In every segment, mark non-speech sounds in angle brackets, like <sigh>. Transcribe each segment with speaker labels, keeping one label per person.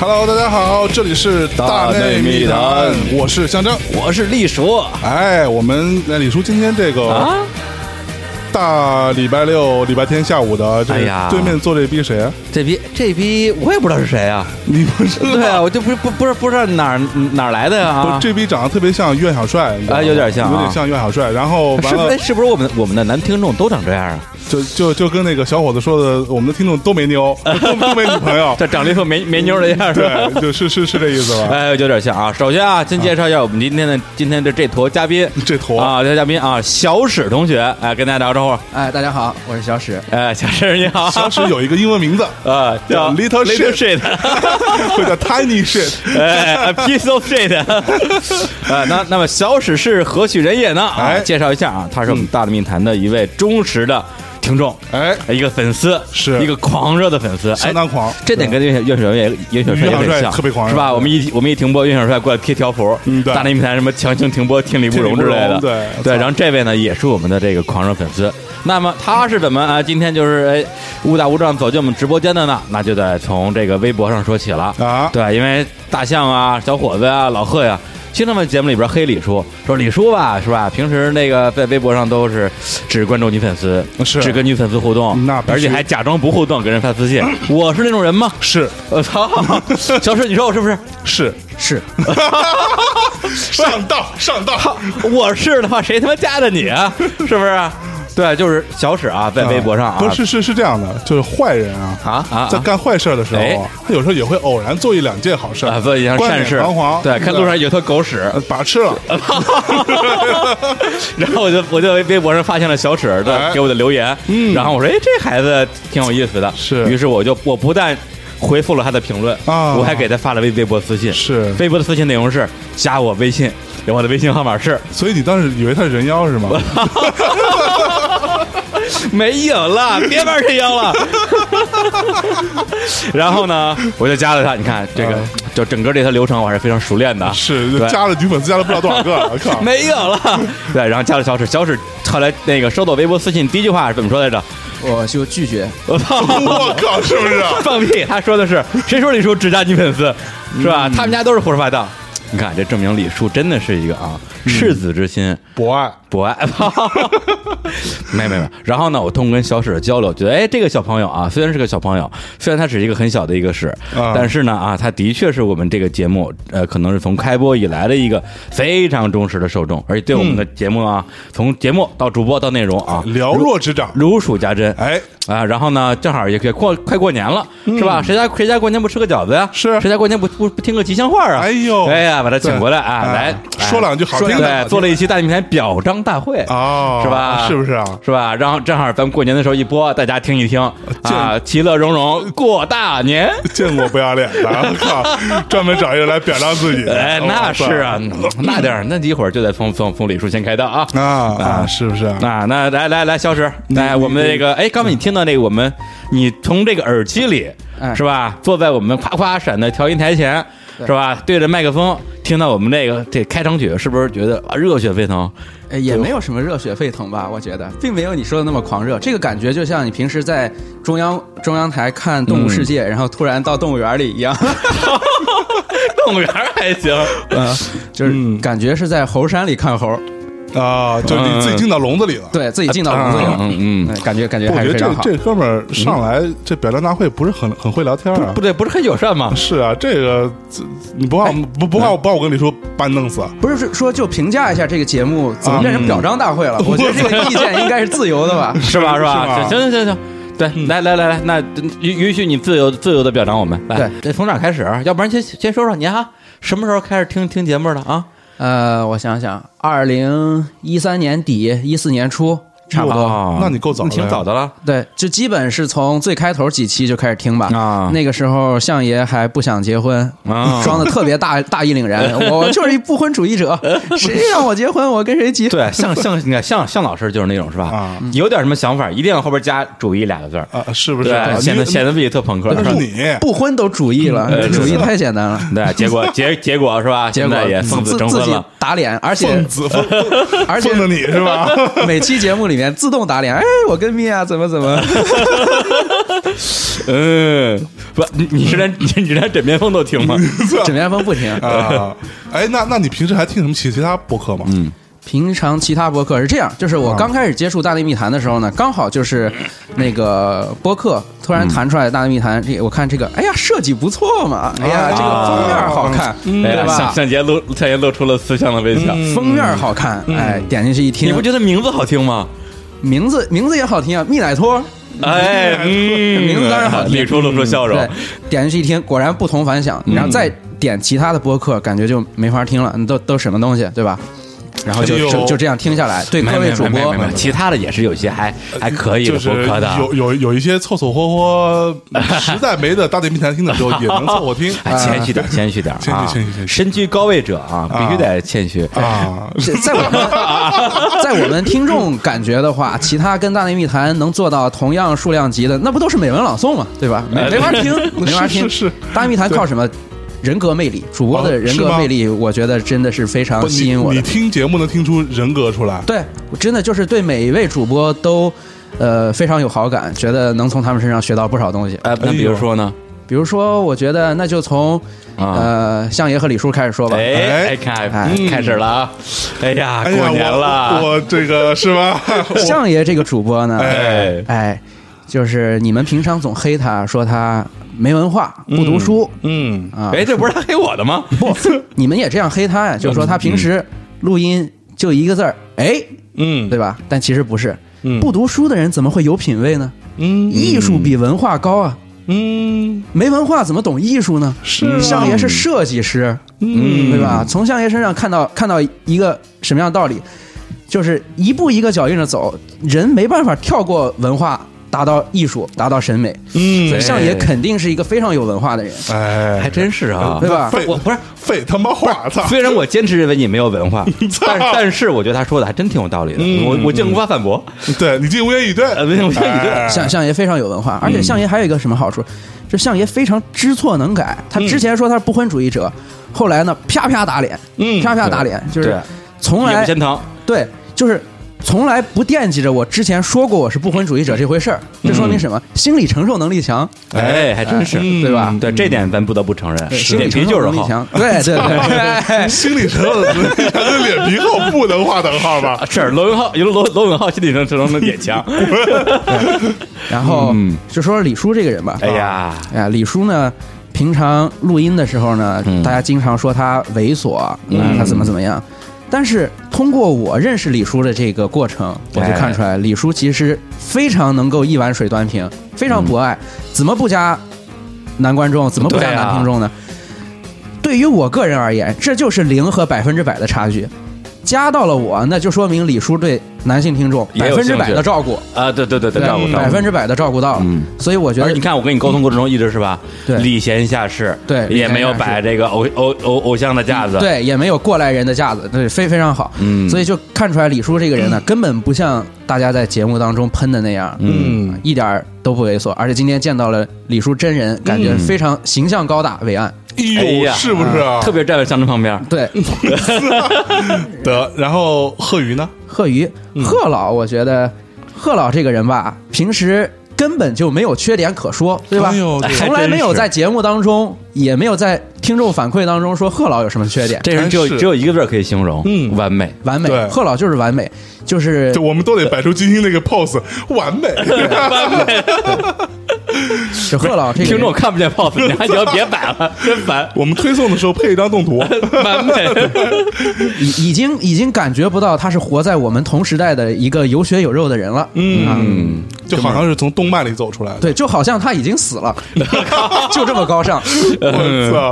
Speaker 1: Hello，大家好，这里是
Speaker 2: 大
Speaker 1: 内
Speaker 2: 内
Speaker 1: 密
Speaker 2: 密谈
Speaker 1: 我是象征。
Speaker 2: 我是栗叔，
Speaker 1: 哎，我们那李叔今天这个
Speaker 2: 啊，
Speaker 1: 大礼拜六、礼拜天下午的，这
Speaker 2: 哎呀
Speaker 1: 对面坐这逼谁啊？
Speaker 2: 这逼这逼我也不知道是谁啊，
Speaker 1: 你不知道？
Speaker 2: <laughs> 对啊，我就不不不是不知道哪儿哪儿来的呀、
Speaker 1: 不是
Speaker 2: 啊，
Speaker 1: 这逼长得特别像岳小帅，你知道吗
Speaker 2: 哎有点像啊
Speaker 1: 有点像岳小帅。然后完
Speaker 2: 是不是 <laughs>
Speaker 1: 了
Speaker 2: 哎，是不是我们我们的男听众都长这样啊？
Speaker 1: 就就就跟那个小伙子说的，我们的听众都
Speaker 2: <laughs>，
Speaker 1: 没妞，都都没女朋友
Speaker 2: 这长了一副没没妞儿的样儿是吧？
Speaker 1: 对，就是是是这意思吧？
Speaker 2: <laughs> 哎，有点像啊。首先啊，先介绍一下我们今天的今天的这坨嘉宾
Speaker 1: 这坨
Speaker 2: 啊，这嘉宾啊，小史同学，哎，跟大家打个招呼，
Speaker 3: 哎，大家好，我是小史。
Speaker 2: 哎，小史你好，
Speaker 1: 当时有一个英文名字， <laughs>
Speaker 2: 啊，叫
Speaker 1: Little
Speaker 2: Little
Speaker 1: Shit
Speaker 2: Shit。
Speaker 1: 会叫 Tiny Shit。
Speaker 2: 哎，a piece of shit。呃，那那么小史是何许人也呢？啊
Speaker 1: 哎
Speaker 2: 介绍一下啊，他是我们大内密谈的一位忠实的听众，
Speaker 1: 哎，
Speaker 2: 一个粉丝，
Speaker 1: 是
Speaker 2: 一个狂热的粉丝，
Speaker 1: 相当狂
Speaker 2: 哎这点跟岳小岳小岳岳小帅
Speaker 1: 岳小
Speaker 2: 有
Speaker 1: 嗯帅
Speaker 2: 点像，
Speaker 1: 特别狂热
Speaker 2: 是吧？我们一我们一停播，岳小帅过来贴条幅，
Speaker 1: 嗯对
Speaker 2: 大内密谈什么强行停播、听理不容之类的，
Speaker 1: 听理不容对
Speaker 2: 对。
Speaker 1: 操
Speaker 2: 然后这位呢，也是我们的这个狂热粉丝。那么他是怎么啊？今天就是哎误打误撞走进我们直播间的呢？那就得从这个微博上说起了
Speaker 1: 啊
Speaker 2: 对，因为大象啊、小伙子啊、老贺呀、经常在节目里边黑李叔，说李叔吧，是吧？平时那个在微博上都是只关注女粉丝，
Speaker 1: 是
Speaker 2: 只跟女粉丝互动，
Speaker 1: 那必须
Speaker 2: 而且还假装不互动，给人发私
Speaker 1: <clears throat>
Speaker 2: 信。我是那种人吗？ <laughs>
Speaker 1: 是
Speaker 2: 我操！小史，你说我是不是？
Speaker 1: 是
Speaker 3: 是，
Speaker 1: <laughs> 上道上道，
Speaker 2: 我是的话，谁他妈加的你
Speaker 1: <laughs>
Speaker 2: 啊？是不是？对，就是小史啊，在微博上啊，
Speaker 1: 不是是是这样的，就是坏人啊
Speaker 2: 啊啊啊
Speaker 1: 在干坏事的时候
Speaker 2: 哎
Speaker 1: 啊，他有时候也会偶然做一两件好事，
Speaker 2: 啊，做一件
Speaker 1: 冠
Speaker 2: 善
Speaker 1: 冕
Speaker 2: 事，
Speaker 1: 堂皇，
Speaker 2: 对，看路上有坨狗
Speaker 1: <laughs>
Speaker 2: 屎， <laughs>
Speaker 1: 呃把吃了，
Speaker 2: 然后我就我就微微博上发现了小史
Speaker 1: 哎
Speaker 2: 的给我的留言，
Speaker 1: 嗯
Speaker 2: 然后我说，哎，这孩子挺有意思的，
Speaker 1: 是
Speaker 2: 于是我就我不但回复了他的评论
Speaker 1: 啊
Speaker 2: 我还给他发了微微博私信，
Speaker 1: 是
Speaker 2: 微博的私信内容是加我微信，我的微信号码是
Speaker 1: 所以你当时以为他是人妖是吗？
Speaker 2: <laughs> 没有 <laughs> 了，别玩这妖了。然后呢，我就加了他，你看这个
Speaker 1: 啊，
Speaker 2: 就整个这套流程我嗯还是非常熟练的啊，
Speaker 1: 是就
Speaker 2: 对
Speaker 1: 加了女粉丝加了不知道多少个
Speaker 2: <laughs>
Speaker 1: 了，我靠！
Speaker 2: 没有了， <laughs> 对，然后加了小史，小史后来那个收到微博私信第一句话是怎么说来着？
Speaker 3: 我就拒绝。
Speaker 2: <laughs> 我操！
Speaker 1: 我靠，是不是啊？
Speaker 2: 放屁！他说的是，谁说李叔只加女粉丝，
Speaker 3: 嗯
Speaker 2: 是吧？他们家都是胡说八道。你看，这证明李叔真的是一个啊，赤子之心
Speaker 1: 博爱，
Speaker 2: 不爱。 <laughs> 没有没有没有。然后呢，我通过跟小史的交流，觉得哎，这个小朋友啊，虽然是个小朋友，虽然他只是一个很小的一个史，
Speaker 1: 啊
Speaker 2: 但是呢啊，他的确是我们这个节目呃，可能是从开播以来的一个非常忠实的受众，而且对我们的节目啊，从节目到主播到内容啊，
Speaker 1: 寥嗯若指掌。
Speaker 2: 如数家珍。
Speaker 1: 哎，
Speaker 2: 啊，然后呢，正好也也过快过年了，是吧？谁家谁家过年不吃个饺子呀？
Speaker 1: 嗯是
Speaker 2: 谁家过年不不不听个吉祥话啊？
Speaker 1: 哎呦
Speaker 2: 哎呀，把他请过来啊，
Speaker 1: 对
Speaker 2: 来
Speaker 1: 哎说两句好听的好听
Speaker 2: 对，
Speaker 1: 的
Speaker 2: 做了一期大内密谈表彰大会
Speaker 1: 哦
Speaker 2: 是吧？
Speaker 1: 是不是啊
Speaker 2: 是吧？然后正好咱们过年的时候一播，大家听一听
Speaker 1: 这
Speaker 2: 啊，其乐融
Speaker 1: 呃
Speaker 2: 融过大年。
Speaker 1: 见过不要脸的，我靠！专门找一个人来表彰自己的， <laughs>
Speaker 2: 哎，那
Speaker 1: 我操
Speaker 2: 是啊，那点儿，那一会儿就得从从从李叔先开刀啊。
Speaker 1: 啊啊，是不是啊？
Speaker 2: 啊，那来来来，小史，来
Speaker 1: 你
Speaker 2: 我们这个，哎，刚才你听到那个，我们你从这个耳机里
Speaker 3: 哎
Speaker 2: 是吧，坐在我们夸夸闪的调音台前是吧，对着麦克风听到我们这个这开场曲，是不是觉得啊热血沸腾？ <laughs>
Speaker 3: 哎，也没有什么热血沸腾吧？我觉得，并没有你说的那么狂热。这个感觉就像你平时在中央中央台看《动物世界》
Speaker 1: 嗯
Speaker 3: 然后突然到动物园里一样，
Speaker 2: 动物园还行，
Speaker 1: 嗯
Speaker 3: <laughs> 就是感觉是在猴山里看猴，
Speaker 1: 啊，就是你自己进到笼子里了。
Speaker 3: 对自己进到笼子里
Speaker 1: 啊
Speaker 3: 了。
Speaker 2: 嗯嗯
Speaker 3: 嗯，感觉感觉
Speaker 1: 我
Speaker 3: 还
Speaker 1: 觉得
Speaker 3: 是非
Speaker 1: 这
Speaker 3: 常好。嗯
Speaker 1: 这哥们儿上来这表彰大会不是很很会聊天啊
Speaker 2: <laughs> 不？对，不是很友善吗？
Speaker 1: 是啊，这个这你不
Speaker 3: 哎
Speaker 1: 怕不不怕我把我跟你说把你弄死？啊
Speaker 3: 不是说就评价一下这个节目，怎么变
Speaker 1: 嗯
Speaker 3: 成表彰大会了？我觉得这个意见应该是自由的 <laughs> 吧？
Speaker 2: 是吧
Speaker 1: 是
Speaker 2: 是嗯吧？
Speaker 1: 吧
Speaker 2: 行行行行。对，来来来来，那允允许你自由自由的表彰我们。来，这从哪儿开始？啊要不然先先说说您啊，什么时候开始听听节目的啊？
Speaker 3: 呃，我想想，二零一三年底一四年初，差不多。
Speaker 2: 啊
Speaker 1: 那你够早了呀
Speaker 2: 挺早的了
Speaker 3: 对，就基本是从最开头几期就开始听吧。
Speaker 2: 啊
Speaker 3: 那个时候相爷还不想结婚，
Speaker 2: 啊
Speaker 3: 装的特别大 <laughs> 大义凛
Speaker 2: <laughs>
Speaker 3: 然，我就是一不婚主义者，谁让我结婚，我跟谁
Speaker 2: <laughs>
Speaker 3: 结。
Speaker 2: 对，像像你看，像像老师就是那种是吧？
Speaker 1: 啊
Speaker 2: 有点什么想法，一定要后边加“主义”俩个字儿，
Speaker 1: 啊，是不是？啊
Speaker 2: 对，显得
Speaker 1: 你
Speaker 2: 显得自己特朋克。
Speaker 1: 那是你
Speaker 3: 不婚都主义了，主义太简单了。
Speaker 2: 对，结果结结果是吧？
Speaker 3: 结
Speaker 2: 现
Speaker 3: 果
Speaker 2: 在也
Speaker 3: 自
Speaker 2: 奉子
Speaker 3: 自
Speaker 2: 成
Speaker 3: 自
Speaker 2: 婚
Speaker 3: 己
Speaker 2: 了。
Speaker 3: 打脸，而且
Speaker 1: 奉子奉
Speaker 3: <laughs> 而且
Speaker 1: 奉的你是
Speaker 3: <laughs>
Speaker 1: 吧？
Speaker 3: 每期节目里面自动打脸，哎，我跟米娅怎么
Speaker 2: <laughs>
Speaker 3: 怎么，
Speaker 2: 嗯，不，你你是连你你连枕边风都听
Speaker 3: <laughs>
Speaker 2: 吗？
Speaker 3: 枕边风不停。
Speaker 1: 啊，哎，那那你平时还听什么其其他播客吗？嗯，
Speaker 3: 平常其他播客是这样，就是我刚开始接触《大内密谈》的时候呢，刚好就是那个播客突然弹出来《大内密谈》，这个我看这个，哎呀，设计不错
Speaker 2: <laughs>
Speaker 3: 嘛，哎
Speaker 2: 啊
Speaker 3: 呀，这个封面好看，
Speaker 2: 哎
Speaker 3: 对
Speaker 2: 呀，向
Speaker 3: 吧？嗯
Speaker 2: 向杰露向杰露出了思乡的微笑。
Speaker 3: 封面好看，
Speaker 2: 嗯
Speaker 3: 哎，点进去一
Speaker 2: 你
Speaker 3: 听
Speaker 2: 不，觉得名字好听吗？
Speaker 3: 名字名字也好听啊，密乃托，
Speaker 2: 哎，嗯，
Speaker 3: 名字当然好听
Speaker 2: 李叔露出笑容
Speaker 3: 嗯对。，点进去一听，果然不同凡响，然后再点其他的播客，感觉就没法听了，都都什么东西，对吧？然后就
Speaker 1: 哎呦
Speaker 3: 就就这样听下来，对
Speaker 2: 没
Speaker 3: 各
Speaker 2: 有没
Speaker 3: 位
Speaker 2: 有
Speaker 3: 主
Speaker 2: 没有
Speaker 3: 播嗯
Speaker 2: 没有没有其他的也是有些还还可以的
Speaker 1: 就
Speaker 2: 播
Speaker 1: 是
Speaker 2: 客的。啊
Speaker 1: 有有有一些凑凑合
Speaker 2: <laughs>
Speaker 1: 合，实在没的大内密谈听的时候也能凑合听
Speaker 2: 哎，谦虚点，谦虚点
Speaker 1: 啊谦虚
Speaker 2: 啊！
Speaker 1: 谦虚谦虚
Speaker 2: 身居高位者啊，必须得谦虚。
Speaker 1: 啊。
Speaker 3: 是在我
Speaker 1: <laughs>
Speaker 3: 们在我们听众感觉的话，其他跟《大内密谈》能做到同样数量级的，那不都是美文朗诵嘛，对吧？没没法听，
Speaker 1: <laughs>
Speaker 3: 没法听。
Speaker 1: 哎是是是
Speaker 3: 大内密谈》靠什么？人格魅力，主播的
Speaker 1: 哦
Speaker 3: 人
Speaker 1: 是
Speaker 3: 格
Speaker 1: 吗
Speaker 3: 魅力，我觉得真的是非
Speaker 1: 不
Speaker 3: 常哦吸
Speaker 1: 你
Speaker 3: 引我
Speaker 1: 你
Speaker 3: 的。
Speaker 1: 听节目能听出人格出来，
Speaker 3: 对，我真的就是对每一位主播都。呃，非常有好感，觉得能从他们身上学到不少东西。
Speaker 2: 哎，那比如说呢？
Speaker 3: 比如说，我觉得那就从、
Speaker 2: 啊
Speaker 3: 呃相爷和李叔开始说吧。
Speaker 2: 哎
Speaker 1: 哎
Speaker 2: 哎，看
Speaker 3: 哎
Speaker 2: 嗯开始了啊！哎呀，
Speaker 1: 哎
Speaker 2: 过
Speaker 1: 呀，
Speaker 2: 年
Speaker 1: 我
Speaker 2: 了，
Speaker 1: 我这个是吧？
Speaker 3: <laughs>
Speaker 1: 我
Speaker 3: 相爷这个主播呢，
Speaker 2: 哎，
Speaker 3: 哎，就是你们平常总黑他说他没文化、不读书、
Speaker 1: 嗯，
Speaker 3: 啊，
Speaker 2: 哎，这不是他黑我的
Speaker 1: <laughs>
Speaker 2: 吗？
Speaker 3: 不，你们也这样黑
Speaker 1: 嗯
Speaker 3: 他呀？就说他平时录音就一个字儿，哎，
Speaker 1: 嗯
Speaker 3: 对吧？但其实不是，
Speaker 1: 嗯
Speaker 3: 不读书的人怎么会有品位呢？
Speaker 1: 嗯
Speaker 3: 艺术比文化高啊，
Speaker 1: 嗯，
Speaker 3: 没文化怎么懂艺术呢？
Speaker 1: 是啊
Speaker 3: 相爷是设计师，嗯，对吧？从相爷身上看到看到一个什么样的道理，就是一步一个脚印着走，人没办法跳过文化达到艺术，达到审美。
Speaker 1: 嗯
Speaker 3: 所以相爷
Speaker 2: 哎
Speaker 3: 肯定是一个非常有文化的人。
Speaker 2: 还
Speaker 1: 哎，
Speaker 2: 真是啊
Speaker 3: 对。吧？
Speaker 1: 废
Speaker 2: 我不是，
Speaker 1: 废他妈话，操！
Speaker 2: 虽然我坚持认为你没有文化，但但是我觉得他说的还真挺有道理的，
Speaker 1: 嗯
Speaker 2: 我我竟无法反驳。
Speaker 1: 对你竟无言以对，
Speaker 2: 呃无言以对
Speaker 1: 哎嗯
Speaker 3: 相相爷非常有文化，而且相爷还有一个什么好处？就相爷非常知错能改。他之前说他是不婚主义者，后来呢，啪啪打脸，
Speaker 1: 嗯
Speaker 3: 啪啪打脸，就是
Speaker 2: 对
Speaker 3: 从
Speaker 2: 也
Speaker 3: 来
Speaker 2: 不嫌疼，
Speaker 3: 对，就是从来不惦记着我之前说过我是不婚主义者这回事儿。这说
Speaker 2: 嗯
Speaker 3: 明什么？心理承受能力强，
Speaker 2: 哎，还真是，
Speaker 1: 嗯，
Speaker 3: 对吧？
Speaker 2: 对这点咱不得不承认，
Speaker 3: 对心
Speaker 2: 脸
Speaker 3: 理
Speaker 2: 皮
Speaker 3: 承
Speaker 2: 就
Speaker 3: 受
Speaker 2: 是
Speaker 3: 能力
Speaker 2: 厚。
Speaker 3: 强，对对对
Speaker 1: 心理承受能力强跟脸皮厚不能画等号吧
Speaker 2: <laughs> 啊？是罗永浩，有罗罗永浩心理承受能力也
Speaker 1: <laughs>
Speaker 2: 强。
Speaker 3: <laughs> 然后
Speaker 2: 嗯
Speaker 3: 就说李叔这个人吧，
Speaker 2: 哎呀，
Speaker 3: 哎呀，李叔呢，平常录音的时候呢，
Speaker 2: 嗯
Speaker 3: 大家经常说他猥琐，
Speaker 2: 嗯
Speaker 3: 他怎么怎么样。但是通过我认识李叔的这个过程，我就看出
Speaker 2: 哎
Speaker 3: 来，李叔其实非常能够一碗水端平，非常博爱。怎么不加男观众？怎么不加
Speaker 2: 嗯对啊
Speaker 3: 男听众呢？对于我个人而言，这就是零和百分之百的差距。加到了我，那就说明李叔对男性听众
Speaker 2: 也
Speaker 3: 百
Speaker 2: 有
Speaker 3: 分
Speaker 2: 兴
Speaker 3: 之
Speaker 2: 趣
Speaker 3: 百的照顾，
Speaker 2: 啊，对对对对，照顾照
Speaker 3: 嗯百
Speaker 2: 顾。
Speaker 3: 分之百的照顾到了。
Speaker 2: 嗯
Speaker 3: 所以我觉
Speaker 2: 而
Speaker 3: 得
Speaker 2: 你看，我跟你沟通过程中一直是吧，
Speaker 3: 对
Speaker 2: 礼贤下士，
Speaker 3: 对
Speaker 2: 也没有
Speaker 3: 礼贤下
Speaker 2: 摆
Speaker 3: 士嗯
Speaker 2: 这个偶偶偶偶像的架子，，
Speaker 3: 对，也没有过来人的架子，对，非非常好。
Speaker 2: 嗯
Speaker 3: 所以就看出来李叔这个人呢，根本不像大家在节目当中喷的那样，
Speaker 1: 嗯，
Speaker 3: 一点儿都不猥琐。而且今天见到了李叔真人，感
Speaker 2: 嗯
Speaker 3: 觉非常形象高大伟岸。
Speaker 2: <laughs> 哎
Speaker 1: 哎呦，
Speaker 2: 呀
Speaker 1: 是不是啊？
Speaker 2: 特别站在象征旁边， <laughs>
Speaker 3: 对，
Speaker 1: <laughs> 得。然后贺鱼呢？
Speaker 3: 贺鱼，
Speaker 2: 嗯
Speaker 3: 贺老，我觉得贺老这个人吧，平时。根本就没有缺点可说，对吧
Speaker 1: 哎呦？对
Speaker 3: 从来没有在节目当中，也没有在听众反馈当中说贺老有什么缺点，
Speaker 2: 这人只有
Speaker 1: 哎是
Speaker 2: 只有一个字儿可以形容，
Speaker 1: 嗯
Speaker 2: 完
Speaker 1: <laughs>
Speaker 2: 美。
Speaker 3: 完美
Speaker 1: 对。
Speaker 3: 贺老就是完美，就是
Speaker 1: 就我们都得摆出金星那个 pose，完美。
Speaker 3: 就贺老这个人
Speaker 2: 听众看不见 pose，你还行，别摆了，真
Speaker 1: <laughs>
Speaker 2: 烦，
Speaker 1: <laughs> 我们推送的时候配一张动图，
Speaker 2: 完美。
Speaker 3: 已已经已经感觉不到他是活在我们同时代的一个有血有肉的人了。嗯，
Speaker 1: 就好像是从动漫里走出来的。
Speaker 3: 对，就好像他已经死
Speaker 2: <laughs>
Speaker 3: 了，就这么高尚。
Speaker 1: 我操！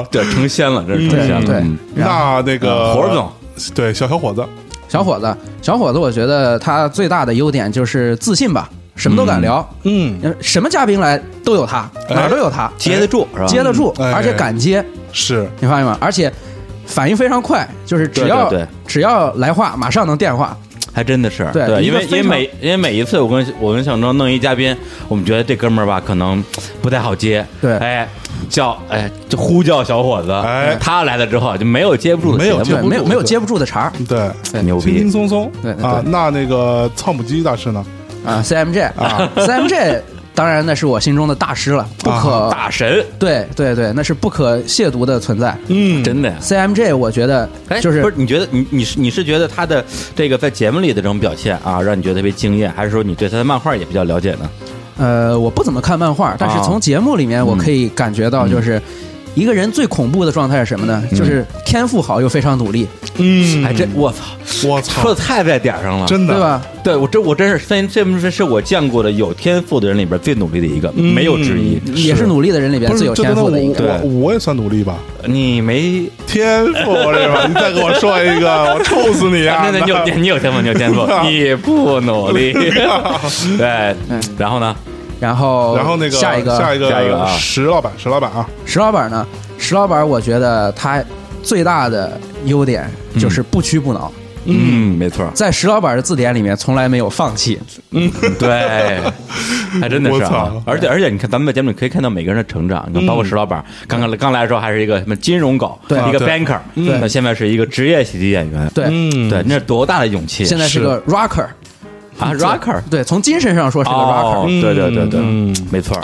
Speaker 2: 嗯对，成仙了，这是成仙
Speaker 3: 对
Speaker 2: 了。
Speaker 3: 对
Speaker 2: 嗯，
Speaker 1: 那那个
Speaker 2: 活着不
Speaker 1: 对小小伙子，
Speaker 3: 小伙子，小伙子，我觉得他最大的优点就是自信吧，什么都敢聊，
Speaker 1: 嗯，
Speaker 3: 呃什么嘉宾来都有他，哪儿都有他，
Speaker 2: 哎接得住是吧？嗯
Speaker 3: 接得住，
Speaker 1: 哎
Speaker 3: 而且敢接，
Speaker 1: 是
Speaker 3: 你发现吗？而且反应非常快，就是只要
Speaker 2: 对对对
Speaker 3: 只要来话，马上能电话。
Speaker 2: 还真的是
Speaker 3: 对一
Speaker 2: 因为因
Speaker 3: 个
Speaker 2: 为
Speaker 3: 非常
Speaker 2: 每因为每一次我跟我跟向征弄一嘉宾，我们觉得这哥们儿吧可能不太好接，
Speaker 3: 对
Speaker 2: 哎，叫哎就呼叫小伙子，
Speaker 1: 哎
Speaker 2: 他来了之后就没有接不住的
Speaker 1: 没有
Speaker 2: 节
Speaker 1: 接
Speaker 3: 对，
Speaker 2: 目
Speaker 1: 不住
Speaker 3: 没有没有
Speaker 1: 对
Speaker 3: 接不住的茬儿
Speaker 1: 对，
Speaker 3: 对
Speaker 2: 牛
Speaker 1: 轻轻
Speaker 2: 逼，
Speaker 1: 松松
Speaker 3: 对对
Speaker 1: 啊。那那个操母鸡大师呢？
Speaker 3: 啊！CMJ 啊，CMJ，当然那是我心中的大师了，不可
Speaker 1: 啊
Speaker 2: 大神，
Speaker 3: 对对对，那是不可亵渎的存在。
Speaker 1: 嗯
Speaker 2: 真的呀。
Speaker 3: CMJ，我觉得
Speaker 2: 哎，
Speaker 3: 就是
Speaker 2: 不是你觉得你你是你是觉得他的这个在节目里的这种表现啊，让你觉得特别惊艳，还是说你对他的漫画也比较了解呢？
Speaker 3: 呃，我不怎么看漫画，
Speaker 1: 啊
Speaker 3: 但是从节目里面
Speaker 1: 嗯
Speaker 3: 我可以感觉到，就是一个人最恐怖的状态是什么呢？就是天赋好又非常努力，
Speaker 1: 嗯，
Speaker 2: 还真我操，说
Speaker 1: 我操，
Speaker 2: 的太在点儿上了，
Speaker 1: 真的
Speaker 3: 对？吧？
Speaker 2: 啊对我这我真是分这这是我见过的有天赋的人里边最努力的一个，没有之一。
Speaker 1: 是
Speaker 3: 也是努力的人里边
Speaker 1: 不
Speaker 3: 最
Speaker 1: 是，
Speaker 3: 有
Speaker 1: 这
Speaker 3: 天
Speaker 1: 真的
Speaker 3: 赋的一
Speaker 1: 我
Speaker 3: 个。
Speaker 2: 对
Speaker 1: 我我也算努力吧，
Speaker 2: 你没，
Speaker 1: 天赋这吧？你再给我说一个，我臭死你
Speaker 2: <laughs>
Speaker 1: 啊！
Speaker 2: 那那你有你有天赋，你有天
Speaker 1: <laughs>
Speaker 2: 赋，你不努力。
Speaker 1: 啊
Speaker 2: 对，
Speaker 3: 嗯
Speaker 2: 然后呢？
Speaker 3: 然后，
Speaker 1: 然后那个
Speaker 3: 下一个
Speaker 1: 下一个
Speaker 2: 下一个啊
Speaker 1: 石老板，石老板啊，
Speaker 3: 石老板呢？石老板，我觉得他最大的优点就是不屈不挠，
Speaker 2: 嗯，没错，
Speaker 3: 在石老板的字典里面从来没有放弃。
Speaker 1: <laughs>
Speaker 2: 对，还真的是
Speaker 1: 嗯我
Speaker 2: 啊
Speaker 1: 操！嗯
Speaker 2: 而且而且，你看咱们在节目里可以看到每个人的成长，你看包括石老板，刚刚刚来的时候还是一个什么金融狗，
Speaker 3: 对
Speaker 2: 一个
Speaker 1: 啊对
Speaker 2: banker，
Speaker 3: 对
Speaker 2: 那现在是一个职业喜剧演员，
Speaker 3: 对，
Speaker 1: 嗯
Speaker 2: 对，那是多大的勇气！
Speaker 3: 现在是个 rocker
Speaker 2: 啊，rocker，
Speaker 3: 对，从精神上说是个 rocker。
Speaker 2: 哦，对对对对
Speaker 1: 嗯，
Speaker 2: 没错，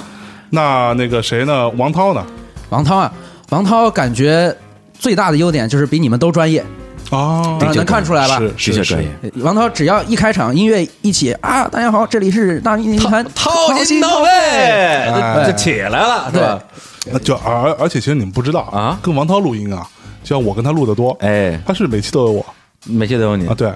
Speaker 1: 那那个谁呢？王涛呢？
Speaker 3: 王涛啊，王涛感觉最大的优点就是比你们都专业，
Speaker 1: 哦
Speaker 3: 当然能看出来吧？
Speaker 1: 是
Speaker 2: 的确专业。
Speaker 3: 王涛只要一开场，音乐一起啊，大家好，这里是大内密谈，
Speaker 2: 心到位，
Speaker 1: 哎
Speaker 2: 就就起来了，是吧？
Speaker 1: 那就而而且其实你们不知道
Speaker 2: 啊
Speaker 1: 跟王涛录音啊，就像我跟他录的多，
Speaker 2: 哎，
Speaker 1: 他是每期都有我
Speaker 2: 每期都有你
Speaker 1: 啊，，对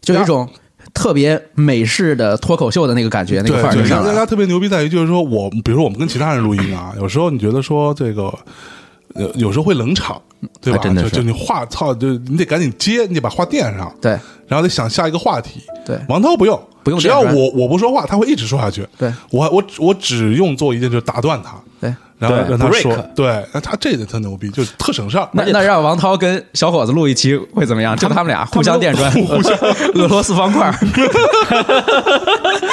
Speaker 3: 就有一种特别美式的脱口秀的那个感觉，那个
Speaker 1: 对
Speaker 3: 范儿就
Speaker 1: 对，
Speaker 3: 上
Speaker 1: 他
Speaker 3: 来
Speaker 1: 他
Speaker 3: 了。
Speaker 1: 特别牛逼在于就是说我，比如说我们跟其他人录音啊，有时候你觉得说这个。呃，有时候会冷场，对吧？
Speaker 3: 啊
Speaker 2: 还真的
Speaker 1: 就是就你话操，就你得赶紧接，你得把话垫上，
Speaker 3: 对
Speaker 1: 然后得想下一个话题。
Speaker 3: 对
Speaker 1: 王涛不用，
Speaker 3: 不用
Speaker 1: 只要
Speaker 3: 垫出来
Speaker 1: 我我不说话，他会一直说下去。
Speaker 3: 对
Speaker 1: 我我我只用做一件，就是打断他，
Speaker 3: 对，
Speaker 1: 然后
Speaker 2: 对
Speaker 1: 让他说
Speaker 2: break。
Speaker 1: 对，那他这个特牛逼，就是特省事儿。
Speaker 3: 那那让王涛跟小伙子录一期会怎么样？就他们俩互相垫砖，互相俄罗斯方块。
Speaker 2: <laughs>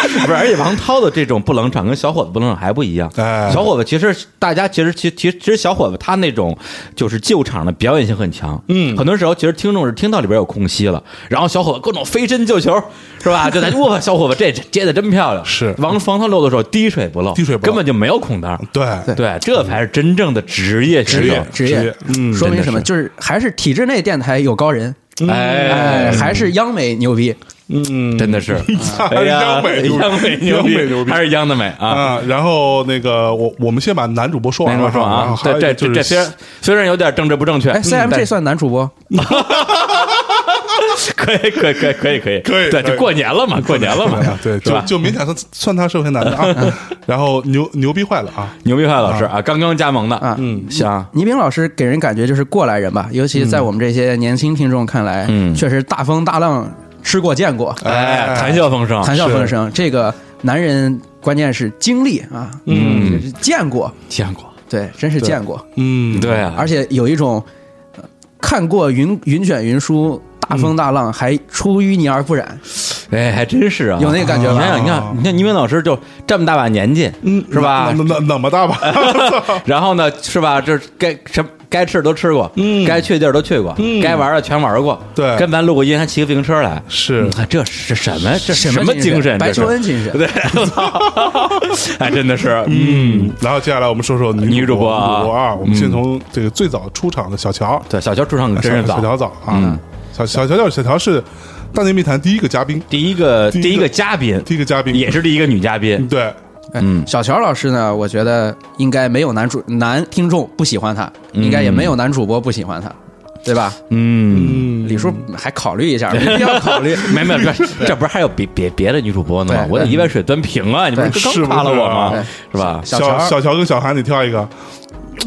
Speaker 2: 不是，而且王涛的这种不冷场跟小伙子不冷场还不一样。
Speaker 1: 哎
Speaker 2: 小伙子其实大家其实其其其实小伙子他那种就是救场的表演性很强，嗯，很多时候其实听众是听到里边有空隙了，然后小伙子各种飞身救球，是吧？就在哇，小伙子这这接的真漂亮，
Speaker 1: 是
Speaker 2: 王王涛漏的时候滴水不漏，
Speaker 1: 滴水不漏
Speaker 2: 根本就没有空档，
Speaker 1: 对
Speaker 2: 对，这才是真正的职业选手
Speaker 1: 职业
Speaker 3: 职业，
Speaker 1: 嗯
Speaker 3: 说
Speaker 2: 真
Speaker 3: 明
Speaker 2: 的
Speaker 3: 什么？
Speaker 2: 是
Speaker 3: 就是还是体制内电台有高人，
Speaker 2: 哎
Speaker 3: 哎，，还是央美牛逼。
Speaker 1: 嗯，
Speaker 2: 真的是，
Speaker 1: 还是央美牛逼
Speaker 2: 央美牛逼，
Speaker 1: 央美牛逼
Speaker 2: 还是央的美啊！
Speaker 1: 啊，然后那个我我们先把男主播说完
Speaker 2: 没
Speaker 1: 了
Speaker 2: 说说
Speaker 1: 然后
Speaker 2: 啊，
Speaker 1: 还有
Speaker 2: 对，这
Speaker 1: 就
Speaker 2: 这
Speaker 1: 是
Speaker 2: 这虽然虽然有点政治不正确，
Speaker 3: 哎，CMJ 算男主播，
Speaker 2: 可以可以可以可以可以
Speaker 1: 可以
Speaker 2: 对，
Speaker 1: 可以
Speaker 2: 就过年了嘛，过年了嘛
Speaker 1: 啊， <laughs> 对，
Speaker 2: 是
Speaker 1: 就
Speaker 2: 吧？
Speaker 1: 就勉强算算他是个男的
Speaker 2: <laughs>
Speaker 1: 啊。然后牛牛逼坏了啊，
Speaker 2: 牛逼派老师啊，刚刚加盟的
Speaker 3: 啊
Speaker 2: 嗯，像
Speaker 3: 倪萍老师给人感觉就是过来人吧，尤其在我们这些年轻听众看来，
Speaker 2: 嗯
Speaker 3: 确实大风大浪吃过见过，
Speaker 2: 哎，谈笑风生，
Speaker 3: 谈笑
Speaker 1: 是
Speaker 3: 风生。这个男人关键是经历啊，
Speaker 2: 嗯，
Speaker 3: 见过，
Speaker 2: 见过，
Speaker 3: 对，真是见过，
Speaker 1: 嗯，
Speaker 2: 对啊，
Speaker 3: 而且有一种呃看过云云卷云舒。大风大浪还出淤泥而不染，
Speaker 2: 哎，还真是啊，
Speaker 3: 有那个感觉
Speaker 2: 你
Speaker 3: 吧
Speaker 2: 看你看你看倪萍老师就这么大把年纪，嗯，是吧？
Speaker 1: 那那那么
Speaker 2: <laughs>
Speaker 1: 大吧？
Speaker 2: 然后呢，是吧？这该什么该吃的都吃过，嗯，该去的地儿都去过，嗯，该玩的全玩过，
Speaker 1: 对
Speaker 2: 跟咱录过音还骑个自行车来，
Speaker 1: 是
Speaker 2: 嗯这是什么？这
Speaker 3: 什
Speaker 2: 么精神？
Speaker 3: 白
Speaker 2: 这是
Speaker 3: 求恩精神，
Speaker 2: <laughs> 对，我操，哎，真的是，嗯，
Speaker 1: <laughs> 嗯，然后接下来我们说说
Speaker 2: 女主
Speaker 1: 主
Speaker 2: 播啊
Speaker 1: 女主播啊，我们先从这个最早出场的小乔，
Speaker 2: 对，小乔出场可真
Speaker 1: 小
Speaker 2: 是早，
Speaker 1: 小
Speaker 2: 嗯
Speaker 1: 乔早啊，小小乔叫小乔是《大内密谈》第一个嘉宾，
Speaker 2: 第一个
Speaker 1: 第一
Speaker 2: 第
Speaker 1: 个
Speaker 2: 一个嘉宾，
Speaker 1: 第一个嘉宾
Speaker 2: 也是第一个女嘉宾，
Speaker 1: 对，
Speaker 3: 嗯，小乔老师呢，我觉得应该没有男主男听众不喜欢他，应该也没有男主播不喜欢他，对吧？
Speaker 2: 嗯。
Speaker 1: 嗯，
Speaker 3: 李叔还考
Speaker 2: <laughs>
Speaker 3: 虑一下，没必要考虑。
Speaker 2: 没没有，这这不是还有别别别的女主播呢吗？
Speaker 3: 对
Speaker 2: 我得一碗水端平啊！你不
Speaker 1: 对
Speaker 2: 是刚夸了我吗？是
Speaker 3: 是
Speaker 2: 吧？
Speaker 3: 小
Speaker 1: 小
Speaker 3: 乔
Speaker 1: 小乔跟小韩，你挑一个，
Speaker 2: 啊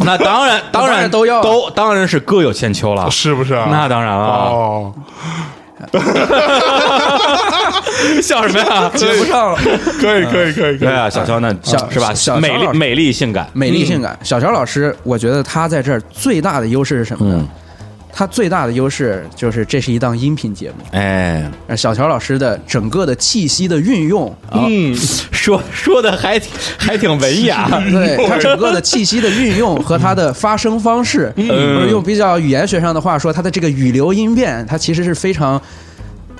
Speaker 2: 那当然，当
Speaker 3: 当
Speaker 2: 然
Speaker 3: 然都要
Speaker 2: 都当然是各有千秋了。
Speaker 1: 是不是啊？
Speaker 2: 那当然了
Speaker 1: 哦，
Speaker 2: <laughs> 笑什么呀？
Speaker 3: 接不上了。
Speaker 1: 可以可以可以可
Speaker 2: 对
Speaker 1: 以，
Speaker 2: 啊，小乔那
Speaker 3: 小
Speaker 2: 是吧
Speaker 3: 小？小
Speaker 2: 美
Speaker 3: 乔老
Speaker 2: 丽
Speaker 3: 师
Speaker 2: 美丽性感，
Speaker 3: 美丽性感，
Speaker 2: 嗯
Speaker 3: 小乔老师，我觉得他在这儿最大的优势是什么呢？
Speaker 2: 嗯
Speaker 3: 他最大的优势就是这是一档音频节目，
Speaker 2: 哎，
Speaker 3: 而小乔老师的整个的气息的运用，
Speaker 2: 啊
Speaker 1: 嗯，
Speaker 2: 说说的还挺还挺文雅，
Speaker 3: <laughs>
Speaker 2: <laughs>
Speaker 3: 对他整个的气息的运用和他的发声方式，或者用比较语言学上的话说，他的这个语流音变，他其实是非常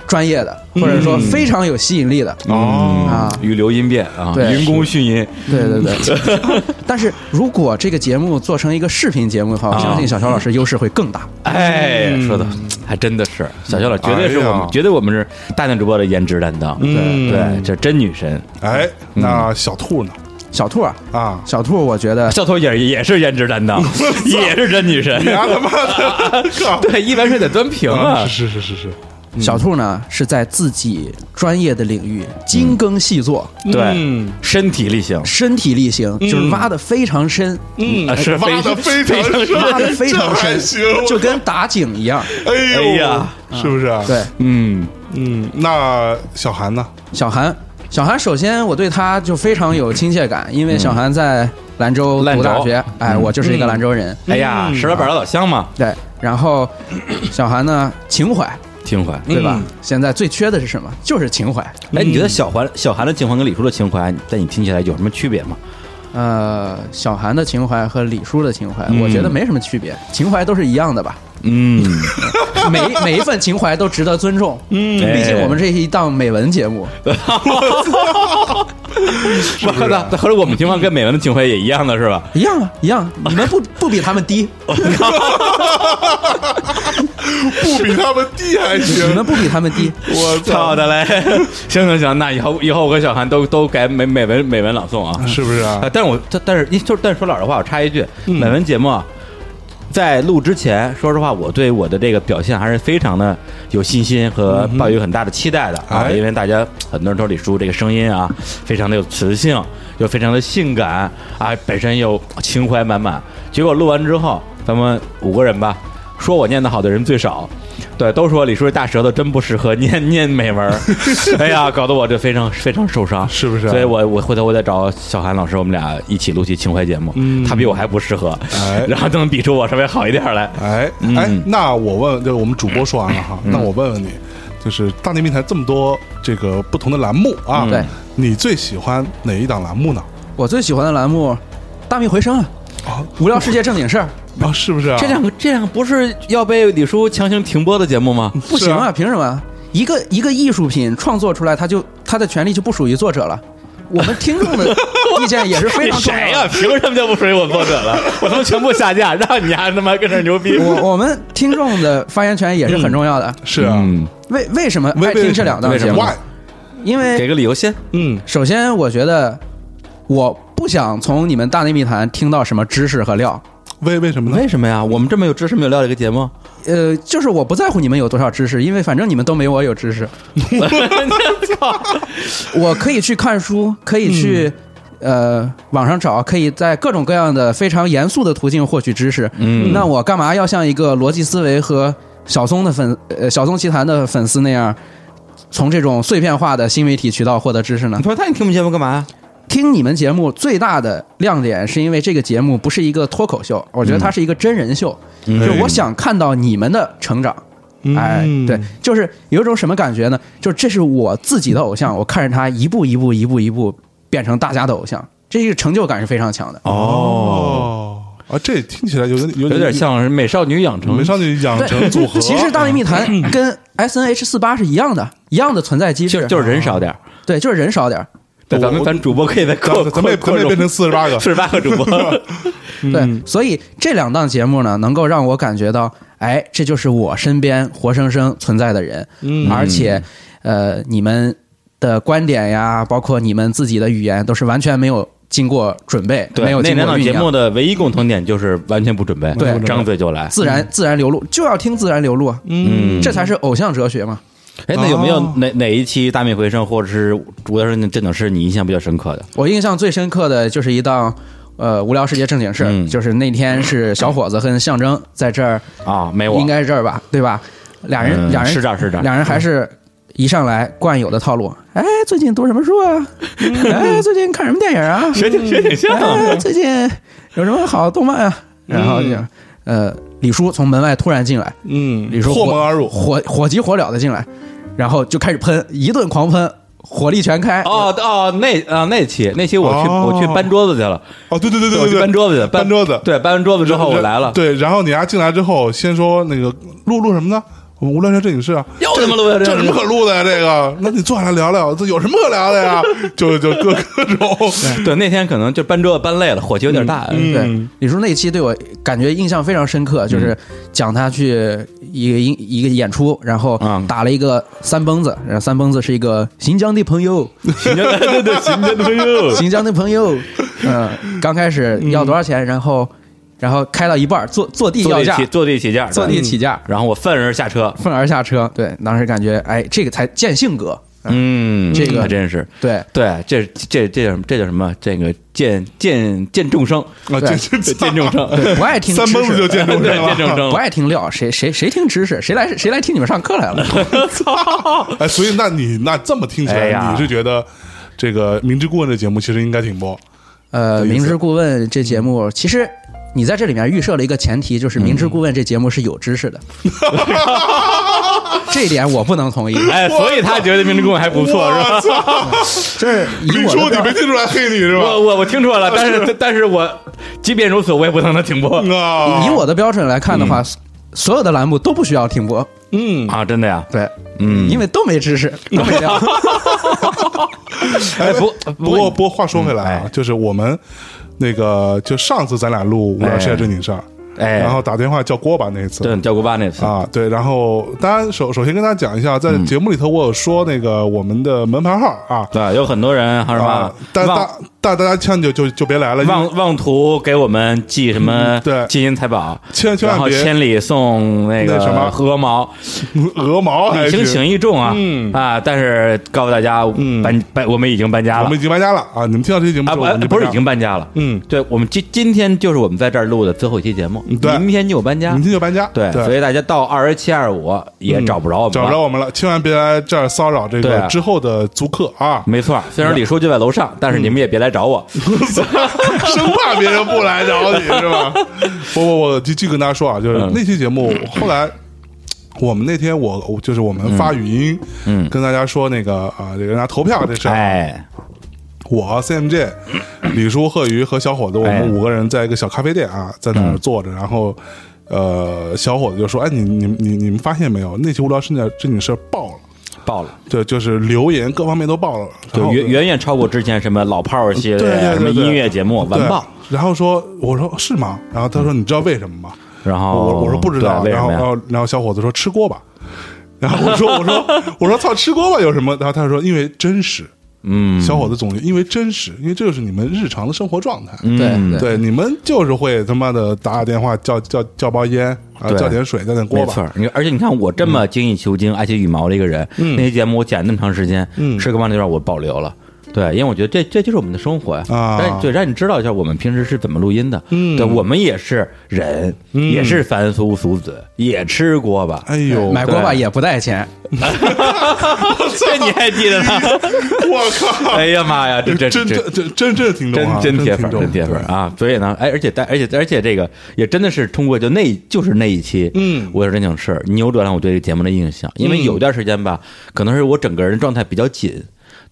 Speaker 3: 专业的，或者说非常有吸引力的。
Speaker 2: 哦
Speaker 3: 啊
Speaker 2: 语流音变啊，
Speaker 3: 对
Speaker 2: 云公训音，
Speaker 3: 对对对。 <laughs> 但是如果这个节目做成一个视频节目的话，我相信小乔老师优势会更大。
Speaker 2: 哎，说的还真的是小乔老师，绝对是
Speaker 1: 哎呀
Speaker 2: 我们，绝对我们是大年主播的颜值担当，
Speaker 1: 嗯
Speaker 2: 对，这真女神，
Speaker 1: 哎，
Speaker 2: 嗯
Speaker 1: 那小兔呢？
Speaker 3: 小兔啊，
Speaker 1: 啊，
Speaker 3: 小兔，我觉得
Speaker 2: 小头也也是颜值担当，也是真女
Speaker 1: <laughs>
Speaker 2: 神
Speaker 1: 你，丫他
Speaker 2: <laughs>
Speaker 1: 妈的，靠！
Speaker 2: 对，一碗水得端平啊
Speaker 1: 啊，，是是是是是，
Speaker 3: 小兔呢是在自己专业的领域精耕细作，
Speaker 2: 对
Speaker 1: 嗯，
Speaker 2: 身体力行，
Speaker 3: 身体力行，就是挖的非常深，
Speaker 1: 嗯
Speaker 2: 啊是
Speaker 1: 挖的
Speaker 2: 非非
Speaker 1: 常
Speaker 2: 常
Speaker 1: 深，
Speaker 3: 挖的非常
Speaker 1: 这还
Speaker 3: 深
Speaker 1: 行，，
Speaker 3: 就跟打井一样。
Speaker 1: 哎呦
Speaker 2: 哎呀，
Speaker 1: 是不是？，啊
Speaker 3: 对，
Speaker 2: 嗯，
Speaker 1: 嗯，那小韩呢？
Speaker 3: 小韩，小韩，首先我对他就非常有亲切感，因为小韩在兰州
Speaker 2: 嗯兰
Speaker 3: 读
Speaker 2: 州
Speaker 3: 大学，哎，我就是一个兰州人。
Speaker 2: 哎呀，
Speaker 1: 嗯
Speaker 2: 十老板老老乡嘛，
Speaker 3: 对，然后小韩呢，情怀，
Speaker 2: 情怀。
Speaker 3: 对吧
Speaker 1: 嗯？
Speaker 3: 现在最缺的是什么？就是情怀。
Speaker 2: 哎，你觉得小韩小韩的情怀跟李叔的情怀，在你听起来有什么区别吗？
Speaker 3: 呃，小韩的情怀和李叔的情怀，
Speaker 2: 嗯
Speaker 3: 我觉得没什么区别，情怀都是一
Speaker 2: <laughs>
Speaker 3: 样的吧。
Speaker 2: 嗯，
Speaker 3: 每每一份情怀都值得尊重，
Speaker 1: 嗯
Speaker 3: 毕
Speaker 2: 哎
Speaker 3: 竟我们这是一档美文节目，
Speaker 2: 我靠，那那合着我们情怀跟美文的情怀也一样的是吧？
Speaker 3: 一样啊，一样，你们不不比他们低，
Speaker 1: 不比他们低还
Speaker 3: 你们
Speaker 1: 行，
Speaker 3: 不比他们低，
Speaker 1: 我
Speaker 2: 操
Speaker 1: 操，
Speaker 2: 的嘞！ <laughs> 行行行，那以后以后我跟小韩都都改美美文美文朗诵啊。
Speaker 1: 是不是啊嗯
Speaker 2: 啊，？但是我但但是你就是但是说老实话，我插一句，美文节目啊，在录之前，说实话，我对我的这个表现还是非常的有信心和抱有很大的期待的啊，
Speaker 1: 嗯哎
Speaker 2: 因为大家很多人说李叔这个声音啊，非常的有磁性，又非常的性感啊，本身又情怀满满。结果录完之后，咱们五个人吧，说我念得好的人最少。对，都说李叔这大舌头真不适合念念美文儿，
Speaker 1: <laughs>
Speaker 2: 哎呀，搞得我这非常非常受伤，
Speaker 1: 是不是啊
Speaker 2: 所以我我回头我得找小韩老师，我们俩一起录期情怀节目，
Speaker 1: 嗯
Speaker 2: 他比我还不适合，
Speaker 1: 哎
Speaker 2: 然后能比出我稍微好一点儿来。
Speaker 1: 哎
Speaker 2: 嗯
Speaker 1: 哎，那我问，就我们主播说完了哈，那我问问你，就是大内密谈这么多这个不同的栏目啊，
Speaker 3: 对
Speaker 1: 你最喜欢哪一档栏目呢？
Speaker 3: 我最喜欢的栏目《大命回声》啊，
Speaker 1: 啊
Speaker 3: 《无聊世界正经
Speaker 2: <laughs>
Speaker 3: 事儿》
Speaker 1: 啊，是不是啊？
Speaker 2: 这两个这两个不是要被李叔强行停播的节目
Speaker 1: <laughs>
Speaker 2: 吗？
Speaker 3: 不行
Speaker 1: 是
Speaker 3: 啊，
Speaker 1: 啊
Speaker 3: 凭什么？一个一个艺术品创作出来，它就它的权利就不属于作者了。我们听
Speaker 2: <laughs>
Speaker 3: 众的意见也是非
Speaker 2: 你
Speaker 3: 常重
Speaker 2: 谁
Speaker 3: 要
Speaker 2: 呀、
Speaker 3: 的。
Speaker 2: 凭什么就不属于我作者了？我他妈全部下架，让你还他妈跟这儿牛逼！
Speaker 3: 我我们听众的发言权也是很重要的。
Speaker 1: 是啊，
Speaker 2: 嗯
Speaker 3: 为为什么
Speaker 1: 为
Speaker 3: 爱听这两档
Speaker 2: 为什
Speaker 3: 节
Speaker 2: 么
Speaker 3: 目？
Speaker 1: why？
Speaker 3: 因
Speaker 2: 给
Speaker 3: 为
Speaker 2: 个理由先。
Speaker 1: 嗯
Speaker 3: 首先，我觉得我不想从你们大内密谈听到什么知识和料。
Speaker 1: 为为什么呢？
Speaker 2: 为什么呀？我们这么有知识没有料的一个节
Speaker 1: <laughs>
Speaker 2: 目，
Speaker 3: 呃，就是我不在乎你们有多少知识，因为反正你们都没我有知识。
Speaker 2: <laughs> 操！
Speaker 3: <laughs> 我可以去看书，可以去、呃网上找，可以在各种各样的非常严肃的途径获取知识。
Speaker 2: 嗯
Speaker 3: 那我干嘛要像一个逻辑思维和小松的粉呃小松奇谈的粉丝那样，从这种碎片化的新媒体渠道获得知识呢
Speaker 2: 你？说那你听我们节目干嘛呀？
Speaker 3: 听你们节目最大的亮点是因为这个节目不是一个脱口秀，我觉得它是一个真人秀，就是我想看到你们的成长。
Speaker 1: 嗯
Speaker 3: 哎，对，就是有一种什么感觉呢？就是这是我自己的偶像，我看着他一步一步、一步一步变成大家的偶像，这个成就感是非常强的。
Speaker 2: 哦，
Speaker 1: 哦啊，这听起来有点有
Speaker 2: 有点像是美少女养成
Speaker 1: 美少女养成组合。
Speaker 3: 其实《大内密谈》跟 S N H 四八是一样的，一样的存在机
Speaker 2: 就
Speaker 3: 制，
Speaker 2: 就是人少点儿。
Speaker 3: 对，就是人少点儿。
Speaker 2: 对，
Speaker 1: 我
Speaker 2: 咱们咱主播可以再
Speaker 1: 咱
Speaker 2: 扩
Speaker 1: 们咱们也咱
Speaker 2: 扩
Speaker 1: 们也变成四十八个
Speaker 2: 四十八个主播，
Speaker 1: <laughs>
Speaker 2: 嗯
Speaker 3: 对，所以这两档节目呢，能够让我感觉到，哎，这就是我身边活生生存在的人，
Speaker 1: 嗯
Speaker 3: 而且，呃，你们的观点呀，包括你们自己的语言，都是完全没有经过准备，没有
Speaker 2: 那
Speaker 3: 经
Speaker 2: 两
Speaker 3: 过
Speaker 2: 档
Speaker 3: 酝
Speaker 2: 节
Speaker 3: 酿
Speaker 2: 目，的唯一共同点就是完全不准备，
Speaker 3: 对
Speaker 2: 张嘴就来。
Speaker 3: 自然自然流露，就要听自然流露啊，
Speaker 2: 嗯
Speaker 3: 这才是偶像哲学嘛。
Speaker 2: 哎，那有没有
Speaker 1: 哦
Speaker 2: 哪哪一期《大命回声》或者是《无聊正正经事》你印象比较深刻的？
Speaker 3: 我印象最深刻的就是一档。呃，无聊世界正经事，
Speaker 2: 嗯
Speaker 3: 就是那天是小伙子和象征在这儿，
Speaker 2: 啊，没我，
Speaker 3: 应该是这儿吧，对吧？俩人
Speaker 2: 嗯
Speaker 3: 俩人
Speaker 2: 是这样是这样
Speaker 3: 俩人还是一上来惯有的套路。哎，最近读什么书啊？
Speaker 2: 嗯
Speaker 3: 哎，最近看什么电影啊？
Speaker 2: 学挺学挺像
Speaker 3: 哎，最近有什么好动漫啊？
Speaker 2: 嗯
Speaker 3: 然后就呃，李叔从门外突然进来，
Speaker 1: 嗯，
Speaker 3: 李叔
Speaker 1: 破
Speaker 3: 火
Speaker 1: 门而入，
Speaker 3: 火火急火燎的进来，然后就开始喷，一顿狂喷，火力全开。
Speaker 2: 哦哦，那啊那期那期我去
Speaker 1: 哦
Speaker 2: 我去搬桌子去了，
Speaker 1: 哦，对对对
Speaker 2: 我
Speaker 1: 对
Speaker 2: 去
Speaker 1: 对，
Speaker 2: 搬桌子去了，
Speaker 1: 搬桌子
Speaker 2: 对，搬完桌子之后我来了，
Speaker 1: 对，然后你丫进来之后，先说那个录录什么呢？我们无聊聊正
Speaker 2: <laughs>
Speaker 1: 经事啊，
Speaker 2: 又他妈录
Speaker 1: 这有什么可录的呀？这个，那你坐下来聊聊，这有什么可聊的呀？就就各各种，
Speaker 2: 对，那天可能就搬桌子搬累了，火气有点大。
Speaker 1: 嗯
Speaker 3: <laughs> 对，李叔那一期对我感觉印象非常深
Speaker 2: 嗯
Speaker 3: 刻，就是讲他去一个音一个演出，然后
Speaker 2: 嗯
Speaker 3: 打了一个三蹦子，然后三蹦子是一个新疆的
Speaker 2: <laughs>
Speaker 3: 朋友，
Speaker 2: 新疆对对，新疆的朋友，
Speaker 3: 新疆的
Speaker 2: <laughs>
Speaker 3: 朋友，嗯，刚开始要多少钱，然后然后开到一半儿坐坐地
Speaker 2: 坐
Speaker 3: 要
Speaker 2: 地
Speaker 3: 价
Speaker 2: 起，坐地起价，
Speaker 3: 坐地起价
Speaker 2: 嗯，然后我愤而下车，
Speaker 3: 愤而下车，对，当时感觉哎，这个才见性格，
Speaker 2: 嗯，
Speaker 3: 这个
Speaker 2: 还真是。
Speaker 3: 对，
Speaker 2: 对，这这这叫什么？这叫什么？这个见见见众
Speaker 1: <laughs>
Speaker 2: 生，
Speaker 1: 啊，
Speaker 3: 对
Speaker 1: 这这
Speaker 2: 对见众生，
Speaker 3: 对不爱听
Speaker 1: 三
Speaker 3: 知
Speaker 1: 蹦子就
Speaker 3: 识。
Speaker 1: 见众
Speaker 2: 对
Speaker 1: 生
Speaker 2: 见众
Speaker 1: 了。
Speaker 2: 生
Speaker 3: 不，爱听料，谁谁谁听知识？谁来谁来听你们上课来了？
Speaker 1: 哎，所以那你那这么听起
Speaker 2: 哎
Speaker 1: 来，
Speaker 2: 呀
Speaker 1: 你是觉得这个《明知故问》这节目其实应该停播？
Speaker 3: 呃，
Speaker 1: 的意思
Speaker 3: 明知故问这节目，其实你在这里面预设了一个前提，就是明知故问这节目是有知识的，这一点我不能同意。
Speaker 2: 哎，所以他觉得明治公还不错，是吧？
Speaker 1: 我操！ <laughs>
Speaker 3: 这是以
Speaker 1: 李
Speaker 3: 我
Speaker 1: 叔，
Speaker 3: 的
Speaker 1: 你没听出来黑你是
Speaker 2: <laughs>
Speaker 1: 吧
Speaker 2: 我？我我听出来了，但是但是我即便如此，我也不能能停播
Speaker 1: 啊，
Speaker 3: 标以我的标准来看的话，所有的栏目都不需要停播，
Speaker 1: 嗯，
Speaker 2: 啊！真的呀，
Speaker 3: 对，
Speaker 2: 嗯
Speaker 3: 因为都没知识，都没料。
Speaker 2: 哎，不
Speaker 1: 不过，不过话说回来啊，
Speaker 2: 嗯哎
Speaker 1: 就是我们那个，就上次咱俩录《无聊世界正经事儿》，
Speaker 2: 哎，
Speaker 1: 然后打电话叫锅巴那一次，
Speaker 2: 对叫锅巴那次，
Speaker 1: 啊，对，然后当然首首先跟大家讲一下，在
Speaker 2: 嗯
Speaker 1: 节目里头我有说那个我们的门牌号啊，
Speaker 2: 对，有很多人还是
Speaker 1: 啊
Speaker 2: 吧，，
Speaker 1: 但
Speaker 2: 妄
Speaker 1: 大但大家千万就就就别来了，因为
Speaker 2: 妄妄图给我们寄什么
Speaker 1: 嗯对
Speaker 2: 金银财宝，
Speaker 1: 千千
Speaker 2: 然
Speaker 1: 万
Speaker 2: 后
Speaker 1: 别
Speaker 2: 千里送那个
Speaker 1: 那什么
Speaker 2: 鹅毛，
Speaker 1: 鹅毛还
Speaker 2: 礼轻
Speaker 1: 是
Speaker 2: 情意重啊
Speaker 1: 嗯
Speaker 2: 啊！但是告诉大家，
Speaker 1: 嗯
Speaker 2: 搬搬我们已经搬家
Speaker 1: 我
Speaker 2: 了
Speaker 1: 们已经搬家了啊！你们听到这期节目
Speaker 2: 啊，
Speaker 1: 之后
Speaker 2: 不
Speaker 1: 我们
Speaker 2: 不是已
Speaker 1: 搬家了
Speaker 2: 经搬家了，
Speaker 1: 嗯，
Speaker 2: 对，我们今今天就是我们在这儿录的最后一期节目，
Speaker 1: 对
Speaker 2: 明天就搬家
Speaker 1: 明。天就搬家，
Speaker 2: 对，所
Speaker 1: 对，
Speaker 2: 以大家到二十七、二十五也
Speaker 1: 嗯
Speaker 2: 找不着我们，
Speaker 1: <laughs> 找不着，我们了，千万别来这儿骚扰这
Speaker 2: 对
Speaker 1: 个
Speaker 2: 啊
Speaker 1: 之后的租客
Speaker 2: <laughs>
Speaker 1: 啊，
Speaker 2: 没错。虽然李叔就在楼
Speaker 1: 嗯
Speaker 2: 上，但是你们也别来找
Speaker 1: <laughs>
Speaker 2: 我。
Speaker 1: 生怕别人不来找你
Speaker 2: <laughs>
Speaker 1: 是吧？不不不，继续跟大家说啊，就是
Speaker 2: 嗯
Speaker 1: 那期节目后来。我们那天我我就是我们发语音，
Speaker 2: 嗯
Speaker 1: 跟大家说那个啊，这个让大家投票这事儿，
Speaker 2: 哎，
Speaker 1: 我 CMJ、
Speaker 2: <coughs>
Speaker 1: 李叔、贺鱼和小伙子，我
Speaker 2: 哎嗯
Speaker 1: 们五个人在一个小咖啡店啊，在那儿坐着，然后呃，小伙子就说：“哎，你你你你们发现没有？那期无聊事件正经事儿爆了，
Speaker 2: 爆了，
Speaker 1: 对，就是留言各方面都爆了，然
Speaker 2: 就
Speaker 1: 后
Speaker 2: 远远远超过之前什么老炮儿系列、
Speaker 1: 对对对
Speaker 2: 什么
Speaker 1: 对
Speaker 2: 音乐节目完爆。。
Speaker 1: 对然后说，我说是吗？然后他说，你知道为什么吗？
Speaker 2: 然后
Speaker 1: 我我说不知道。
Speaker 2: 哦对为
Speaker 1: 然
Speaker 2: 什
Speaker 1: 后
Speaker 2: 么
Speaker 1: 呃
Speaker 2: 呀
Speaker 1: 然后然后小伙子说吃锅巴，然后我说我说 <laughs> 我说操吃锅巴有什么？然后他说因为真实。
Speaker 2: 嗯，
Speaker 1: 小伙子总结，因为真实，因为这就是你们日常的生活状态。
Speaker 2: 嗯
Speaker 3: 对
Speaker 1: 对，你们就是会他妈的打打电话叫叫叫包烟啊，
Speaker 2: 对
Speaker 1: 叫点水，叫点锅嗯
Speaker 2: 没
Speaker 1: 巴
Speaker 2: 错。，你而且你看我这么精益求精、爱惜羽毛的一个人，那些节目我剪那么长时间，
Speaker 1: 嗯
Speaker 2: 吃个饭那段我保留了。对，因为我觉得这这就是我们的生活呀、
Speaker 1: 啊
Speaker 2: 让你对，让你知道一下我们平时是怎么录音的。
Speaker 1: 嗯
Speaker 2: 对，我们也是人，也是凡夫俗子，也吃锅巴。
Speaker 1: 哎呦，
Speaker 2: <laughs>
Speaker 3: 买锅巴也不带钱，
Speaker 2: 这你还记
Speaker 1: <laughs>
Speaker 2: 得呢？
Speaker 1: 我靠！
Speaker 2: 哎呀妈呀，这这
Speaker 1: 真
Speaker 2: 这
Speaker 1: 真真真真听众
Speaker 2: 真
Speaker 1: 啊，
Speaker 2: 真铁
Speaker 1: 听
Speaker 2: 粉，
Speaker 1: 众
Speaker 2: 真铁粉
Speaker 1: 对
Speaker 2: 啊！所以呢，哎，而且但而且而且这个也真的是通过就那就是那一期，
Speaker 1: 嗯
Speaker 2: 我有真想吃，扭转了我对这个节目的印象。因为有段时间吧，可能是我整个人状态比较紧。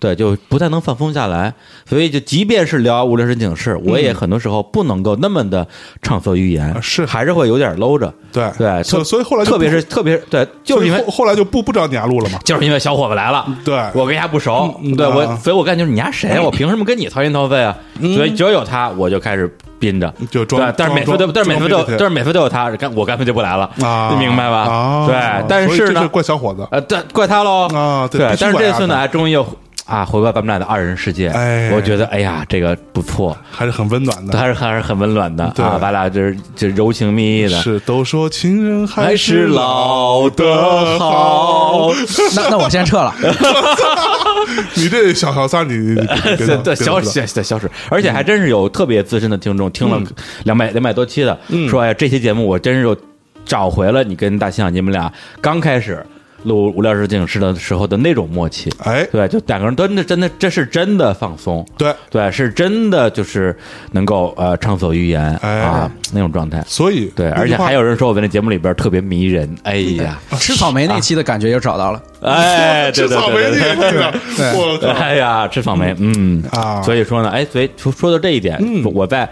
Speaker 2: 对，就不太能放松下来，所以就即便是聊无聊申请事，我也很多时候不能够那么的畅所欲言，
Speaker 1: 嗯啊是
Speaker 2: 还是会有点搂着。
Speaker 1: 对
Speaker 2: 对，
Speaker 1: 所以所以后来就
Speaker 2: 特别
Speaker 1: 不
Speaker 2: 是特别是对，就是因为
Speaker 1: 所以后后来就不不找你家录了嘛。
Speaker 2: 就是因为小伙子来了，
Speaker 1: 对
Speaker 2: 我跟人家不熟，
Speaker 1: 嗯
Speaker 2: 对
Speaker 1: 啊
Speaker 2: 我，所以我干就是你家谁啊？我凭什么跟你掏心掏肺啊？所以只要有他，我就开始憋着，
Speaker 1: 就嗯装
Speaker 2: 对但是每次
Speaker 1: 装
Speaker 2: 都，但是每次都，
Speaker 1: 装逼的
Speaker 2: 但是每次都有他，干我干脆就不来了，
Speaker 1: 啊，
Speaker 2: 你明白吧
Speaker 1: 啊？，
Speaker 2: 对，但
Speaker 1: 所以
Speaker 2: 是
Speaker 1: 这是
Speaker 2: 呢，
Speaker 1: 怪小伙子，
Speaker 2: 呃，对，怪他喽
Speaker 1: 啊对
Speaker 2: 对
Speaker 1: 必，须
Speaker 2: 但是
Speaker 1: 怪
Speaker 2: 这
Speaker 1: 他
Speaker 2: 次呢，终于又啊回到咱们俩的二人世界，
Speaker 1: 哎
Speaker 2: 我觉得哎呀，这个不错，
Speaker 1: 还是很温暖的。
Speaker 2: 还是还是很温暖的
Speaker 1: 对
Speaker 2: 啊，咱俩这这柔情蜜意的，
Speaker 1: 是都说情人
Speaker 2: 还
Speaker 1: 是
Speaker 2: 是老的好。
Speaker 3: 那那我先撤了。
Speaker 1: 你这小小三儿，你
Speaker 2: <laughs>
Speaker 1: 你你别 <laughs> 别
Speaker 2: 对
Speaker 1: 别
Speaker 2: 对，小
Speaker 1: 别
Speaker 2: 小小小史，而
Speaker 1: 嗯
Speaker 2: 且还
Speaker 1: 嗯
Speaker 2: 真是有特别资深的听众，听了两百两百多期的，说哎呀，这期节目我真是有找回了你跟大西洋你们俩刚开始录《无聊之境室》的时候的那种默契。
Speaker 1: 哎，
Speaker 2: 对，就两个人真的真的这是真的放松，
Speaker 1: 对，
Speaker 2: 对，是真的就是能够呃畅所欲言、
Speaker 1: 哎
Speaker 2: 啊那种状态。
Speaker 1: 所以
Speaker 2: 对，而且还有人说我在那节目里边特别迷人。哎呀，
Speaker 3: 吃草莓那期的感觉又找到了，
Speaker 2: 哎，对
Speaker 1: <laughs> 吃
Speaker 2: 对
Speaker 1: 草莓
Speaker 2: 对对
Speaker 1: 那
Speaker 2: 对。
Speaker 1: 个地方， <laughs> 我靠，
Speaker 2: 哎呀，吃草莓，嗯
Speaker 1: 啊嗯
Speaker 2: 所以说呢，哎，所以说说到这一点，我再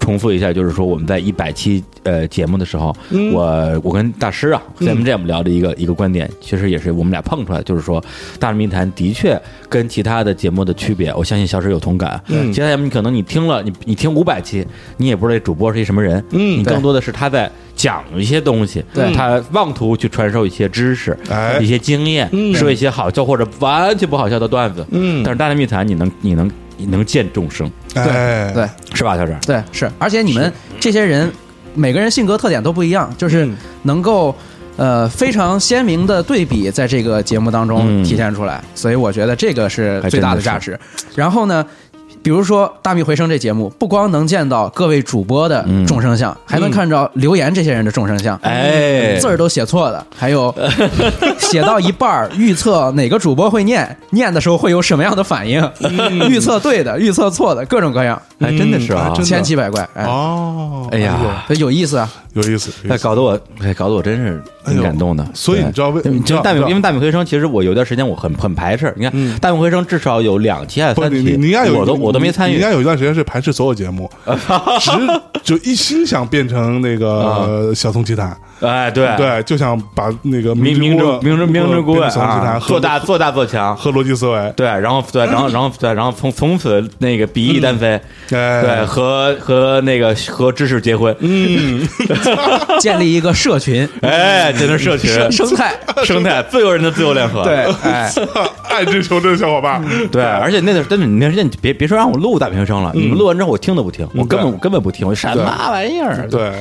Speaker 2: 重复一下，就是说我们在一百期呃节目的时候，
Speaker 1: 嗯
Speaker 2: 我我跟大师啊，CM j a 聊的一个一个观点，其实也是我们俩碰出来的，就是说《大内密谈》的确跟其他的节目的区别，
Speaker 1: 嗯
Speaker 2: 我相信小史有同感。嗯，其他节目你可能你听了，你你听五百期，你也不知道这主播是一什么人，
Speaker 1: 嗯
Speaker 2: 你更
Speaker 3: 对
Speaker 2: 多的是他在讲一些东西，
Speaker 3: 对
Speaker 2: 他妄图去传授一些知识，
Speaker 1: 哎
Speaker 2: 一些经验，说一些好笑或者完全不好笑的段子。
Speaker 1: 嗯
Speaker 2: 但是《大内密谈》，你能你能你能见众生，
Speaker 1: 哎，
Speaker 3: 对
Speaker 2: 是吧，小沈？
Speaker 3: 对是，而且你们这些人每个人性格特点都不一样，就是
Speaker 2: 嗯
Speaker 3: 能够。呃，非常鲜明的对比在这个节目当中
Speaker 2: 嗯
Speaker 3: 体现出来，所以我觉得这个是最大的价
Speaker 2: 还
Speaker 3: 值。然后呢，比如说《大密回声》这节目，不光能见到各位主播的
Speaker 2: 嗯
Speaker 3: 众生相，还能看到留言这些人的众生相。
Speaker 2: 哎
Speaker 3: 字儿都写错的，
Speaker 2: <laughs>
Speaker 3: 还有写到一半儿预测哪个主播会念，念的时候会有什么样的反应，
Speaker 2: 嗯
Speaker 3: 预测对的，预测错的，各种各样，
Speaker 2: 哎，真的是
Speaker 1: 嗯
Speaker 2: 啊
Speaker 1: 哎，真的
Speaker 3: 千奇百怪。哎，
Speaker 1: 哦，
Speaker 2: 哎呀，
Speaker 3: 所以有意思啊！
Speaker 1: 有意思，有
Speaker 2: 哎，
Speaker 1: 意思
Speaker 2: 搞得我，哎，搞得我真是挺感动的。
Speaker 1: 哎所以
Speaker 2: 对
Speaker 1: 你知道为
Speaker 2: 对
Speaker 1: 你知道
Speaker 2: 大米
Speaker 1: 你知道
Speaker 2: 因为大米回声，其实我有段时间我很很排斥。你看，大米回声至少有两期还是
Speaker 1: 嗯不，
Speaker 2: 三
Speaker 1: 你
Speaker 2: 期，
Speaker 1: 你你应该有，
Speaker 2: 我都我都没参
Speaker 1: 你
Speaker 2: 与
Speaker 1: 应。该有一段时间是排斥所有
Speaker 2: <laughs>
Speaker 1: 节目，只就一心想变成那个
Speaker 2: 啊
Speaker 1: 呃小松奇谈，
Speaker 2: 哎，对，
Speaker 1: 对，就想把那个
Speaker 2: 明
Speaker 1: 明
Speaker 2: 明之明之明之
Speaker 1: 之
Speaker 2: 孤
Speaker 1: 变成小松奇
Speaker 2: 啊，
Speaker 1: 谈，
Speaker 2: 做大做大做强，
Speaker 1: 和逻辑思维，哎
Speaker 2: 对，然后对，然后然后对，然后从从此那个比翼单飞，
Speaker 1: 嗯哎嗯
Speaker 2: 对，和和那个和知识结婚，
Speaker 3: 建立一个
Speaker 1: <laughs>
Speaker 3: 社群
Speaker 2: 哎，这是社群
Speaker 3: 生生态，
Speaker 2: <laughs> 生态自由人的自由联合，
Speaker 3: 对，哎，
Speaker 1: <laughs> 爱之求真的小伙伴，
Speaker 2: 对，而且那段真的，你那时间你别别说让我录大平声了，你
Speaker 1: 嗯
Speaker 2: 们录完之后我听都不听，我根本我根本不听，我什么玩意儿？啊
Speaker 1: 对，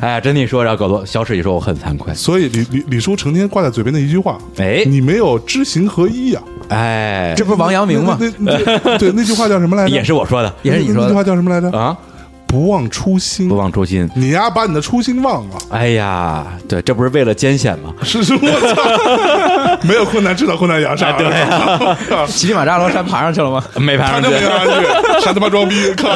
Speaker 2: 哎，真的一说，然后搞得小史一说，我很惭愧，
Speaker 1: 所以李李李叔成天挂在嘴边的一句话，
Speaker 2: 哎
Speaker 1: 你没有知行合一啊，
Speaker 2: 哎
Speaker 3: 这，不是王阳明吗？
Speaker 1: 那那那对那句话叫什么来着？
Speaker 2: <laughs> 也是我说的
Speaker 3: 也是你
Speaker 1: 那
Speaker 3: 说
Speaker 1: 句 <laughs> 话
Speaker 3: 的，
Speaker 1: 叫什么来着？
Speaker 2: 啊，
Speaker 1: 不忘初心
Speaker 2: 不，忘初心。
Speaker 1: 你呀把你的初心忘了， <laughs>
Speaker 2: 哎呀，对，这不是为了艰险吗？
Speaker 1: 是是，我操，没有困难知道困难崖上，对 <laughs> 啊
Speaker 3: 乞力马扎罗山爬上去了吗？
Speaker 2: 没爬
Speaker 1: 他
Speaker 2: 上
Speaker 1: 就
Speaker 2: 去
Speaker 1: 没。爬上去，还他妈装逼，靠！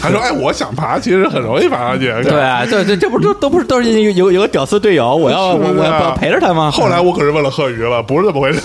Speaker 1: 还说哎，我想爬，其实很容易爬上去。
Speaker 2: 对啊，对对，这不都都不是都是有有有个屌丝队友，我要
Speaker 1: 是
Speaker 2: 我
Speaker 1: 不是
Speaker 2: 我
Speaker 1: 啊
Speaker 2: 要陪着他吗？
Speaker 1: 后来我可是问了贺鱼了，不是这么回事。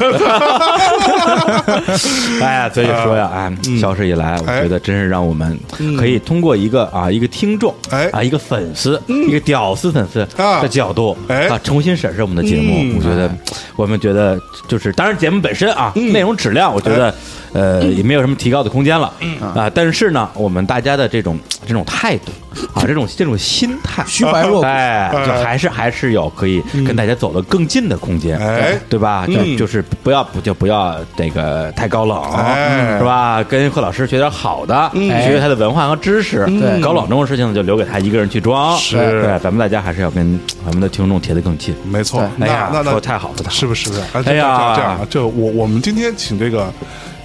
Speaker 2: <laughs> 哎呀，所以说呀，哎，消失以来，我
Speaker 1: 哎
Speaker 2: 觉得真是让我们可以通过一个啊，一个听众，
Speaker 1: 哎
Speaker 2: 啊，一个粉丝，一个屌丝粉丝
Speaker 1: 啊
Speaker 2: 的角度，
Speaker 1: 哎
Speaker 2: 啊，重新审视我们的节目。
Speaker 1: 嗯
Speaker 2: 我觉得，我们觉得就是，当然节目本身啊，内容质量，我觉得呃也没有什么提高的空间了啊。但是呢，我们大家的这种这种态度啊，这种这种心态，
Speaker 3: 虚怀若谷，
Speaker 2: 哎，就还是还是有可以跟大家走得更近的空间，
Speaker 1: 哎
Speaker 2: 对吧？就
Speaker 1: 嗯
Speaker 2: 就是不要不就不要这个太高冷，
Speaker 1: 哎嗯
Speaker 2: 是吧？跟贺老师学点好的，学学他的文化和知识。
Speaker 3: 对
Speaker 2: 高冷这种事情呢，就留给他一个人去装。
Speaker 1: 是啊
Speaker 2: 对，咱们大家还是要跟咱们的听众贴得更近。
Speaker 1: <laughs> 没错
Speaker 3: 对，
Speaker 1: 那
Speaker 2: 哎呀
Speaker 1: 那那
Speaker 2: 说得太好了太好了
Speaker 1: 是不是？是不是
Speaker 2: 哎呀
Speaker 1: 这样这样啊，这我我们今天请这个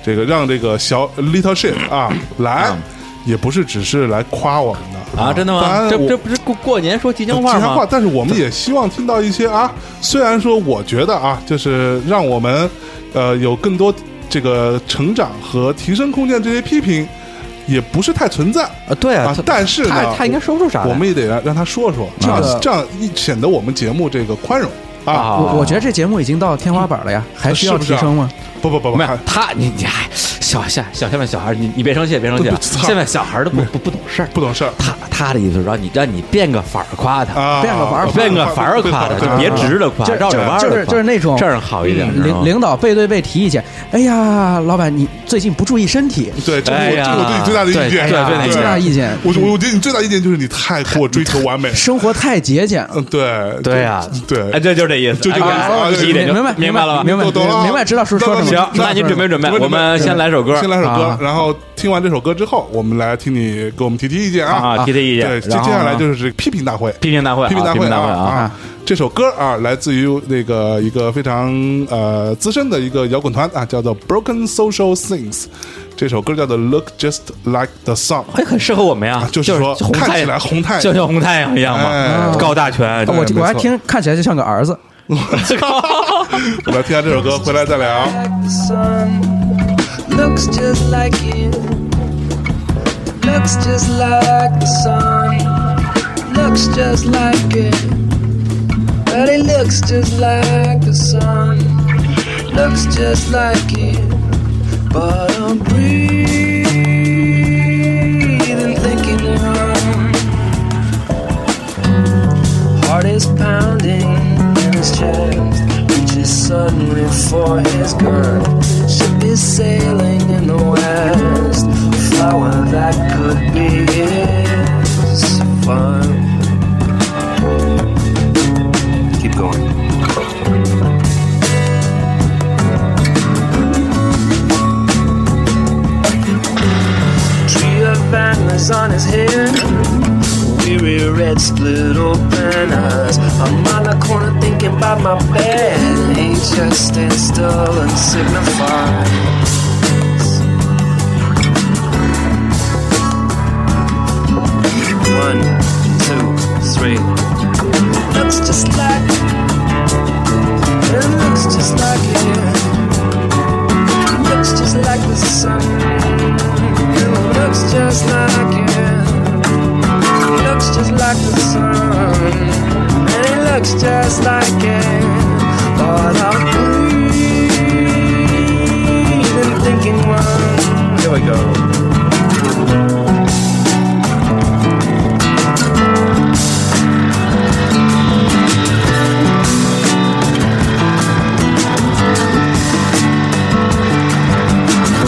Speaker 1: 这个让这个小 little ship 啊来，也不是只是来夸我们的
Speaker 2: 嗯啊，真的
Speaker 1: 当
Speaker 2: 吗？
Speaker 1: 然
Speaker 2: 这
Speaker 1: 我哦
Speaker 2: 这不是过过年说吉祥话
Speaker 1: 吉祥话，
Speaker 2: 吗？
Speaker 1: 但是我们也希望听到一些啊，虽然说我觉得啊，就是让我们呃有更多这个成长和提升空间这些批评，也不是太存在
Speaker 2: <laughs> 啊，对啊
Speaker 1: 啊，但是呢
Speaker 2: 他他应该说不出啥来。
Speaker 1: 我们也得让让他说说，
Speaker 3: 这
Speaker 1: 啊
Speaker 3: 个
Speaker 1: 这样一显得我们节目这个宽容
Speaker 2: 啊
Speaker 1: 啊，
Speaker 3: 我我觉得这节目已经到天花板了呀，还需要
Speaker 1: 是不是
Speaker 3: 提
Speaker 1: 啊
Speaker 3: 升吗？
Speaker 1: 不不不不
Speaker 2: 没，有他，你你哎，小下小下面小孩，你你别生气，别生气啊，
Speaker 1: 不不操
Speaker 2: 现在小孩都不不不懂事儿。
Speaker 1: 不懂事儿
Speaker 2: 他他的意思是让你让你变个法儿夸他，
Speaker 1: 啊，
Speaker 3: 变个法儿
Speaker 1: 啊
Speaker 2: 变个法儿夸他，
Speaker 1: 对
Speaker 2: 就别直着夸，
Speaker 1: 啊
Speaker 3: 就
Speaker 2: 绕着弯儿
Speaker 3: 就
Speaker 2: 地
Speaker 3: 是
Speaker 2: 夸
Speaker 3: 就是那种嗯
Speaker 2: 这样好一点，知道
Speaker 3: 领
Speaker 2: 吗
Speaker 3: 领导背对背提意见，哎呀，老板你最近不注意身体，
Speaker 1: 对，这是
Speaker 2: 哎
Speaker 1: 我这
Speaker 2: 呀
Speaker 1: 是我对你最大的意见，啊
Speaker 2: 对对
Speaker 3: 最大意见，
Speaker 1: 我我我觉得你最大意见就是你太过追求完美，
Speaker 3: 生活太节俭了。
Speaker 1: 嗯，对
Speaker 2: 对呀，
Speaker 1: 对
Speaker 2: 哎，，对，就这意思，
Speaker 1: 就这个
Speaker 2: 哎
Speaker 1: 意思啊
Speaker 2: 哎
Speaker 1: 对
Speaker 2: 一点就
Speaker 3: 明白
Speaker 2: 明
Speaker 3: 白
Speaker 2: 白了吧？
Speaker 3: 明白
Speaker 1: 都懂了啊
Speaker 3: 明白知道是说什么。
Speaker 2: 行，
Speaker 3: 知道
Speaker 2: 那你
Speaker 3: 说什
Speaker 2: 准
Speaker 3: 么
Speaker 2: 备准备，我们先来首歌
Speaker 1: 先来首歌
Speaker 3: 啊，
Speaker 1: 然后听完这首歌之后，我们来听你给我们提提意见啊。
Speaker 2: 啊，提提意见
Speaker 1: 对，，接
Speaker 2: 然后
Speaker 1: 接下来
Speaker 2: 呢
Speaker 1: 就是批评大会，
Speaker 2: 批评大会啊，
Speaker 1: 批评大
Speaker 2: 批
Speaker 1: 会
Speaker 2: 评大会
Speaker 1: 啊
Speaker 2: 啊，！
Speaker 1: 这首歌啊，来自于那个一个非常呃资深的一个摇滚团啊，叫做 Broken Social Things。这首歌叫做《Look Just Like the Sun》。
Speaker 2: 哎，很适合我们呀，
Speaker 1: 啊就是说
Speaker 2: 红
Speaker 1: 看
Speaker 2: 太
Speaker 1: 起来
Speaker 2: 阳，
Speaker 1: 红太阳
Speaker 2: 就像红太阳一样嘛
Speaker 1: 哎，
Speaker 2: 高大全。
Speaker 3: 我
Speaker 1: 对
Speaker 3: 我还
Speaker 1: 没错
Speaker 3: 听看起来就像个儿子。
Speaker 1: <laughs> 我们来听下这首歌，回来再聊。
Speaker 4: like the sun looks just like you looks just like the sun looks just like it but it looks just like the sun looks just like it but I'm breathing thinking on Heart is pounding in his chest. Reaches suddenly for his girl. Ship is sailing in the west. Flower that could be his fun. Keep going. Tree of banners on his head weary red split open eyes. I'm on the corner thinking about my bed. Ain't just stand still and signifies. One, two, three. Looks just like it looks just like it. Looks just like the sun. Looks just like it looks just like the sun, and it looks just like it. But I'm breathing, thinking one. Here we go.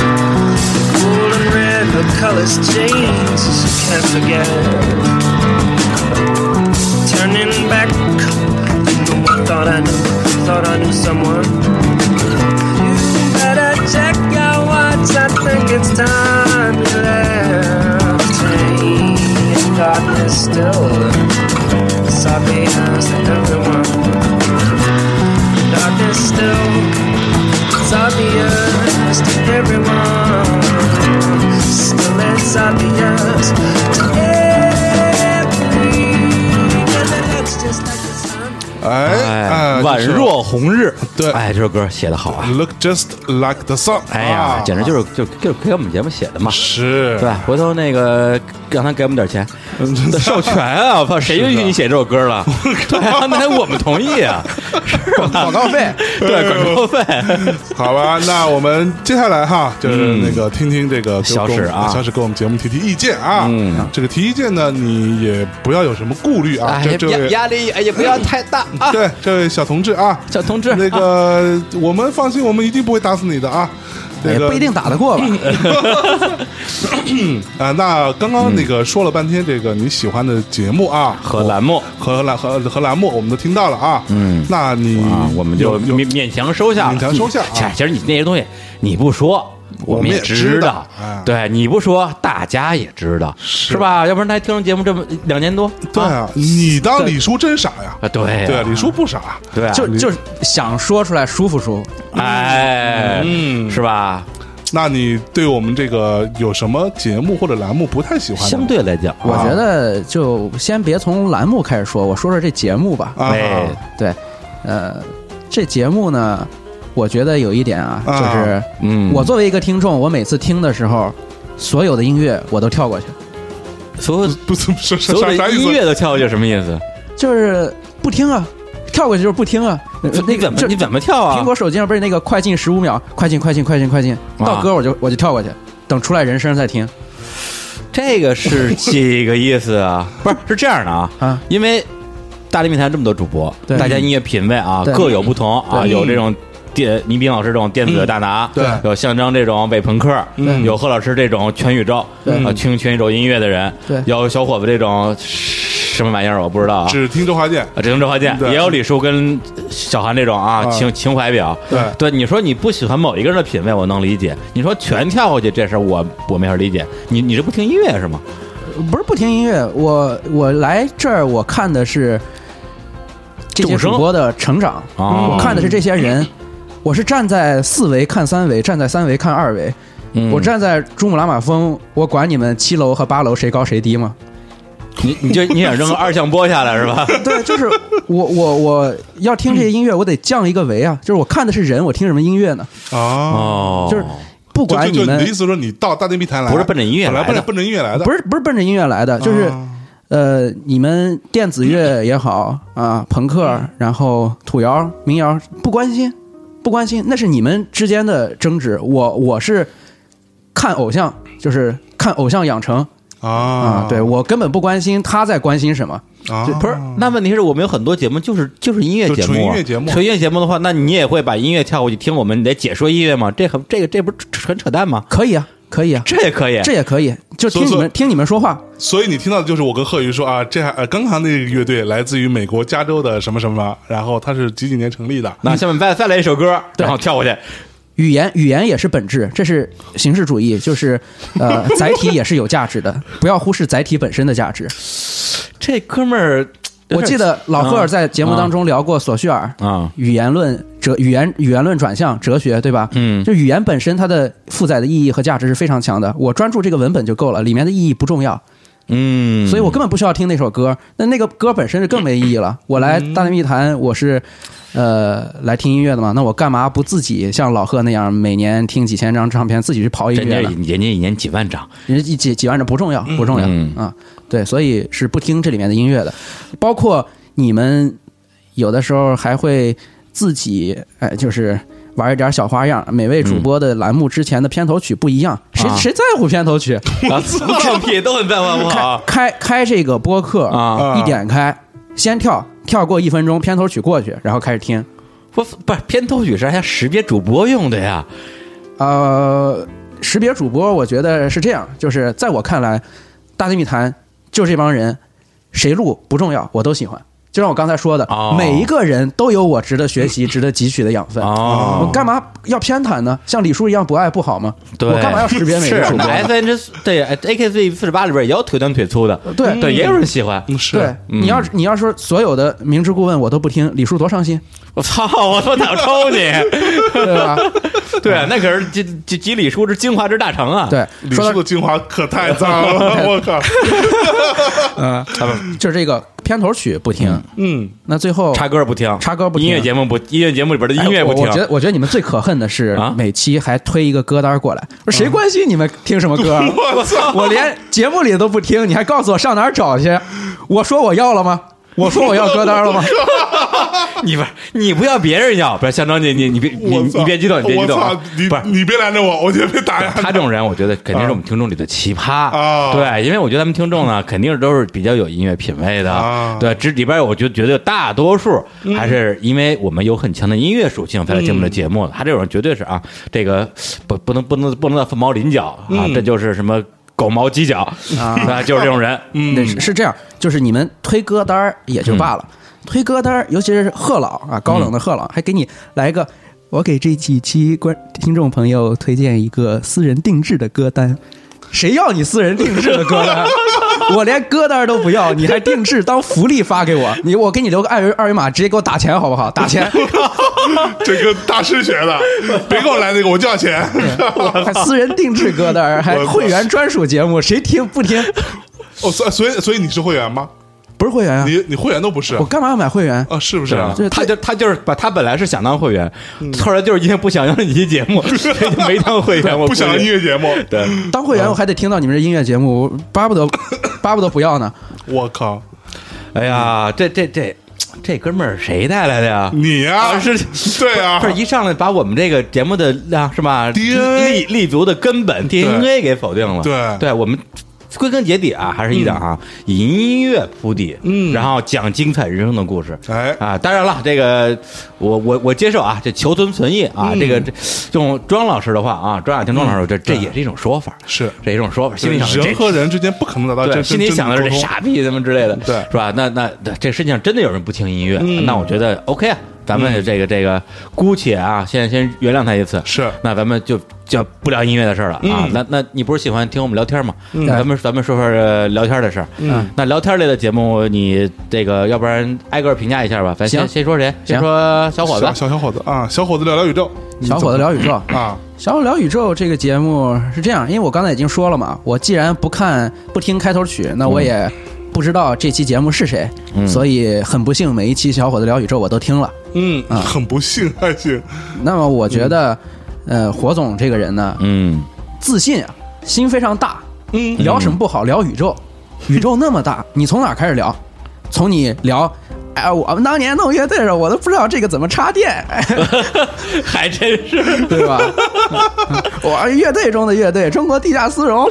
Speaker 4: Gold and red, the colors change, you can't forget. Turning back, you know I thought I knew, thought I knew someone. You better check your watch, I think it's time you left. Ain't darkness still, sorry eyes to everyone. Darkness still it's obvious to everyone. Still, it's obvious to everyone. And it's just like the sun.
Speaker 1: 哎，
Speaker 2: 哎，宛若红日。
Speaker 1: 对
Speaker 2: 哎，这首歌写的好啊。
Speaker 1: Look just like the sun。
Speaker 2: 哎呀
Speaker 1: 啊，
Speaker 2: 简直就是就就给我们节目写的嘛。
Speaker 1: 是，
Speaker 2: 对吧？回头那个让他给我们点钱，
Speaker 1: 嗯
Speaker 2: 授权啊！
Speaker 1: <laughs>
Speaker 2: 我操，谁允许你写这首歌了？对啊，那得我们同意
Speaker 1: <laughs>
Speaker 2: 啊，是吧？
Speaker 1: 哎
Speaker 3: 广告费，
Speaker 2: 对广告费，
Speaker 1: 好吧，那我们接下来哈，就是那个听听这个
Speaker 2: 小史啊
Speaker 1: 小史给我们节目提提意见啊。嗯，这个提意见呢，你也不要有什么顾虑啊。
Speaker 2: 哎
Speaker 1: 这这
Speaker 2: 呀，
Speaker 1: 位
Speaker 2: 压力哎呀不要太大啊，
Speaker 1: 对这位小同志啊，
Speaker 2: 小同志，啊
Speaker 1: 那个我们放心，我们一定不会打死你的啊。
Speaker 3: <laughs> 也
Speaker 1: 那个
Speaker 2: 哎
Speaker 3: 不一定打得过吧？
Speaker 1: 啊。那刚刚那个说了半天，这个你喜欢的节目啊
Speaker 2: 和栏目
Speaker 1: 和栏和和栏目，我们都听到了啊。嗯，那你
Speaker 2: 啊，我们就
Speaker 1: 有有
Speaker 2: 勉勉强收下了，
Speaker 1: 勉强收下啊
Speaker 2: 切其实你那些东西你不说。
Speaker 1: 我们
Speaker 2: 们
Speaker 1: 也知
Speaker 2: 知
Speaker 1: 道哎
Speaker 2: 对，你不说，大家也知道，是吧？要不然他听了节目这么两年多，
Speaker 1: 对
Speaker 2: 啊，
Speaker 1: 啊，你当李叔真傻呀？
Speaker 2: 啊对啊
Speaker 1: 对啊，李叔不傻。
Speaker 2: 对啊，
Speaker 3: 就就是想说出来舒服舒服。
Speaker 2: 哎，嗯，是吧？
Speaker 1: 那你对我们这个有什么节目或者栏目不太喜欢的
Speaker 2: 相
Speaker 1: 吗？
Speaker 2: 对来讲，
Speaker 3: 我
Speaker 1: 啊
Speaker 3: 觉得就先别从栏目开始说，我说说这节目吧。
Speaker 1: 啊，
Speaker 2: 哎，
Speaker 3: 对，呃，这节目呢，我觉得有一点啊，
Speaker 1: 啊
Speaker 3: 就是
Speaker 2: 嗯，
Speaker 3: 我作为一个听众，我每次听的时候，所有的音乐我都跳过去，
Speaker 2: 所有
Speaker 1: 不是不是啥
Speaker 2: 所有
Speaker 1: 啥
Speaker 2: 的
Speaker 1: 意
Speaker 2: 音
Speaker 1: 思？
Speaker 2: 乐啊都跳过去，什么意思？
Speaker 3: 就是不听啊，跳过去就是不听啊。呃
Speaker 2: 你
Speaker 3: 那个
Speaker 2: 怎么
Speaker 3: 就
Speaker 2: 你怎么跳啊？
Speaker 3: 苹果手机上不是那个快进十五秒，快进快进快进快进，到
Speaker 2: 啊
Speaker 3: 歌我就我就跳过去，等出来人声再听。
Speaker 2: 这个 <laughs> 是几个意思啊？不是是这样的啊，
Speaker 3: 啊
Speaker 2: 因为大力密谈这么多主播，
Speaker 3: 对
Speaker 2: 大家音乐品味啊
Speaker 3: 对
Speaker 2: 各有不同啊，
Speaker 3: 对
Speaker 2: 有这种。电倪斌老师这种电子大拿，
Speaker 1: 对
Speaker 2: 有象征这种伪朋克，
Speaker 1: 嗯
Speaker 2: 有贺老师这种全宇宙
Speaker 3: 对
Speaker 2: 啊听全宇宙音乐的人，
Speaker 3: 对
Speaker 2: 有小伙子这种什么玩意儿我不知道啊，
Speaker 1: 只听周华健，
Speaker 2: 啊，只能周华健，
Speaker 1: 对
Speaker 2: 也有李叔跟小韩这种啊
Speaker 1: 啊
Speaker 2: 情情怀表。
Speaker 1: 对
Speaker 2: 对，你说你不喜欢某一个人的品味，我能理解。你说全跳过去这事儿，我我没法理解。你你是不听音乐是吗？
Speaker 3: 不是不听音乐，我我来这儿我看的是这些
Speaker 2: 众生
Speaker 3: 主播的成长，
Speaker 2: 哦
Speaker 3: 我看的是这些人，我是站在四维看三维，站在三维看二维，
Speaker 2: 嗯
Speaker 3: 我站在珠穆朗玛峰，我管你们七楼和八楼谁高谁低吗？
Speaker 2: 你你就你想扔个二向箔下来是吧？
Speaker 3: 对，就是 <laughs> 我我我要听这些音乐，我得降一个维啊！就是我看的是人，我听什么音乐呢？
Speaker 1: 啊，
Speaker 2: 哦，
Speaker 3: 就是不
Speaker 1: 就
Speaker 3: 管
Speaker 1: 就就
Speaker 3: 你
Speaker 1: 你的
Speaker 3: 们
Speaker 1: 意思说你到大内密谈来
Speaker 2: 不是奔着音乐
Speaker 1: 本来
Speaker 2: 来
Speaker 1: 奔着
Speaker 2: 的
Speaker 1: 奔着音乐来的，
Speaker 3: 不是不是奔着音乐来的，就是、
Speaker 1: 啊
Speaker 3: 呃，你们电子乐也好啊，朋克，然后土窑、民谣，不关心，不关心，那是你们之间的争执。我我是看偶像，就是看偶像养成啊
Speaker 1: 啊，，
Speaker 3: 对我根本不关心他在关心什么。
Speaker 1: 啊，
Speaker 3: 就
Speaker 2: 不是，那问题是我们有很多节目就是就是音乐节目啊，
Speaker 1: 就纯音乐节目
Speaker 2: 纯音乐节目的话，那你也会把音乐跳过去听我们得解说音乐吗？这很这个这不是纯扯淡吗？
Speaker 3: 可以啊，可以啊，
Speaker 2: 这也可以，
Speaker 3: 这也可以，就听
Speaker 1: 所以
Speaker 3: 你
Speaker 1: 说
Speaker 3: 们听你们说话，
Speaker 1: 所以你听到的就是我跟贺宇说啊，这还呃，刚刚那个乐队来自于美国加州的什么什么，然后它是几几年成立的，
Speaker 2: 那下面再再来一首歌，
Speaker 3: 对
Speaker 2: 然后跳过去，
Speaker 3: 语言语言也是本质，这是形式主义，就是呃载体也是有价值的，不要忽视载体本身的价值。
Speaker 2: 这哥们儿，
Speaker 3: 我记得老赫尔在节目当中聊过索绪尔
Speaker 2: 啊
Speaker 3: 语言论哲语言语言论转向哲学，对吧？
Speaker 2: 嗯
Speaker 3: 就语言本身它的负载的意义和价值是非常强的。我专注这个文本就够了，里面的意义不重要，
Speaker 2: 嗯，
Speaker 3: 所以我根本不需要听那首歌。那那个歌本身就更没意义了。
Speaker 2: 嗯
Speaker 3: 我来大内密谈，我是呃来听音乐的嘛，那我干嘛不自己像老贺那样每年听几千张唱片，自己去刨音
Speaker 2: 人家
Speaker 3: 乐呢？
Speaker 2: 人家一年几万张，
Speaker 3: 人家几几万人不重要，不重要、
Speaker 2: 嗯
Speaker 3: 啊。对，所以是不听这里面的音乐的，包括你们有的时候还会自己哎，就是玩一点小花样。每位主播的栏目之前的片头曲不一样，谁
Speaker 2: 嗯啊
Speaker 3: 谁在乎片头曲？
Speaker 2: 啊，放屁都很在乎啊
Speaker 3: 开开这个播客
Speaker 2: 啊！
Speaker 1: 啊
Speaker 3: 一点开，先跳跳过一分钟，片头曲过去，然后开始听。
Speaker 2: 不不是片头曲是人家识别主播用的呀，
Speaker 3: 呃，识别主播，我觉得是这样，就是在我看来，大内密谈就这帮人，谁录不重要，我都喜欢。就像我刚才说的，
Speaker 2: 哦
Speaker 3: 每一个人都有我值得学习、 <laughs> 值得汲取的养分。
Speaker 2: 哦
Speaker 3: 我干嘛要偏袒呢？像李叔一样不爱不好吗？
Speaker 2: 对，哎
Speaker 3: 我干嘛要识别每个主播呢？
Speaker 2: S N 对 A K C 四十八里边也有腿短腿粗的，
Speaker 3: 对
Speaker 2: 对，也有人喜欢。
Speaker 1: 嗯是
Speaker 3: 对，
Speaker 2: 嗯
Speaker 3: 你要你要说所有的明知故问我都不听，李叔多伤心，
Speaker 2: 我操！我他妈想抽你！
Speaker 3: 对吧？
Speaker 2: 对啊，那可是几几几里书之精华之大成啊！，
Speaker 3: 对，
Speaker 1: 李
Speaker 3: 说
Speaker 1: 叔
Speaker 3: 到
Speaker 1: 的精华可太
Speaker 2: <laughs>
Speaker 1: 脏了，我靠，
Speaker 2: 呃
Speaker 3: 就是这个片头曲不听，
Speaker 1: 嗯，
Speaker 3: 那最后
Speaker 2: 插歌不听，
Speaker 3: 插歌不听
Speaker 2: 音乐节目不，音乐节目里边的音乐不
Speaker 3: 哎我
Speaker 2: 听
Speaker 3: 我觉。得，我觉得你们最可恨的是
Speaker 2: 啊
Speaker 3: 每期还推一个歌单过来，我说谁关心你们听什么歌
Speaker 2: <laughs>
Speaker 3: 啊？
Speaker 1: 我操，
Speaker 3: 我连节目里都不听，你还告诉我上哪儿找去？我说我要了吗？我说我要歌单了吗？
Speaker 2: 你不是你不要别人要，不是香樟姐，你你别你
Speaker 1: 我
Speaker 2: 你
Speaker 1: 操
Speaker 2: 你别激动，你别激动啊
Speaker 1: 我操，你
Speaker 2: 不是。
Speaker 1: 你别拦着我，我觉得被 <laughs> 打
Speaker 2: 他
Speaker 1: 呀，
Speaker 2: 这种人，我觉得肯定是我们听众里的奇葩
Speaker 1: 啊
Speaker 2: 对，因为我觉得咱们听众呢，肯定都是比较有音乐品味的，
Speaker 1: 啊
Speaker 2: 对。这里边我就觉得大多数还是因为我们有很强的音乐属性才来节目的节目的。他这种人绝对是啊，这个不不能不能不能到凤毛麟角啊，
Speaker 1: 嗯
Speaker 2: 这就是什么狗毛鸡角 <laughs> 啊，就是这种
Speaker 1: <laughs>
Speaker 2: 人。
Speaker 1: 嗯
Speaker 3: 那是是这样，就是你们推歌单儿也就罢了，推歌单儿，尤其是贺老啊，高冷的贺老，还给你来一个。我给这几期观听众朋友推荐一个私人定制的歌单，谁要你私人定制的歌单？ <laughs> 我连歌单都不要，你还定制当福利发给我？你我给你留个二维二维码，直接给我打钱好不好？打钱，
Speaker 1: 这 <laughs> 跟大师学
Speaker 2: <laughs>
Speaker 1: 的，别给我来那个，我就要钱，
Speaker 3: 还私人定制歌单，还会员专属节目，谁听不听？
Speaker 1: <laughs> 哦，所所以所以你是会员吗？
Speaker 3: 不是会员啊，
Speaker 1: 你你会员都不是
Speaker 3: 我干嘛要买会员？
Speaker 1: 啊？嗯是不是？
Speaker 2: 啊
Speaker 3: 就是
Speaker 2: 他就他就是把他本来是想当会员，后来就是因为不想要你这节
Speaker 1: <laughs>
Speaker 2: 目，所以就没当会员。我
Speaker 1: 不想要
Speaker 2: 估计
Speaker 1: 音乐节目，
Speaker 2: 啊对，
Speaker 3: 当会员我还得听到你们这音乐节目，我巴不得巴不得不要呢。
Speaker 1: 我靠，
Speaker 2: 哎呀，这这这这哥们儿谁带来的呀？
Speaker 1: 嗯你呀，
Speaker 2: 啊是
Speaker 1: 对啊
Speaker 2: <laughs> 不，是一上来把我们这个节目的啊是吧
Speaker 1: DNA
Speaker 2: 立立足的根本 DNA 给否定了。
Speaker 1: 对
Speaker 2: 对我们归根结底啊，还是一档啊、以音乐铺底，
Speaker 1: 嗯
Speaker 2: 然后讲精彩人生的故事。
Speaker 1: 哎
Speaker 2: 啊，当然了，这个我我我接受啊，这求存存异啊，这
Speaker 1: 嗯
Speaker 2: 个这用庄老师的话啊，庄雅婷庄老师，这这也是一种说法，
Speaker 1: 是
Speaker 2: 这也是一种说法，心里想着这
Speaker 1: 人和人之间不可能达到
Speaker 2: 对，
Speaker 1: 啊真
Speaker 2: 心里想的是这
Speaker 1: 啥？
Speaker 2: 傻逼什么之类的，
Speaker 1: 对
Speaker 2: 是吧？那那对这世界上真的有人不听音乐，
Speaker 1: 嗯
Speaker 2: 那我觉得 OK 啊，咱们这个这个姑且啊，先先原谅他一次，
Speaker 1: 是
Speaker 2: 那咱们就就不聊音乐的事儿了啊。那那你不是喜欢听我们聊天吗？咱们咱们说说呃聊天的事儿。嗯，那聊天类的节目，你这个要不然挨个评价一下吧？咱先
Speaker 3: 行
Speaker 2: 先说谁？先
Speaker 3: 行
Speaker 2: 说小伙子
Speaker 1: 小。小小伙子啊，小伙子聊聊宇宙，
Speaker 3: 小伙子聊宇宙》
Speaker 1: 啊，
Speaker 3: 小伙聊宇宙这个节目是这样，因为我刚才已经说了嘛，我既然不看不听开头曲，那我也不知道这期节目是谁，所以很不幸每一期小伙子聊宇宙我都听了。
Speaker 1: 嗯，
Speaker 3: 啊
Speaker 1: <laughs> 很不幸还行，
Speaker 3: 那么我觉得，呃，火总这个人呢，
Speaker 2: 嗯，
Speaker 3: 自信啊，心非常大，
Speaker 1: 嗯
Speaker 3: 聊什么不好，聊宇宙，宇宙那么大，你从哪儿开始聊？从你聊。哎，我们当年弄乐队的时候，我都不知道这个怎么插电，哎
Speaker 2: <laughs> 还真是，
Speaker 3: 对吧？我乐队中的乐队，中国地下丝绒，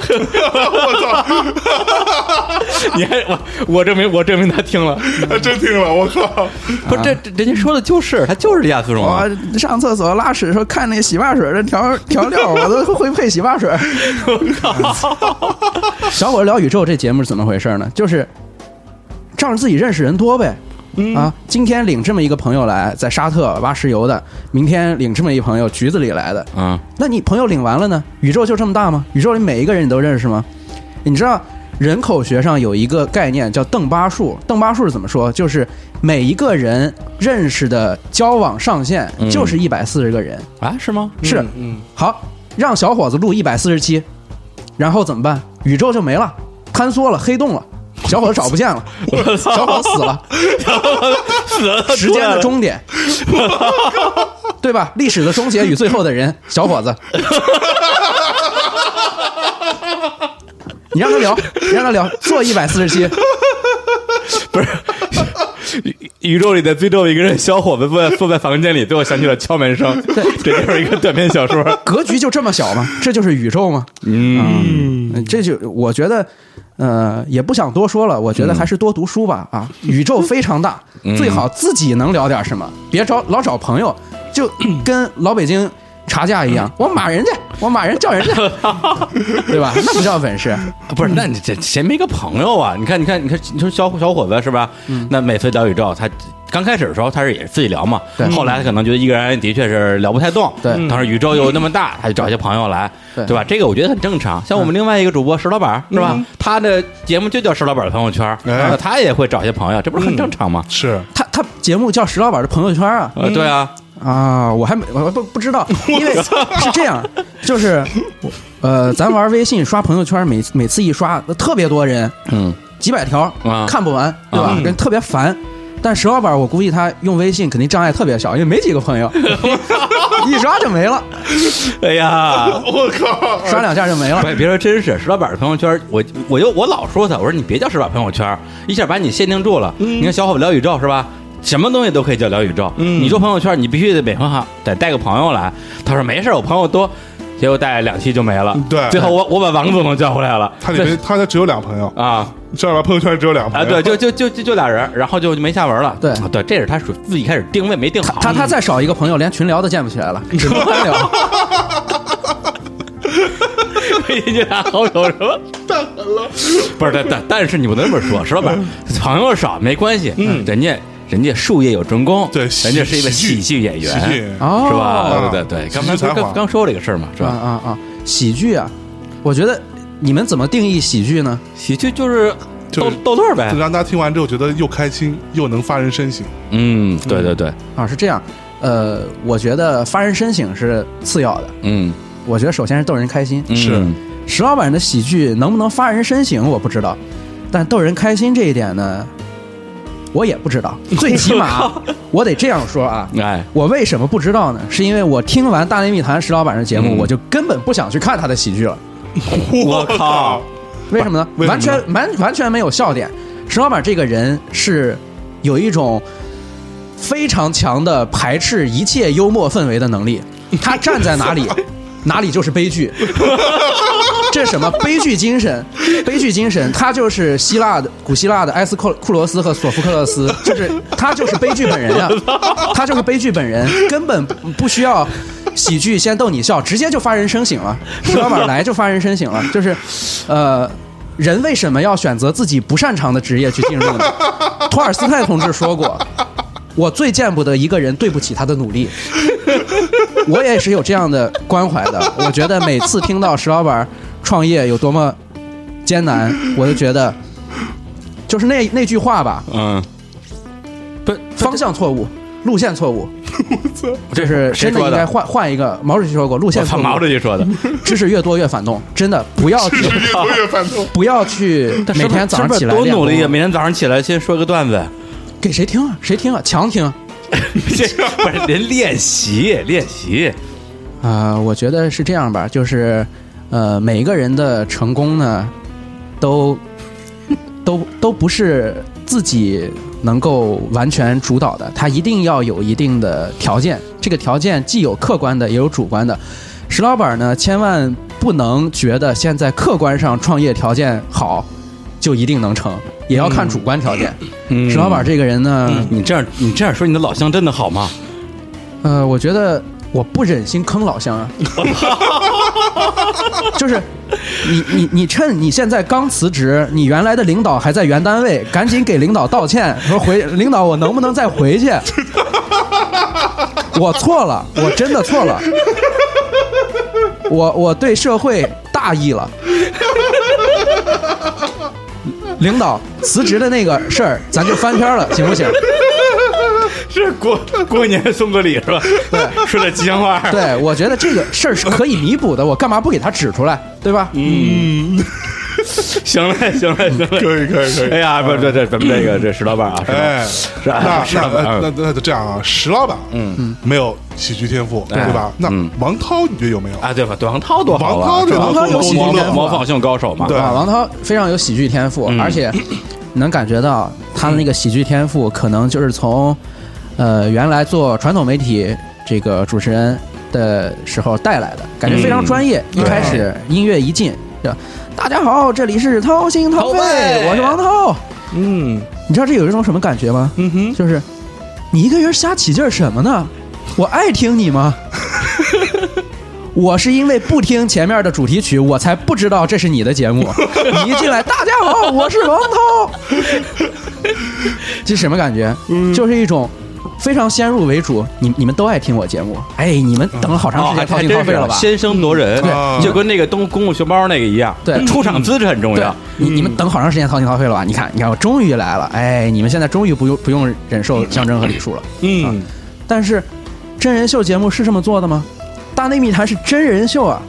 Speaker 2: <laughs> 你还我我证明我证明他听了，
Speaker 1: 还 <laughs> 真听了，我靠，
Speaker 2: <laughs> 不是这这人家说的就是他就是地下丝绒啊，
Speaker 3: 我上厕所拉屎的时候看那洗发水的调 <laughs> 调料，我都会配洗发水。小伙聊宇宙这节目是怎么回事呢？就是仗着自己认识人多呗。啊，今天领这么一个朋友来，在沙特挖石油的；明天领这么一朋友局子里来的。
Speaker 2: 啊
Speaker 3: 那你朋友领完了呢？宇宙就这么大吗？宇宙里每一个人你都认识吗？你知道人口学上有一个概念叫邓巴数，邓巴数是怎么说？就是每一个人认识的交往上限
Speaker 2: 嗯
Speaker 3: 就是一百四十个人。
Speaker 2: 啊是吗？
Speaker 3: 是
Speaker 1: 嗯嗯，
Speaker 3: 好，让小伙子录一百四十七，然后怎么办？宇宙就没了，坍缩了，黑洞了。小伙子找不
Speaker 1: <laughs>
Speaker 3: 见了，小伙子死了，
Speaker 2: 死 <laughs> 了
Speaker 3: 时间的终点，对吧？历史的终结与最后的人，小伙子，你让他聊，你让他聊，做一百四十七，
Speaker 2: 不是。宇宇宙里的最后一个人，小伙子坐坐在房间里，最后响起了敲门
Speaker 1: <laughs>
Speaker 2: 声。这就是一个短篇小说。
Speaker 3: 格局就这么小吗？这就是宇宙吗？嗯，这就我觉得，呃，也不想多说了。我觉得还是多读书吧。啊，宇宙非常大，最好自己能聊点什么，别找老找朋友，就跟老北京查架一样，我骂人家，我骂人叫人家，对吧？那不叫本事。
Speaker 2: 啊不是，那你
Speaker 3: 嗯
Speaker 2: 这谁没个朋友啊？你看，你看，你看，你说小小伙子是吧？
Speaker 3: 嗯
Speaker 2: 那每次聊宇宙，他刚开始的时候他是也是自己聊嘛，
Speaker 3: 对
Speaker 2: 后来他可能觉得一个人的确是聊不太动，
Speaker 3: 对
Speaker 2: 当时宇宙又那么大，他就找一些朋友来，
Speaker 3: 对嗯
Speaker 2: 吧？这个我觉得很正常。像我们另外一个主播石老板是吧？他的节目就叫石老板的朋友圈，
Speaker 3: 哎
Speaker 2: 那他也会找一些朋友，这不是
Speaker 3: 嗯
Speaker 2: 很正常吗？
Speaker 1: 是
Speaker 3: 他他节目叫石老板的朋友圈啊，
Speaker 2: 呃，对啊，
Speaker 3: 啊，我还没我不不知道，因为是这样，就是呃，咱玩微信刷朋友圈，每每次一刷特别多人，
Speaker 2: 嗯，
Speaker 3: 几百条、
Speaker 2: 啊
Speaker 3: 看不完，对吧？
Speaker 1: 嗯
Speaker 3: 人特别烦。但石老板，我估计他用微信肯定障碍特别小，因为没几个
Speaker 2: <laughs>
Speaker 3: 朋友，一刷就没了，
Speaker 2: 哎呀。
Speaker 1: 我靠，哎
Speaker 3: 刷两下就没了。
Speaker 2: <laughs> 别别说，真是石老板的朋友圈，我我就我老说他，我说你别叫石老板朋友圈，一下把你限定住了。你看小伙子聊宇宙是吧？什么东西都可以叫聊宇宙。
Speaker 1: 嗯
Speaker 2: 你说朋友圈，你必须得每朋友得带个朋友来。他说没事，我朋友多，结果带两期就没了。
Speaker 1: 对
Speaker 2: 最后我我把王总统叫回来了。
Speaker 1: <laughs> 他里面他家只有俩朋友，
Speaker 2: 这啊
Speaker 1: 知道吧？朋友圈只有俩朋
Speaker 2: 啊，
Speaker 1: 友，
Speaker 2: 对，就就就就就俩人，然后就没下文了。
Speaker 3: 对
Speaker 2: 啊对，这是他属自己开始定位没定好。
Speaker 3: 他他再少一个朋友，连群聊都建不起
Speaker 2: <laughs>
Speaker 3: 来了，只能单聊。
Speaker 2: <laughs> 你俩好友什么？太狠了！不是，但但但是你不能这么说，石老板，朋友少没关系，
Speaker 1: 嗯
Speaker 2: 人家人家术业有专攻，
Speaker 1: 对
Speaker 2: 人家是一个喜剧演员，啊
Speaker 1: 喜剧
Speaker 3: 哦，
Speaker 2: 是吧？
Speaker 1: 哦
Speaker 2: 对对对，刚才
Speaker 1: 喜剧才华
Speaker 2: 刚刚说这个事儿嘛，是
Speaker 3: 啊
Speaker 2: 吧？
Speaker 3: 啊啊！喜剧啊，我觉得你们怎么定义喜剧呢？
Speaker 2: 喜剧就是
Speaker 1: 就
Speaker 2: 逗
Speaker 1: 是
Speaker 2: 逗乐呗
Speaker 1: 就，让大家听完之后觉得又开心又能发人深省，
Speaker 2: 嗯，对对对，
Speaker 3: 啊，是这样。呃，我觉得发人深省是次要的，
Speaker 2: 嗯，
Speaker 3: 我觉得首先是逗人开心。
Speaker 2: 嗯
Speaker 1: 是
Speaker 3: 石老板的喜剧能不能发人深省，我不知道，但逗人开心这一点呢，我也不
Speaker 2: <laughs>
Speaker 3: 知道。最起码我得这样说啊，
Speaker 2: 哎，
Speaker 3: 我为什么不知道呢？是因为我听完《大内密谈》石老板的节目，
Speaker 2: 嗯
Speaker 3: 我就根本不想去看他的喜剧了。
Speaker 2: 我靠，
Speaker 3: 为什么呢？
Speaker 1: 为什么
Speaker 3: 完
Speaker 1: 呢
Speaker 3: 全完完全没有笑点。石老板这个人是有一种非常强的排斥一切幽默氛围的能力，他站在
Speaker 1: <laughs>
Speaker 3: 哪里，哪里就是悲剧。 <laughs> 这是什么悲剧精神？悲剧精神，他就是希腊的古希腊的埃斯库库罗斯和索福克勒斯，就是他就是悲剧本人呀、他就是悲剧本人，根本不不需要喜剧先逗你笑，直接就发人深省了。石老板来就发人深省了，就是，呃。人为什么要选择自己不擅长的职业去进入呢？托尔斯泰同志说过：“我最见不得一个人对不起他的努力。” <laughs> 我也是有这样的关怀
Speaker 2: <laughs>
Speaker 3: 的。我觉得每次听到石老板创业有多么艰难，我就觉得，就是那那句话吧，
Speaker 2: 嗯，不，
Speaker 3: 方向错误，路线错误，
Speaker 1: 我操！
Speaker 3: 就是
Speaker 2: 谁
Speaker 3: 真的
Speaker 2: 说
Speaker 3: 应
Speaker 2: 的
Speaker 3: 该换换一个。毛主席说过，路
Speaker 2: 我
Speaker 3: 线
Speaker 2: 操，
Speaker 3: 错误
Speaker 2: 毛主席说的，
Speaker 3: 知识越多越反动，真的不要去
Speaker 1: 越多越反动。
Speaker 3: 不要去每天早上起来
Speaker 2: 多
Speaker 3: 练
Speaker 2: 努力啊！
Speaker 3: 功
Speaker 2: 每天早上起来先说个段子，
Speaker 3: 给谁听啊？谁听啊？强听啊、
Speaker 2: 这不是人练习练习，
Speaker 3: 呃我觉得是这样吧，就是呃，每一个人的成功呢，都 <laughs> 都都不是自己能够完全主导的，他一定要有一定的条件。这个条件既有客观的，也有主观的。石老板呢，千万不能觉得现在客观上创业条件好，就一定能成，也要看主观条件。
Speaker 2: 嗯
Speaker 3: 石老板这个人呢，
Speaker 2: 你这样你这样说你的老乡真的好吗？
Speaker 3: 呃，我觉得我不忍心坑老乡啊，就是你你你趁你现在刚辞职，你原来的领导还在原单位，赶紧给领导道歉，说回领导我能不能再回去？我错了，我真的错了，我我对社会大意了。领导辞职的那个事儿，咱就翻篇了，行不行？
Speaker 2: 是过过年送个礼是吧？对，说点吉祥话。 <laughs>
Speaker 3: 对，我觉得这个事儿是可以弥补的，我干嘛不给他指出来，对吧？
Speaker 2: 行了行了行了，
Speaker 1: 可以可以可以
Speaker 2: 哎呀，不这这咱们这个这石老板啊，石老板
Speaker 1: 哎，
Speaker 2: 是
Speaker 1: 那
Speaker 2: 啊是
Speaker 1: 那
Speaker 2: 啊
Speaker 1: 那那那就这样啊，石老板，嗯，没有喜剧天赋，
Speaker 2: 哎
Speaker 1: 对吧？那王涛，你觉得有没有？
Speaker 2: 啊，对吧？对王涛多嗯好啊！
Speaker 1: 王涛这
Speaker 2: 是吧
Speaker 1: 王涛有喜剧
Speaker 2: 模
Speaker 1: 天
Speaker 2: 仿
Speaker 1: 赋啊
Speaker 2: 模仿性高手嘛？
Speaker 1: 对
Speaker 3: 啊，王涛非常有喜剧天赋，而且能感觉到他的那个喜剧天赋，可能就是从呃原来做传统媒体这个主持人的时候带来的，感觉非常专业。一开始音乐一进，就大家好，这里是掏心掏肺
Speaker 2: 掏肺，
Speaker 3: 我是王涛。
Speaker 1: 嗯，
Speaker 3: 你知道这有一种什么感觉吗？
Speaker 1: 嗯哼，
Speaker 3: 就是你一个人瞎起劲儿什么呢？我爱听你吗？ <laughs> 我是因为不听前面的主题曲，我才不知道这是你的节目。
Speaker 2: <laughs>
Speaker 3: 你一进来，大家好，我是王涛， <laughs> 这什么感觉？
Speaker 2: 嗯
Speaker 3: 就是一种非常先入为主，你你们都爱听我节目，哎，你们等了好长
Speaker 2: 哦，
Speaker 3: 时
Speaker 2: 还
Speaker 3: 间，掏
Speaker 2: 还
Speaker 3: 心
Speaker 2: 真
Speaker 3: 掏
Speaker 2: 是
Speaker 3: 肺了吧？
Speaker 2: 先声夺人，嗯
Speaker 1: 对
Speaker 2: 就跟那个东嗯功夫熊猫那个一样，
Speaker 3: 对
Speaker 2: 出场姿势很重
Speaker 3: 对
Speaker 2: 要。，
Speaker 3: 你你们等好长时间掏心掏肺了吧？你看，你看，我终于来了，哎，你们现在终于不用不用忍受象征和礼数了。
Speaker 1: 嗯，
Speaker 3: 但是真人秀节目是这么做的吗？大内密谈是真人秀啊，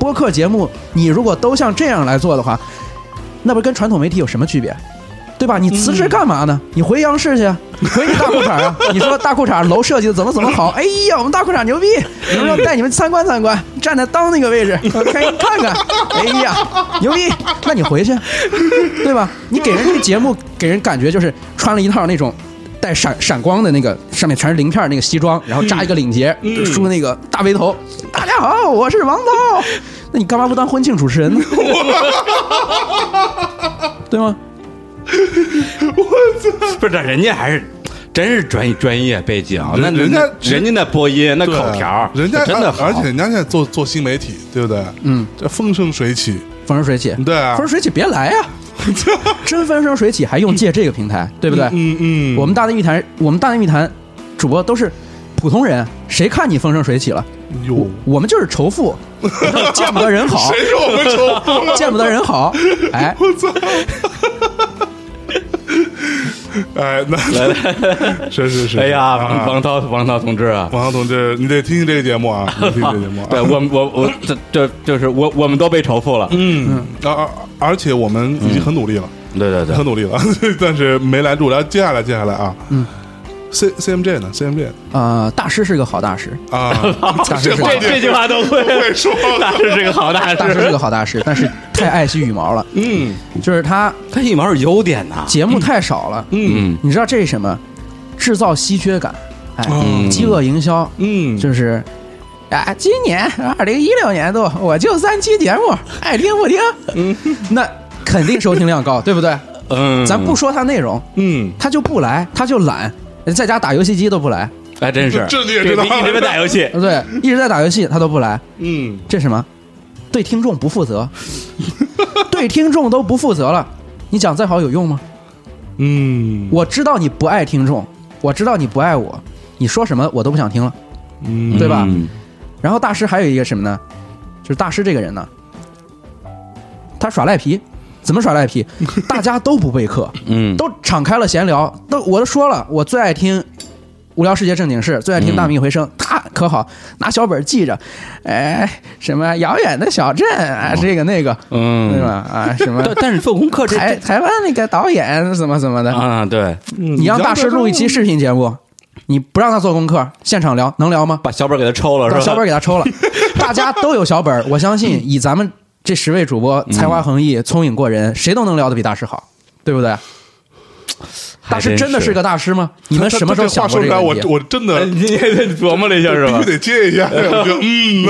Speaker 3: 播客节目你如果都像这样来做的话，那不是跟传统媒体有什么区别？对吧？你辞职干嘛呢？你回央视去啊，你回你大裤衩啊！你说大裤衩楼设计的怎么怎么好？哎呀，我们大裤衩牛逼！能不能带你们参观参观？站在裆那个位置，看一看看。哎呀，牛逼！那你回去，对吧？你给人这个节目给人感觉就是穿了一套那种带闪闪光的那个，上面全是鳞片儿那个西装，然后扎一个领结，梳那个大背头。大家好，我是王涛。那你干嘛不当婚庆主持人呢？对吗？
Speaker 2: 不是，但人家还是真是专专业背景，那
Speaker 1: 人人家
Speaker 2: 人家那播音那
Speaker 1: 对
Speaker 2: 口条，
Speaker 1: 人家
Speaker 2: 那真的好
Speaker 1: 而且人家现在做做新媒体，对不对？
Speaker 3: 嗯，
Speaker 1: 这风生水起，
Speaker 3: 风生水起，
Speaker 1: 对啊
Speaker 3: 风生水起别
Speaker 1: <laughs>
Speaker 3: 来呀、真风生水起还用借这个平台，对不对？
Speaker 1: 嗯嗯，
Speaker 3: 我们大内密谈，我们大内密谈主播都是普通人，谁看你风生水起了？
Speaker 1: 有
Speaker 3: 我们就是
Speaker 1: <laughs>
Speaker 3: 仇富，见不得人好，
Speaker 1: 谁说我们丑？ <laughs>
Speaker 3: 见不得人好，哎，
Speaker 1: 哎，那 <laughs> 是是是，
Speaker 2: 哎呀，
Speaker 1: 啊
Speaker 2: 王王涛王涛同志啊，
Speaker 1: 王涛同志，你得听听这个节目啊，你得听这个节目啊。
Speaker 2: <laughs> 对我我我这这就是我我们都被仇富了，
Speaker 1: 嗯，而而而且我们已经很努力了，
Speaker 2: 对对对
Speaker 1: 很，努力了， <laughs> 但是没拦住。然后接下来，接下来啊，嗯，C C M J 呢？C M J
Speaker 3: 呃，大师是个好大师，
Speaker 1: 啊，
Speaker 2: <laughs>
Speaker 3: 这
Speaker 1: 话
Speaker 2: 这这句话都会
Speaker 1: 会说
Speaker 2: 大师是个好大
Speaker 3: 大师是
Speaker 2: 师，
Speaker 3: 个好大师，但是太爱惜羽毛了，
Speaker 1: 嗯
Speaker 3: 就是他
Speaker 2: 他羽毛有优点呐，
Speaker 3: 节目太少了，
Speaker 1: 嗯
Speaker 3: 你知道这是什么？制造稀缺感，哎，
Speaker 1: 嗯
Speaker 3: 饥饿营销，
Speaker 1: 嗯，
Speaker 3: 就是啊，今年二零一六年度我就三期节目，爱听不听，嗯，那肯定收听量高，对不对？
Speaker 2: 嗯，
Speaker 3: 咱不说它内容，
Speaker 1: 嗯，
Speaker 3: 他就不来，他就懒，在家打游戏机都不来，
Speaker 2: 还哎真是，
Speaker 1: 这这你也
Speaker 2: 对
Speaker 1: 知道
Speaker 2: 一直在打游戏
Speaker 5: <laughs>
Speaker 3: 对，不对？一直在打游戏，他都不来，
Speaker 1: 嗯
Speaker 3: 这是什么？对听众不负责，对听众都不负责了，你讲再好有用吗？
Speaker 1: 嗯
Speaker 3: 我知道你不爱听众，我知道你不爱我，你说什么我都不想听了。
Speaker 1: 嗯
Speaker 3: 对吧
Speaker 2: 嗯
Speaker 3: 然后大师还有一个什么呢？就是大师这个人呢，他耍赖皮，怎么耍赖皮？大家都不备课，
Speaker 2: 嗯，
Speaker 3: 都敞开了闲聊。都我都说了，我最爱听无聊世界正经事，最爱听大明一回声，他可好，拿小本记着，哎，什么遥远的小镇啊，这个那个，
Speaker 5: 嗯
Speaker 3: 对吧？啊，什么
Speaker 5: 但但是做功
Speaker 2: <laughs>
Speaker 5: 课这
Speaker 3: 台
Speaker 5: 这
Speaker 3: 台湾那个导演怎么怎么的，
Speaker 5: 啊，对，
Speaker 1: 你
Speaker 3: 你让大师录一期视频节目，你不让他做功课，现场聊能聊吗？
Speaker 2: 把小本给他抽了是
Speaker 3: 把
Speaker 2: 吧？
Speaker 3: 小本给
Speaker 1: <laughs>
Speaker 3: 他抽了，大家都有小本儿，我相信以咱们这十位主播才华横
Speaker 1: 嗯
Speaker 3: 溢、聪颖过人，谁都能聊得比大师好，对不对？大师真的
Speaker 2: <laughs>
Speaker 3: 是个大师吗？你们什么时候
Speaker 1: 这这话
Speaker 3: 想
Speaker 1: 说
Speaker 3: 过
Speaker 1: 出
Speaker 3: 这
Speaker 1: 来，
Speaker 3: 个
Speaker 1: 我
Speaker 3: 问题？啊
Speaker 1: 我真
Speaker 2: 哎
Speaker 1: 的
Speaker 5: 你你你琢磨了一下是
Speaker 1: 必
Speaker 5: 吧
Speaker 1: 须？得接一下，我觉得嗯，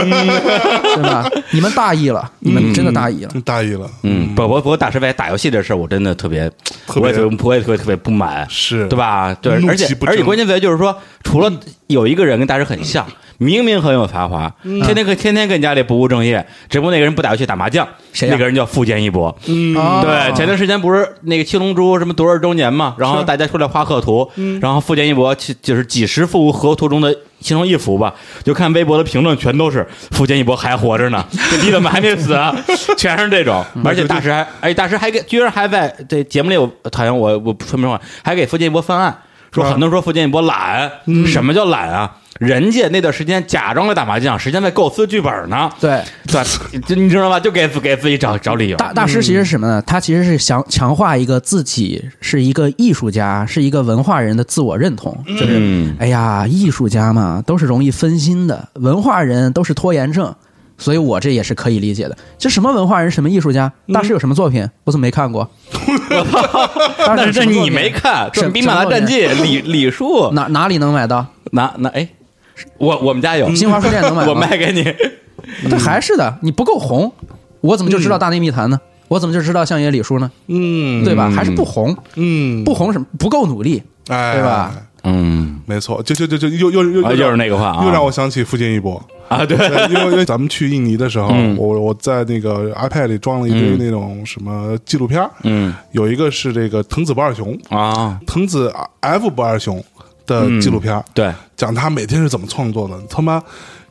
Speaker 3: 真的，你们大意了，你们真的大意了。
Speaker 1: 大意了，
Speaker 5: 嗯，不不不过大师外打游戏这事儿，我真的特别，
Speaker 1: 特别
Speaker 5: 我也特别我也特别特别不满，
Speaker 1: 是
Speaker 5: 对吧？对
Speaker 1: 怒，气
Speaker 5: 而且
Speaker 1: 不争嗯
Speaker 2: 而且关键在于就是说，除了有一个人跟大师很像，明明很有才华，
Speaker 1: 嗯
Speaker 2: 天天跟天天跟家里不务正业，只不过那个人不打游戏打麻将，
Speaker 3: 谁呀
Speaker 2: 那个人叫富坚义博。
Speaker 1: 嗯
Speaker 3: 啊
Speaker 2: 对，前段时间不是那个《七龙珠》什么多少周年嘛，然后大家出来画贺图，然后富坚义博其就是几十幅河图中的其中一幅吧，就看微博的评论全都是富坚义博还活着呢， <laughs> 你怎么还没死啊？ <laughs> 全是这种，而且大师还，而且大师还给居然还在这节目里有，好像我我说没说话，还给富坚义博翻案，说
Speaker 1: 啊
Speaker 2: 很多人说富坚义博懒，什么叫懒啊？人家那段时间假装在打麻将，实际上在构思剧本呢。
Speaker 3: 对，
Speaker 2: 对， <laughs> 就你知道吧？就给给自己找找理由。
Speaker 3: 大大师其实是什么呢？他其实是想强化一个自己是一个艺术家，是一个文化人的自我认同，就是、
Speaker 2: 嗯
Speaker 3: 哎呀，艺术家嘛都是容易分心的，文化人都是拖延症，所以我这也是可以理解的。这什么文化人，什么艺术家？大师有什么作品？我怎么没看过？
Speaker 2: 但是
Speaker 3: <laughs> 大师有什么作
Speaker 2: 你
Speaker 3: 品
Speaker 2: 没看《
Speaker 3: 什
Speaker 2: 这兵马
Speaker 3: 什
Speaker 2: 拉
Speaker 3: 么
Speaker 2: 战记》李李叔
Speaker 3: 哪哪里能买到？
Speaker 2: 拿拿哎，我我们家有，
Speaker 3: 嗯新华书店能买
Speaker 2: <laughs>
Speaker 3: 吗？
Speaker 2: 我卖给
Speaker 3: <laughs>
Speaker 2: 你。
Speaker 3: 对，还是的，你不够红，我怎么就知道《大内密谈》呢？我怎么就知道相爷李叔呢？
Speaker 1: 嗯
Speaker 3: 对吧？还是不红，
Speaker 1: 嗯，
Speaker 3: 不红什么？不够努力，
Speaker 1: 哎，
Speaker 3: 对吧？
Speaker 2: 嗯
Speaker 1: 没错，就就就就又又又
Speaker 2: 啊又是那个话啊
Speaker 1: 又让我想起福建一博。
Speaker 2: 啊，对，
Speaker 1: <laughs> 对因为因为咱们去印尼的时候，
Speaker 2: 嗯
Speaker 1: 我我在那个 iPad 里装了一堆那种什么纪录片儿，
Speaker 2: 嗯
Speaker 1: 有一个是这个藤子不二雄，
Speaker 2: 啊，
Speaker 1: 藤子 F 不二雄的纪录片儿，
Speaker 2: 对，
Speaker 1: 讲他每天是怎么创作的。他妈，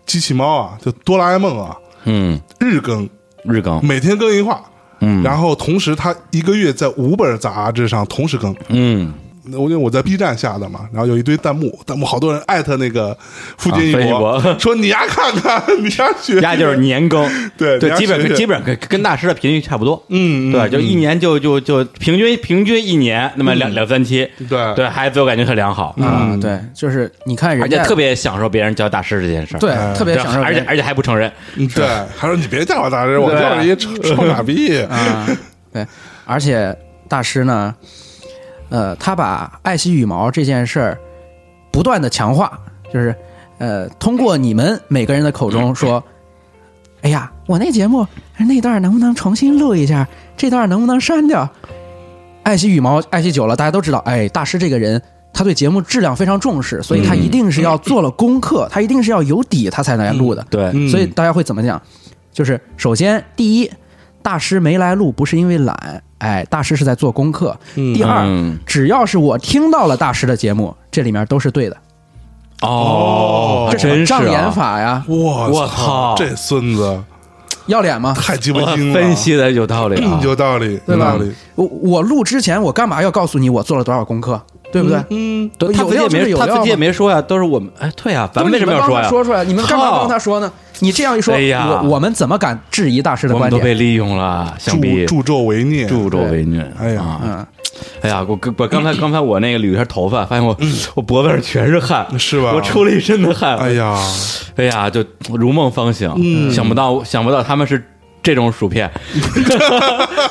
Speaker 1: 机器猫啊，就哆啦 A 梦啊，
Speaker 2: 嗯，
Speaker 1: 日更，
Speaker 2: 日更，
Speaker 1: 每天更一话。
Speaker 2: 嗯
Speaker 1: 然后同时他一个月在五本杂志上同时更，
Speaker 2: 嗯，
Speaker 1: 我因为我在 B 站下的嘛，然后有一堆弹幕，弹幕好多人艾特那个付坚
Speaker 2: 啊
Speaker 1: 一
Speaker 2: 付坚一博 <laughs>
Speaker 1: 说你丫看看， <laughs> 你丫学，
Speaker 2: 丫就是年更，
Speaker 3: <laughs>
Speaker 1: 对
Speaker 2: 对
Speaker 1: 人，家
Speaker 2: 基本
Speaker 1: 学学
Speaker 2: 基本跟跟大师的频率差不多。
Speaker 1: 嗯，嗯
Speaker 2: 对，就一年就就就平均平均一年那么
Speaker 3: 嗯
Speaker 2: 两两三期，
Speaker 1: 对
Speaker 2: 对，还自我感觉很良好，
Speaker 3: 啊，对，就是你看人
Speaker 2: 而且
Speaker 3: 家
Speaker 2: 特别享受别人教大师这件事儿，
Speaker 3: 嗯对，特别
Speaker 2: 对
Speaker 3: 享受
Speaker 2: 而
Speaker 3: 人
Speaker 2: 且而且还不承认，
Speaker 1: 对，还说你别叫我大师，我叫你一臭臭傻逼，
Speaker 3: 啊，对，而且大师呢，呃，他把爱惜羽毛这件事儿不断的强化，就是呃，通过你们每个人的口中说，哎呀，我那节目哎那段能不能重新录一下？这段能不能删掉？爱惜羽毛，爱惜久了，大家都知道，哎，大师这个人。他对节目质量非常重视，所以他一定是要做了功课，他一定是要有底，他才来录的。
Speaker 2: 对，
Speaker 1: 嗯
Speaker 3: 所以大家会怎么讲？就是首先，第一，大师没来录不是因为懒，哎，大师是在做功课。第二，
Speaker 2: 嗯
Speaker 3: 只要是我听到了大师的节目，这里面都是对的，
Speaker 2: 啊
Speaker 1: 哦
Speaker 3: 这什啊么障眼法呀，
Speaker 1: 我
Speaker 2: 我
Speaker 1: 操
Speaker 2: 靠，
Speaker 1: 这孙子
Speaker 3: 要脸吗？
Speaker 1: 太鸡巴
Speaker 2: 我
Speaker 1: 精了，
Speaker 2: 分析的有道理啊
Speaker 1: 嗯，有道理，
Speaker 3: 对
Speaker 1: 有
Speaker 3: 吧
Speaker 1: 道理，？
Speaker 3: 我我录之前，我干嘛要告诉你我做了多少功课，对不对？
Speaker 1: 嗯，
Speaker 3: 对
Speaker 2: 他
Speaker 3: 有
Speaker 2: 自己也
Speaker 3: 料就是
Speaker 2: 没
Speaker 3: 有
Speaker 2: 他
Speaker 3: 料
Speaker 2: 自己也
Speaker 3: 嘛
Speaker 2: 没说呀，都是我们哎，对呀，咱
Speaker 3: 都
Speaker 2: 们
Speaker 3: 是
Speaker 2: 为什么要
Speaker 3: 你们
Speaker 2: 说
Speaker 3: 帮他
Speaker 2: 呀？
Speaker 3: 说出来，你们干嘛
Speaker 2: 靠
Speaker 3: 帮他说呢？你这样一说，
Speaker 2: 哎呀
Speaker 3: 我我们怎么敢质疑大师的
Speaker 2: 我
Speaker 3: 观
Speaker 2: 们都
Speaker 3: 点？
Speaker 2: 被利用了，想必
Speaker 1: 助助纣为虐，
Speaker 2: 助纣为虐。
Speaker 1: 哎呀
Speaker 2: 啊
Speaker 3: 嗯，
Speaker 2: 哎呀，我我刚才刚才我那个捋一下头发，发现我 <laughs> 我脖子上全是汗，
Speaker 1: 是吧
Speaker 2: 我出了一身的汗，
Speaker 1: 哎呀，
Speaker 2: 哎呀，就如梦方醒，想不到想不到他们是。这种薯片，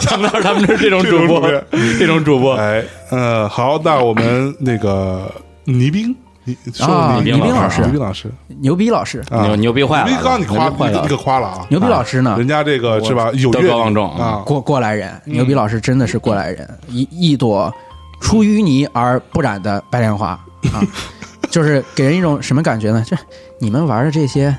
Speaker 2: 想不到他们是这种主播
Speaker 1: 这种薯，
Speaker 2: 这种主播，
Speaker 1: 哎，呃，好，那我们那个倪兵，你说
Speaker 3: 啊
Speaker 1: 说
Speaker 2: 倪兵
Speaker 1: 老
Speaker 2: 老
Speaker 1: 师，
Speaker 2: 师
Speaker 1: 倪兵老师，
Speaker 3: 牛逼老师，
Speaker 1: 啊
Speaker 2: 牛牛逼坏了！哎
Speaker 1: 倪兵刚你夸
Speaker 2: 牛逼坏
Speaker 1: 你
Speaker 2: 了
Speaker 1: 你可夸了啊，
Speaker 3: 牛逼老师呢？
Speaker 1: 人家这个是吧？有
Speaker 2: 德
Speaker 1: 阅
Speaker 2: 高
Speaker 1: 历
Speaker 2: 望重
Speaker 1: 啊，
Speaker 3: 过过来人，牛逼老师真的是过来人，一一朵出淤泥而不染的白莲花啊， <laughs> 就是给人一种什么感觉呢？就是你们玩的这些，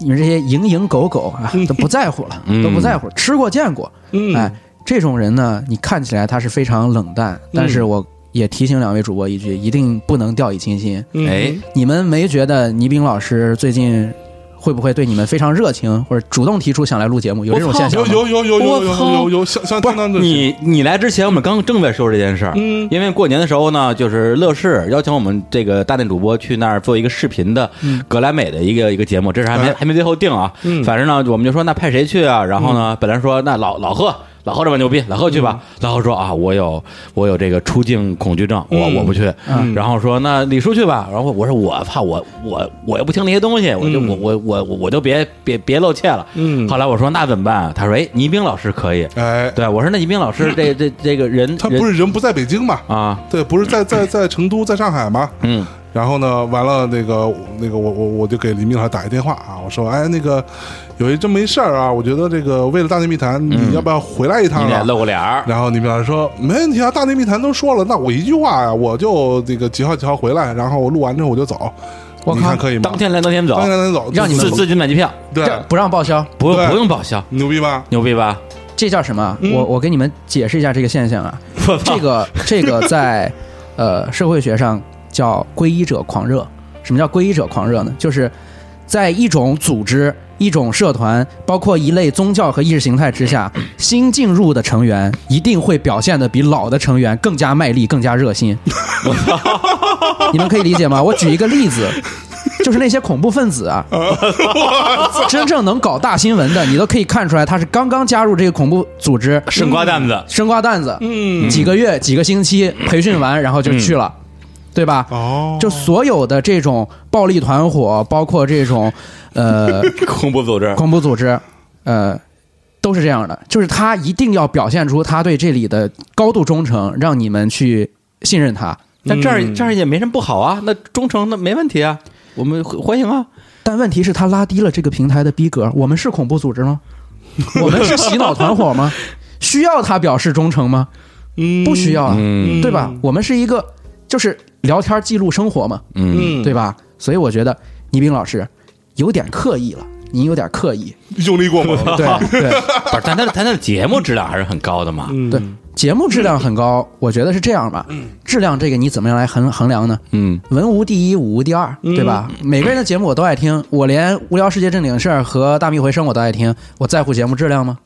Speaker 3: 你们这些蝇营狗苟啊，都不在乎了，
Speaker 1: 嗯
Speaker 3: 都不在乎，吃过见过，哎，这种人呢，你看起来他是非常冷淡，但
Speaker 1: 嗯
Speaker 3: 是我也提醒两位主播一
Speaker 1: 嗯
Speaker 3: 句，一定不能掉以轻心。
Speaker 2: 哎，
Speaker 3: 你们没觉得倪斌老师最近会不会对你们非常热情，或者主动提出想来录节目？有这种现象
Speaker 1: 有
Speaker 3: 吗？
Speaker 1: 有有有有有
Speaker 2: 我操
Speaker 1: 有有像像相当的
Speaker 2: 你你来之前，我们刚正在说这件事儿，
Speaker 1: 嗯
Speaker 2: 因为过年的时候呢，就是乐视邀请我们这个大内主播去那儿做一个视频的格莱美的一个一个节目，这事还没
Speaker 1: 嗯哎
Speaker 2: 还没最后定啊，
Speaker 1: 嗯
Speaker 2: 反正呢，我们就说那派谁去啊？然后呢，本来说那老老贺。老贺这么牛逼，老贺去吧。
Speaker 1: 嗯
Speaker 2: 老贺说啊，我有我有这个出境恐惧症，我
Speaker 1: 嗯
Speaker 2: 我不去。然后说那李叔去吧。然后我说我怕我我我又不听那些东西，我就我我我我就别别别露怯了。
Speaker 1: 嗯
Speaker 2: 后来我说那怎么办啊？他说哎，倪兵老师可以。
Speaker 1: 哎，
Speaker 2: 对，我说那倪兵老师这这这个人，
Speaker 1: 他
Speaker 2: 人
Speaker 1: 不是人不在北京嘛？
Speaker 2: 啊，
Speaker 1: 对，不是在在在成都，在上海嘛？
Speaker 2: 嗯，
Speaker 1: 然后呢，完了那个那个我我我就给黎明老师打一电话啊，我说哎那个有一这么一事儿啊，我觉得这个为了大内密谈，你要不要回来一
Speaker 2: 你
Speaker 1: 趟
Speaker 2: 俩
Speaker 1: 啊？
Speaker 2: 露个脸儿，
Speaker 1: 然后黎明老师说没问题啊，大内密谈都说了，那我一句话呀、我就这个几号几号回来，然后我录完之后我就走，
Speaker 3: 我
Speaker 1: 你
Speaker 3: 靠
Speaker 1: 看可以吗？
Speaker 2: 当天来当天走
Speaker 1: 当，天走，
Speaker 2: 让你们
Speaker 1: 自
Speaker 2: 自自己买机票，
Speaker 1: 对
Speaker 3: 这不让报销，
Speaker 2: 不用
Speaker 1: 对
Speaker 2: 不用报销，
Speaker 1: 牛逼吧？
Speaker 2: 牛逼
Speaker 1: <laughs>
Speaker 2: 吧？
Speaker 3: 这叫什么？
Speaker 1: 嗯
Speaker 3: 我我给你们解释一下这个现象啊，
Speaker 2: 我操
Speaker 3: 这个这个在呃社会学上叫皈依者狂热。什么叫皈依者狂热呢？就是在一种组织、一种社团，包括一类宗教和意识形态之下，新进入的成员一定会表现的比老的成员更加卖力、更加热心。 <laughs> 你们可以理解吗？我举一个例子。就是那些恐怖分子啊，真正能搞大新闻的，你都可以看出来，他是刚刚加入这个恐怖组织，
Speaker 2: 生瓜蛋子，
Speaker 3: 生瓜蛋子，
Speaker 1: 嗯，
Speaker 3: 几个月、几个星期培训完，然后就去了，对吧？
Speaker 1: 哦，
Speaker 3: 就所有的这种暴力团伙，包括这种
Speaker 1: <laughs>
Speaker 3: 呃
Speaker 2: 恐怖组织，
Speaker 3: 恐怖组织，呃，都是这样的，就是他一定要表现出他对这里的高度忠诚，让你们去信任他。
Speaker 2: 但这
Speaker 1: 嗯
Speaker 2: 样这样也没什么不好啊，那忠诚那没问题啊，我们欢迎啊，
Speaker 3: 但问题是，他拉低了这个平台的逼格。我们是恐怖组织吗？我们是洗脑团
Speaker 1: <laughs>
Speaker 3: 伙吗？需要他表示忠诚吗？
Speaker 1: 嗯
Speaker 3: 不需要啊，
Speaker 2: 嗯
Speaker 3: 对吧？我们是一个就是聊天记录生活嘛，
Speaker 2: 嗯，
Speaker 1: 嗯，
Speaker 3: 对吧？所以我觉得倪斌老师有点刻意了，您有点刻意。
Speaker 1: 嗯用力
Speaker 2: <laughs>
Speaker 1: 过猛，
Speaker 2: 啊
Speaker 3: 对对
Speaker 2: 不是，但他的他的节目质量还是很高的嘛，
Speaker 1: 嗯
Speaker 3: 对，节目质量很高，我觉得是这样吧。质量这个你怎么样来衡衡量呢？
Speaker 2: 嗯，
Speaker 3: 文无第一，武无第二，对吧？每个人的节目我都爱听，我连《无聊世界正经事儿》和《大秘回声》我都爱听，我在乎节目质量吗？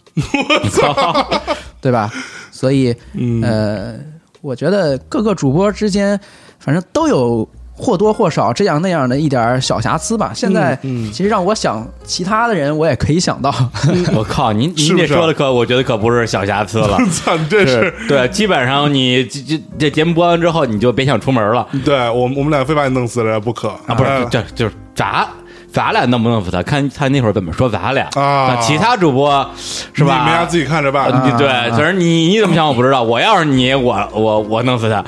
Speaker 1: <laughs>
Speaker 3: 对吧？所以，呃，我觉得各个主播之间，反正都有或多或少这样那样的一点儿小瑕疵吧。现在，其实让我想其他的人，我也可以想到。
Speaker 2: 我靠，您
Speaker 1: 是
Speaker 2: 您
Speaker 1: 不
Speaker 2: 这
Speaker 1: 是
Speaker 2: 说的可，我觉得可不是小瑕疵了。
Speaker 1: 操，你这 <laughs> 是。
Speaker 2: 对，基本上你这这这节目播完之后，你就别想出门了
Speaker 1: 对我们，我们俩非把你弄死了不可
Speaker 2: 啊！不是
Speaker 1: 哎，
Speaker 2: 就就是咱咱俩弄不弄死他？看他那会儿怎么说咱俩
Speaker 1: 啊
Speaker 2: 那其他主播是吧？
Speaker 1: 你们家自己看着办。
Speaker 2: 呃你对，反正你你怎么想我不知道。我要是你，我我我弄死他。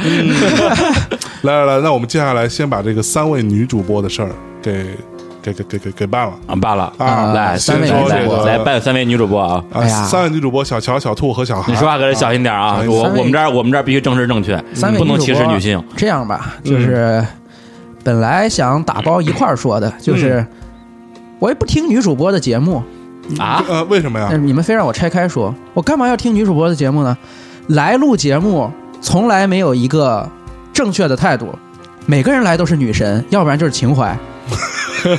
Speaker 1: 来来来，那我们接下来先把这个三位女主播的事儿给给给给给给办了
Speaker 2: 啊，罢了，
Speaker 1: 啊
Speaker 2: 来
Speaker 1: 先
Speaker 2: 三位
Speaker 3: 说
Speaker 2: 女主
Speaker 3: 这
Speaker 2: 播
Speaker 1: 个
Speaker 2: 来扮三位女主播啊！
Speaker 1: 啊、
Speaker 3: 哎呀
Speaker 1: 三位女主播小乔、小兔和小孩。
Speaker 2: 你说话可得小心点啊！
Speaker 1: 啊
Speaker 2: 我
Speaker 3: 三位
Speaker 2: 我们这儿我们这儿必须正直正确
Speaker 3: 三，位
Speaker 2: 不能
Speaker 3: 女主
Speaker 2: 歧视
Speaker 3: 播
Speaker 2: 女性。
Speaker 3: 这样吧，就是本来想打包一块儿说的，就是我也不听女主播的节目，
Speaker 2: 啊
Speaker 1: 呃，为什么呀
Speaker 3: 但是？你们非让我拆开说，我干嘛要听女主播的节目呢？来录节目从来没有一个正确的态度，每个人来都是女神，要不然就是
Speaker 2: <laughs>
Speaker 3: 情怀。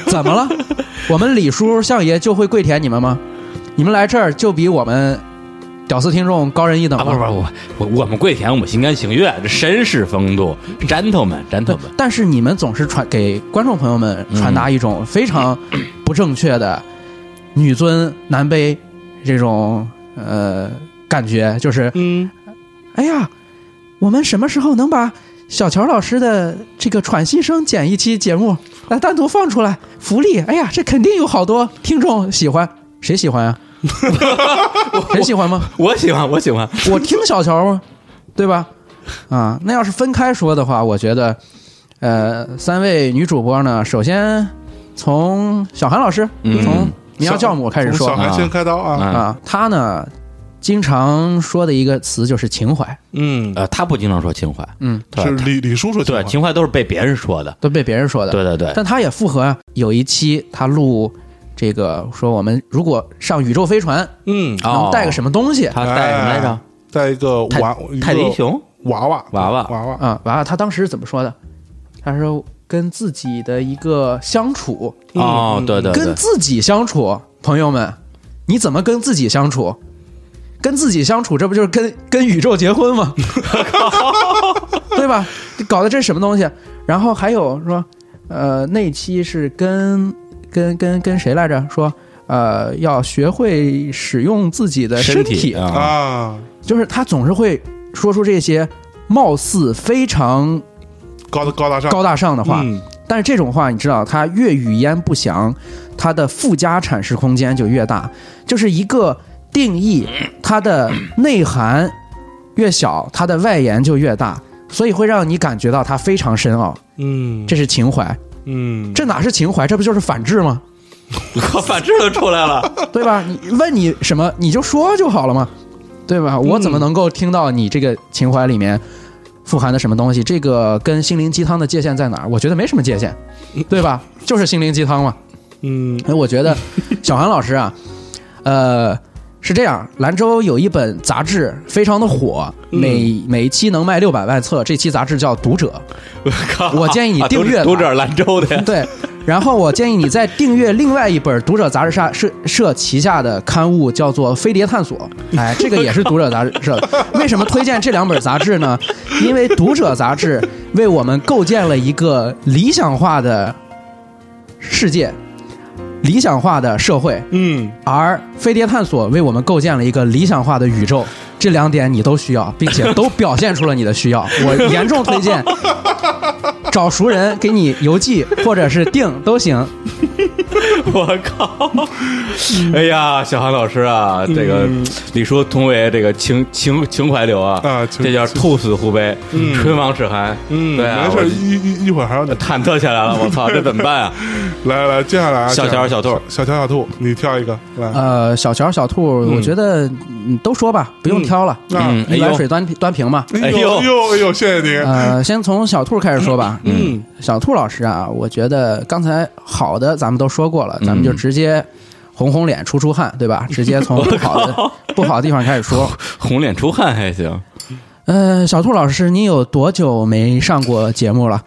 Speaker 3: 怎么了？我们李叔相爷就会跪舔你们吗？你们来这儿就比我们屌丝听众高人一等
Speaker 2: 啊！
Speaker 3: 吗？
Speaker 2: 不是不是我我我们跪舔，我们心甘情愿，这绅士风度，gentleman
Speaker 3: 对
Speaker 2: gentleman。，
Speaker 3: 但是你们总是传给观众朋友们传达一种
Speaker 2: <laughs>
Speaker 3: 非常不正确的女尊男卑这种呃感觉，就是
Speaker 1: 嗯，
Speaker 3: 哎呀，我们什么时候能把小乔老师的这个喘息声剪一期节目来单独放出来？福利，哎呀，这肯定有好多听众喜欢，谁喜欢啊？谁喜欢吗？
Speaker 2: 我喜欢，我喜欢。
Speaker 3: 我听小乔吗？对吧？啊，那要是分开说的话，我觉得，呃，三位女主播呢，首先从小韩老师，
Speaker 2: 嗯
Speaker 3: 从民谣教母开始
Speaker 1: 从
Speaker 3: 说
Speaker 1: 小
Speaker 3: 啊
Speaker 1: 韩先开刀啊。
Speaker 2: 啊
Speaker 3: 啊，她呢经常说的一个词就是情怀，
Speaker 1: 嗯，
Speaker 2: 呃，他不经常说情怀，
Speaker 3: 嗯，
Speaker 2: 对
Speaker 1: 是李李叔说情
Speaker 2: 对，
Speaker 1: 况
Speaker 2: 情怀都是被别人说的。
Speaker 3: 都被别人说的，
Speaker 2: 对对对，
Speaker 3: 但她也符合有一期她录这个说我们如果上宇宙飞船
Speaker 1: 嗯，
Speaker 5: 哦
Speaker 3: 能带个什么哎东西、
Speaker 2: 哦他带什么来着？
Speaker 1: 带一个
Speaker 2: 泰
Speaker 1: 娃一个
Speaker 2: 泰迪熊
Speaker 1: 娃娃
Speaker 2: 娃娃
Speaker 1: 娃娃，
Speaker 3: 啊？完了，她当时怎么说的？她说。跟自己的一个相处，
Speaker 5: 哦，对对对
Speaker 3: 跟，自己相处，朋友们，你怎么跟自己相处？跟自己相处，这不就是跟跟宇宙结婚吗？ <laughs> 对吧？搞的这是什么东西？然后还有说，呃，那期是跟跟跟跟谁来着？说呃，要学会使用自己的身体，
Speaker 2: 嗯
Speaker 5: 体啊，
Speaker 1: 啊，
Speaker 3: 就是他总是会说出这些貌似非常
Speaker 1: 高高大上，
Speaker 3: 高大上的话，
Speaker 1: 嗯
Speaker 3: 但是这种话，你知道，它越语言不详，它的附加阐释空间就越大。就是一个定义，它的内涵越小，它的外延就越大，所以会让你感觉到它非常深奥。
Speaker 1: 嗯，
Speaker 3: 这是情怀，
Speaker 1: 嗯，
Speaker 3: 这哪是情怀？这不就是反制吗？
Speaker 5: <laughs> 靠，反制都出来了，
Speaker 3: 对吧？你问你什么，你就说就好了嘛，对吧？我怎么能够听到你这个情怀里面富含的什么东西？这个跟心灵鸡汤的界限在哪儿？我觉得没什么界限，对吧？就是心灵鸡汤嘛。
Speaker 1: 嗯
Speaker 3: <laughs> 哎，我觉得小韩老师啊，呃，是这样，兰州有一本杂志非常的火，每、每一期能卖六百万册，这期杂志叫《读者
Speaker 5: 我靠，
Speaker 3: <laughs> 我建议你
Speaker 5: 啊
Speaker 3: 订阅
Speaker 5: 读读
Speaker 3: 吧嗯
Speaker 5: 者兰州的》，呀，
Speaker 3: 对。然后我建议你再订阅另外一本《读者》杂志社社社旗下的刊物，叫做《飞碟探索》。哎，这个也是《读者》杂志社的。为什么推荐这两本杂志呢？因为《读者》杂志为我们构建了一个理想化的世界，理想化的社会。
Speaker 1: 嗯，
Speaker 3: 而飞碟探索为我们构建了一个理想化的宇宙，这两点你都需要，并且都表现出了你的需要。我严重推荐找熟人给你邮寄或者是订都行。
Speaker 5: <laughs> 我靠，哎呀，小韩老师啊，
Speaker 3: 嗯
Speaker 5: 这个李叔同为这个情情情怀流啊，
Speaker 1: 啊情
Speaker 5: 这叫兔死狐悲，唇亡齿寒，
Speaker 1: 嗯，
Speaker 5: 对啊，
Speaker 1: 没
Speaker 5: 我
Speaker 1: 事，一一一会儿还要你
Speaker 5: 忐忑起来了，我操，这怎么办
Speaker 3: <laughs>
Speaker 5: 啊？
Speaker 1: 来来来，接下来啊，
Speaker 5: 小
Speaker 1: 这
Speaker 5: 乔
Speaker 1: 样
Speaker 5: 小兔，
Speaker 1: 小乔小兔，你挑一个来，
Speaker 3: 呃，小乔、小兔，我觉得嗯都说吧，不用挑了，
Speaker 1: 那
Speaker 5: 嗯
Speaker 3: 一碗水端端平嘛。
Speaker 1: 哎呦
Speaker 5: 呦
Speaker 1: 哎呦哎呦，谢谢你，
Speaker 3: <laughs> 呃，先从小兔开始说吧。
Speaker 1: 嗯，
Speaker 3: 小兔老师啊，我觉得刚才好的咱们都说过了，咱们就直接红红脸、出出汗，
Speaker 1: <laughs>
Speaker 3: 对吧？直接从不好的不好的地方开始说。
Speaker 5: 红脸出汗还行，
Speaker 3: 呃，小兔老师，你有多久没上过节目了？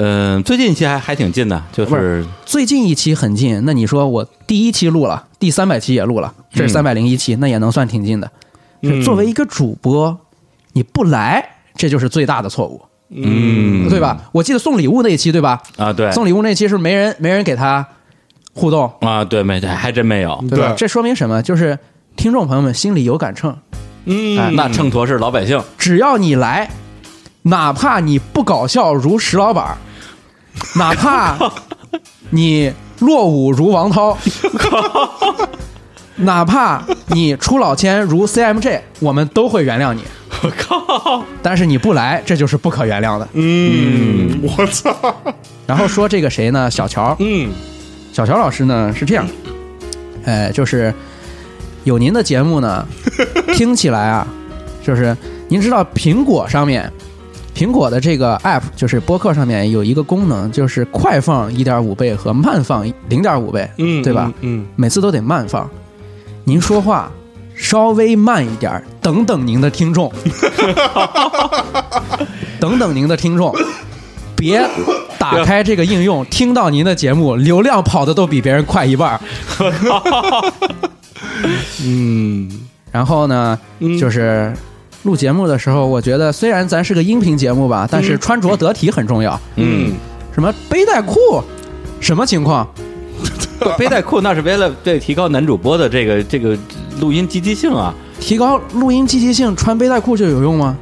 Speaker 5: 嗯，最近一期还还挺近的，就
Speaker 3: 不
Speaker 5: 是
Speaker 3: 最近一期很近，那你说我第一期录了，第三百期也录了，这是三百零一期，那也能算挺近的。
Speaker 1: 嗯
Speaker 3: 作为一个主播，你不来，这就是最大的错误，
Speaker 5: 嗯，
Speaker 3: 对吧？我记得送礼物那一期，对吧？
Speaker 5: 啊，对，
Speaker 3: 送礼物那期是没人没人给他互动，
Speaker 5: 啊，对，没，还真没有。
Speaker 3: 对吧？
Speaker 1: 对
Speaker 3: 这说明什么？就是听众朋友们心里有杆秤，
Speaker 2: 哎
Speaker 1: 嗯，
Speaker 5: 那秤砣是老百姓，
Speaker 3: 只要你来，哪怕你不搞笑如石老板
Speaker 5: <laughs>
Speaker 3: 儿，哪怕你落伍如王
Speaker 5: <laughs>
Speaker 3: 涛，哪怕你出老千如 CMJ，我们都会原谅你。
Speaker 5: 我靠！
Speaker 3: 但是你不来，这就是不可原谅的。
Speaker 1: 嗯，我操，
Speaker 3: 然后说这个谁呢？小乔，
Speaker 1: 嗯
Speaker 3: 小乔老师呢是这样，呃，就是有您的节目
Speaker 1: <laughs>
Speaker 3: 呢，听起来啊，就是您知道苹果上面，苹果的这个 app 就是播客上面有一个功能，就是快放一点五倍和慢放零点五倍，
Speaker 1: 嗯，
Speaker 3: 对吧？
Speaker 1: 嗯？
Speaker 3: 每次都得慢放，您说话稍微慢一点儿，等等您的听众， <laughs> 等等您的听众，别打开这个应用，听到您的节目，流量跑的都比别人快一半儿。
Speaker 2: <laughs>
Speaker 1: 嗯嗯，
Speaker 3: 然后呢，就是录节目的时候，我觉得虽然咱是个音频节目
Speaker 1: 嗯
Speaker 3: 吧，但是穿着得体很重要。
Speaker 5: 嗯，
Speaker 3: 什么背带裤，什么情况？
Speaker 5: 不背带裤那是为了对提高男主播的这个这个录音积极性啊，
Speaker 3: 提高录音积极性，穿背带裤就有用吗？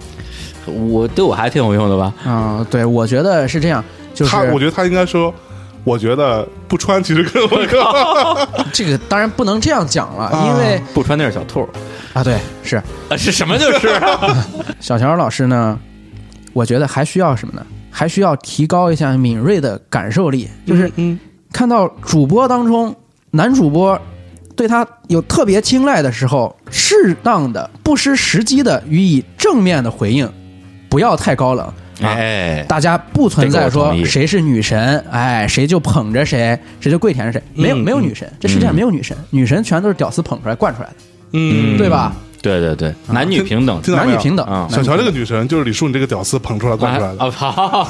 Speaker 5: 我对我还挺有用的吧？
Speaker 3: 啊、对，我觉得是这样。就是
Speaker 1: 他我觉得他应该说，我觉得不穿其实更我靠，
Speaker 3: <laughs> 这个当然不能这样讲了，
Speaker 1: 啊
Speaker 3: 因为
Speaker 5: 不穿那是小兔，
Speaker 3: 啊，对，是
Speaker 5: 啊是什么就是啊
Speaker 2: <laughs>
Speaker 3: 小乔老师呢，我觉得还需要什么呢？还需要提高一下敏锐的感受力，就是
Speaker 1: 嗯
Speaker 3: 看到主播当中男主播对他有特别青睐的时候，适当的、不失时机的予以正面的回应，不要太高冷。
Speaker 5: 哎，
Speaker 3: 大家不存在
Speaker 5: 这个我
Speaker 3: 说
Speaker 5: 同意
Speaker 3: 谁是女神，哎，谁就捧着谁，谁就跪舔着谁，没有没有女神，这世界上没有女神，女神全都是屌丝捧出来惯出来的，
Speaker 1: 嗯，
Speaker 3: 对吧？
Speaker 5: 对对对，男女平等
Speaker 1: 听到
Speaker 3: 男
Speaker 1: 没
Speaker 3: 女
Speaker 1: 有
Speaker 3: 平等
Speaker 5: 啊，
Speaker 2: 啊
Speaker 1: 小乔这个女神就是李叔你这个屌丝捧出来惯出来的，
Speaker 5: 啊，好，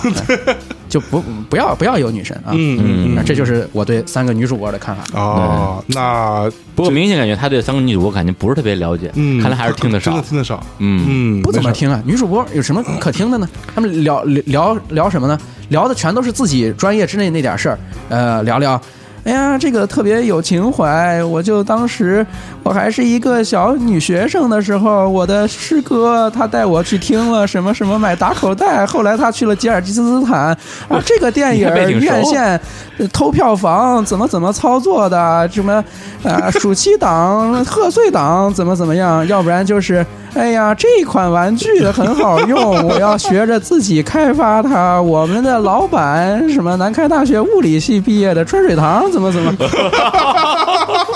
Speaker 3: 就不不要不要有女神啊。
Speaker 1: 嗯
Speaker 3: 那这就是我对三个女主播的看法。
Speaker 1: 哦，那
Speaker 2: <laughs> 不过明显感觉他对三个女主播感觉不是特别了解，
Speaker 1: 嗯，
Speaker 2: 看来还是听得
Speaker 1: 真
Speaker 2: 少
Speaker 1: 的。听得少，
Speaker 2: 嗯，
Speaker 1: 嗯，
Speaker 3: 不怎么
Speaker 1: 没事
Speaker 3: 听啊，女主播有什么可听的呢？他们聊聊聊什么呢？聊的全都是自己专业之内那点事儿，呃，聊聊。哎呀，这个特别有情怀。我就当时我还是一个小女学生的时候，我的师哥他带我去听了什么什么买打口袋，后来他去了吉尔吉斯斯坦，啊，这个电影
Speaker 2: 你还背景熟
Speaker 3: 院线呃偷票房怎么怎么操作的，什么呃暑期档、贺岁档怎么怎么样，要不然就是哎呀这款玩具很好用，我要学着自己开发它。我们的老板什么南开大学物理系毕业的春水堂怎么怎么，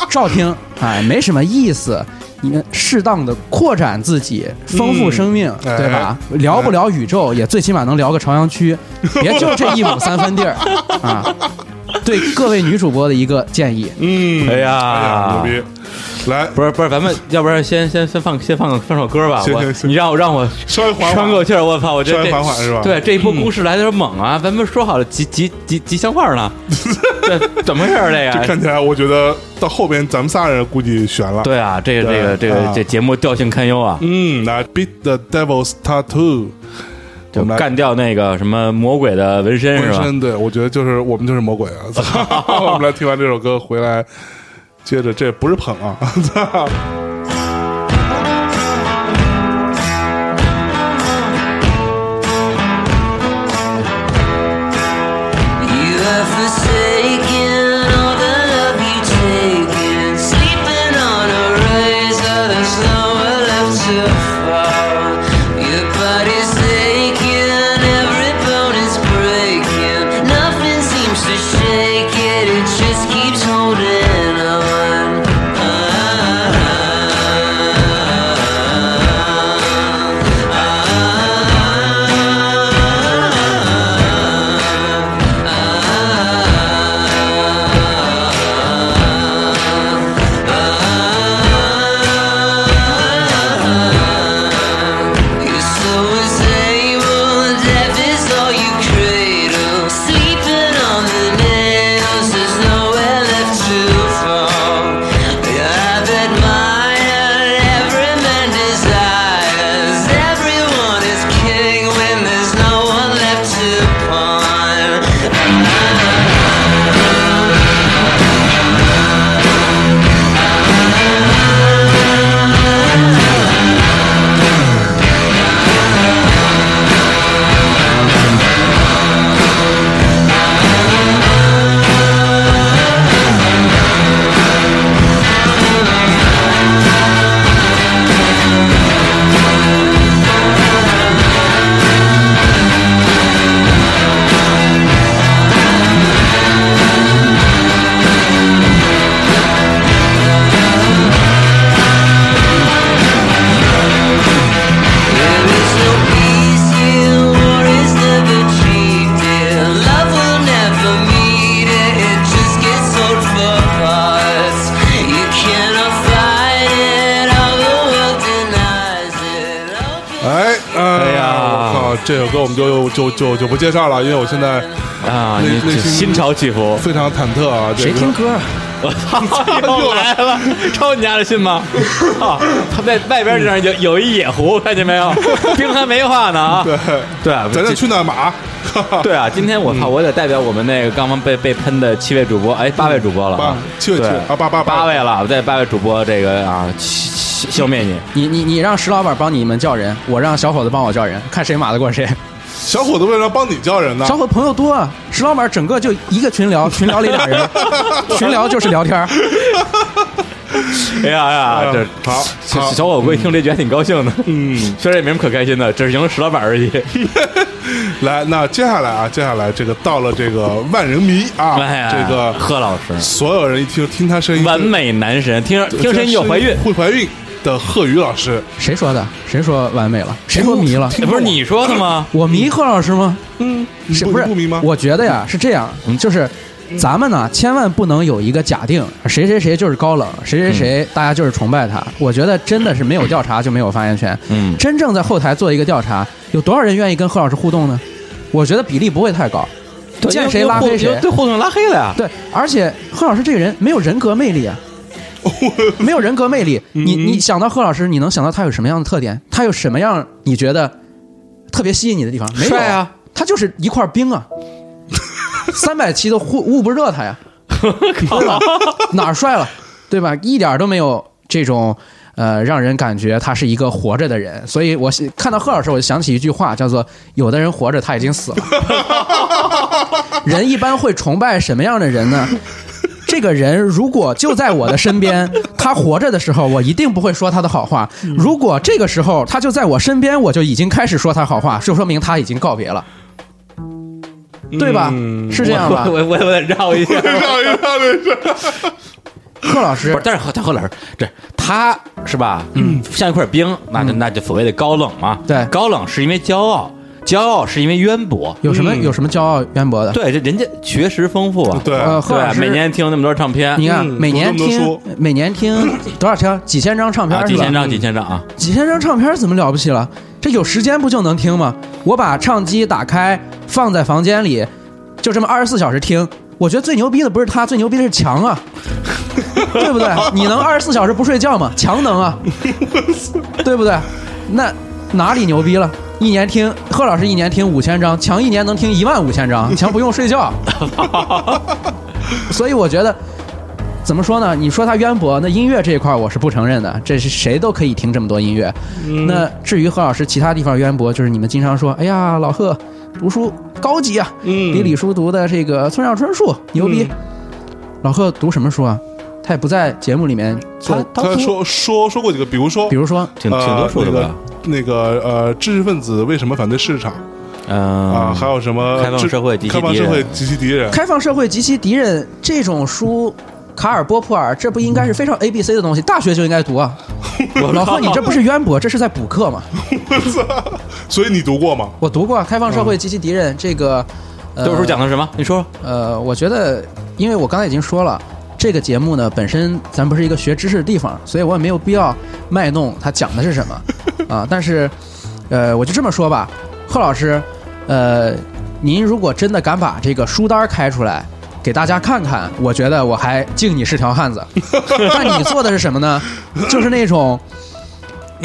Speaker 3: 照听，哎，没什么意思。你们适当的扩展自己，丰富生命，
Speaker 1: 嗯
Speaker 3: 对吧？聊不聊宇宙，也最起码能聊个朝
Speaker 1: <laughs>
Speaker 3: 阳区，别就这一亩三分地儿啊！对各位女主播的一个建议，
Speaker 1: 嗯，
Speaker 2: 哎呀
Speaker 1: 哎牛逼，来，
Speaker 2: 不是不是，咱们要不然先先先放先放放首歌吧。
Speaker 1: 行
Speaker 2: 我
Speaker 1: 行行
Speaker 2: 你让我让我
Speaker 1: 稍微缓缓
Speaker 2: 喘口气儿，我操！我觉得
Speaker 1: 稍微
Speaker 2: 这
Speaker 1: 缓缓是吧嗯
Speaker 2: 对，这一波攻势来的有点猛啊！咱们说好了吉吉吉吉祥话
Speaker 1: <laughs>
Speaker 2: 呢，这怎么回事儿？这
Speaker 1: 这
Speaker 2: 个
Speaker 1: 看起来我觉得到后边咱们仨人估计悬了，
Speaker 2: 对啊，这个这个这
Speaker 1: 对啊
Speaker 2: 个这节目调性堪忧啊！
Speaker 1: 嗯，来，Beat the Devil's Tattoo，
Speaker 2: 就
Speaker 1: 我们来
Speaker 2: 干掉那个什么魔鬼的纹身是
Speaker 1: 纹
Speaker 2: 吧？
Speaker 1: 身，对我觉得就是我们就是魔鬼啊！ <laughs> 我们来听完这首歌回来，接着这不是捧啊， <laughs>
Speaker 4: You have forsaken all the love you taken, sleeping on a razor that's nowhere left to fall. Your body's aching, every bone is breaking. Nothing seems to shake it, it just keeps holding on. Ah, Your soul is able, death is all you cradle. Sleeping on the nails, there's nowhere left to fall. I've admired every man desires. Everyone is king when there's no one left to pawn. There is no peace here, war is never cheap here. Love will never meet it, it just gets sold for parts. You cannot fight it, all the world denies it.
Speaker 1: 哎，哎
Speaker 2: 呀
Speaker 1: 我靠，这首歌我们就就就就不介绍了，因为我现在
Speaker 2: 啊，
Speaker 1: 内
Speaker 2: 你
Speaker 1: 内
Speaker 2: 这
Speaker 1: 心
Speaker 2: 心潮起
Speaker 1: <laughs>
Speaker 2: 伏，
Speaker 1: 非常忐忑啊。这
Speaker 3: 谁
Speaker 1: 个
Speaker 3: 听歌啊？
Speaker 2: 我操，又来了，抄你家的信吗？啊，他在外边这样有有一野狐，看见没
Speaker 1: <laughs>
Speaker 2: 有？冰寒梅花呢啊！
Speaker 1: 对，
Speaker 2: 对啊，
Speaker 1: <laughs> 咱
Speaker 2: 这
Speaker 1: 就去那马，
Speaker 2: <laughs> 对啊，今天我操，我得代表我们那个刚刚被被喷的七位主播，哎，八位主播了啊
Speaker 1: 嗯八，七位
Speaker 2: 对
Speaker 1: 七位啊八八八
Speaker 2: 八位了，我代表八位主播这个啊，消消消灭你。
Speaker 3: 你你你让石老板帮你们叫人，我让小伙子帮我叫人，看谁马得过谁。
Speaker 1: <laughs> 啊小伙子为什么要帮你叫人呢？
Speaker 3: 小伙子朋友多，啊，石老板整个就一个
Speaker 1: <laughs>
Speaker 3: 群聊，群聊里俩人，群聊就是聊天儿。
Speaker 2: 哎呀哎呀，这
Speaker 1: 好
Speaker 2: 小
Speaker 1: 啊好
Speaker 2: 小伙哥一听这觉得挺高兴的，
Speaker 1: 嗯，
Speaker 2: 虽然也没什么可开心的，只是赢了石老板而
Speaker 1: <laughs>
Speaker 2: 已。
Speaker 1: 来，那接下来啊，接下来这个到了这个万人迷啊，
Speaker 2: 哎呀，
Speaker 1: 这个
Speaker 2: 贺老师，
Speaker 1: 所有人一听听他声音，
Speaker 2: 完美男神，听听声音就怀孕。
Speaker 1: 会怀孕的贺宇老师，
Speaker 3: 谁说的？谁说完美了？谁说迷了？
Speaker 1: 听
Speaker 2: 哎不是你说的吗？
Speaker 3: 我迷贺老师吗？
Speaker 1: 你
Speaker 3: 是
Speaker 1: 不
Speaker 3: 不是
Speaker 1: 你不迷吗？
Speaker 3: 我觉得
Speaker 2: 嗯
Speaker 3: 呀，是这样，就是咱们呢，千万不能有一个假定，谁谁谁就是高冷，谁谁
Speaker 2: 嗯
Speaker 3: 谁大家就是崇拜他。我觉得真的是没有调查就没有发言权。 <laughs>
Speaker 2: 嗯
Speaker 3: 真正在后台做一个调查，有多少人愿意跟贺老师互动呢？我觉得比例不会太高。
Speaker 2: 对
Speaker 3: 见谁拉黑谁
Speaker 2: 因为对互动拉黑了呀。
Speaker 3: 对，而且贺老师这个人没有人格魅
Speaker 2: <laughs>
Speaker 3: 力啊，没有人格魅力。你
Speaker 2: 嗯
Speaker 3: 你想到贺老师，你能想到他有什么样的特点？他有什么样你觉得特别吸引你的地方？没有
Speaker 2: 帅啊，
Speaker 3: 他就是一块冰啊，三百七都捂捂不热他呀，对吧？哪儿帅了，对吧？一点儿都没有这种。呃，让人感觉他是一个活着的人，所以我是看到贺老师，我就想起一句话，叫做“有的人活着他已
Speaker 2: <laughs>
Speaker 3: 经死了”。人一般会崇拜什么样的人呢？这个人如果就在我的身边，他活着的时候，我一定不会说他的好话；
Speaker 2: 嗯
Speaker 3: 如果这个时候他就在我身边，我就已经开始说他好话，就说明他已经告别了，对吧？ <laughs> 是这样吧
Speaker 2: 嗯我？我我我得绕一下。
Speaker 1: <laughs> 让一让这是
Speaker 3: 贺老
Speaker 2: 不
Speaker 3: 师
Speaker 2: 是，但是和他和老师，这他是吧？嗯，像一块冰，那就那就所谓的高冷嘛。
Speaker 3: 嗯对
Speaker 2: 高冷是因为骄傲，骄傲是因为渊博。
Speaker 3: 有什么有什么骄傲渊博的？
Speaker 2: 对，这人家学识丰富啊。
Speaker 1: 对
Speaker 3: 呃，贺
Speaker 2: 对
Speaker 3: 老
Speaker 2: 吧，
Speaker 3: 师
Speaker 2: 每年听那么多唱片，
Speaker 3: 你看，
Speaker 1: 嗯
Speaker 3: 每年
Speaker 1: 读这么多
Speaker 3: 听
Speaker 1: 书
Speaker 3: 每年听多少张？几千张唱片
Speaker 2: 啊，
Speaker 3: 是
Speaker 2: 几
Speaker 3: 吧？嗯
Speaker 2: 千张，几千张啊！
Speaker 3: 几千张唱片怎么了不起了？这有时间不就能听吗？我把唱机打开，放在房间里，就这么二十四小时听。我觉得最牛逼的不是他，最牛逼的是
Speaker 2: <laughs>
Speaker 3: 强啊，对不对？你能二十四小时不睡觉吗？强能啊， <laughs> 对不对？那哪里牛逼了？一年听贺老师一年听五千张，强一年能听一万五
Speaker 1: <laughs>
Speaker 3: 千张，强不用睡觉。所以我觉得怎么说呢？你说他渊博，那音乐这一块我是不承认的，这是谁都可以听这么多音乐。
Speaker 1: 嗯
Speaker 3: 那至于贺老师其他地方渊博，就是你们经常说，哎呀，老贺读书高级啊，
Speaker 1: 嗯
Speaker 3: 比李叔读的这个村上春树牛逼。老贺读什么书啊？他也不在节目里面做，
Speaker 1: 他说说说过几个，比如说，
Speaker 3: 比如说
Speaker 2: 挺挺多数的吧
Speaker 1: 呃？那个那个呃，知识分子为什么反对市场啊？
Speaker 2: 嗯，
Speaker 1: 还有什么
Speaker 2: 开放
Speaker 1: 知
Speaker 2: 社会及其
Speaker 1: 开放
Speaker 2: 敌
Speaker 1: 社
Speaker 2: 人
Speaker 1: 会及其敌人？
Speaker 3: 《
Speaker 1: <laughs>
Speaker 3: 开放社会及其敌人》这种书。卡尔波普尔，这不应该是非常 A B C 的东西，大学就应该读
Speaker 2: <laughs>
Speaker 3: 啊！老贺，你这不是渊博，这是在补课嘛？
Speaker 1: 所以你读过吗？
Speaker 3: 我读过《啊开放社会及其敌人》这个，呃，
Speaker 2: 这本书讲的是什么？你说说。
Speaker 3: 呃，我觉得，因为我刚才已经说了，这个节目呢本身咱不是一个学知识的地方，所以我也没有必要卖弄它讲的是什么啊。但是，呃，我就这么说吧，贺老师，呃，您如果真的敢把这个书单开出来。给大家看看，我觉得我还敬你是条汉子。但你做的是什么呢？就是那种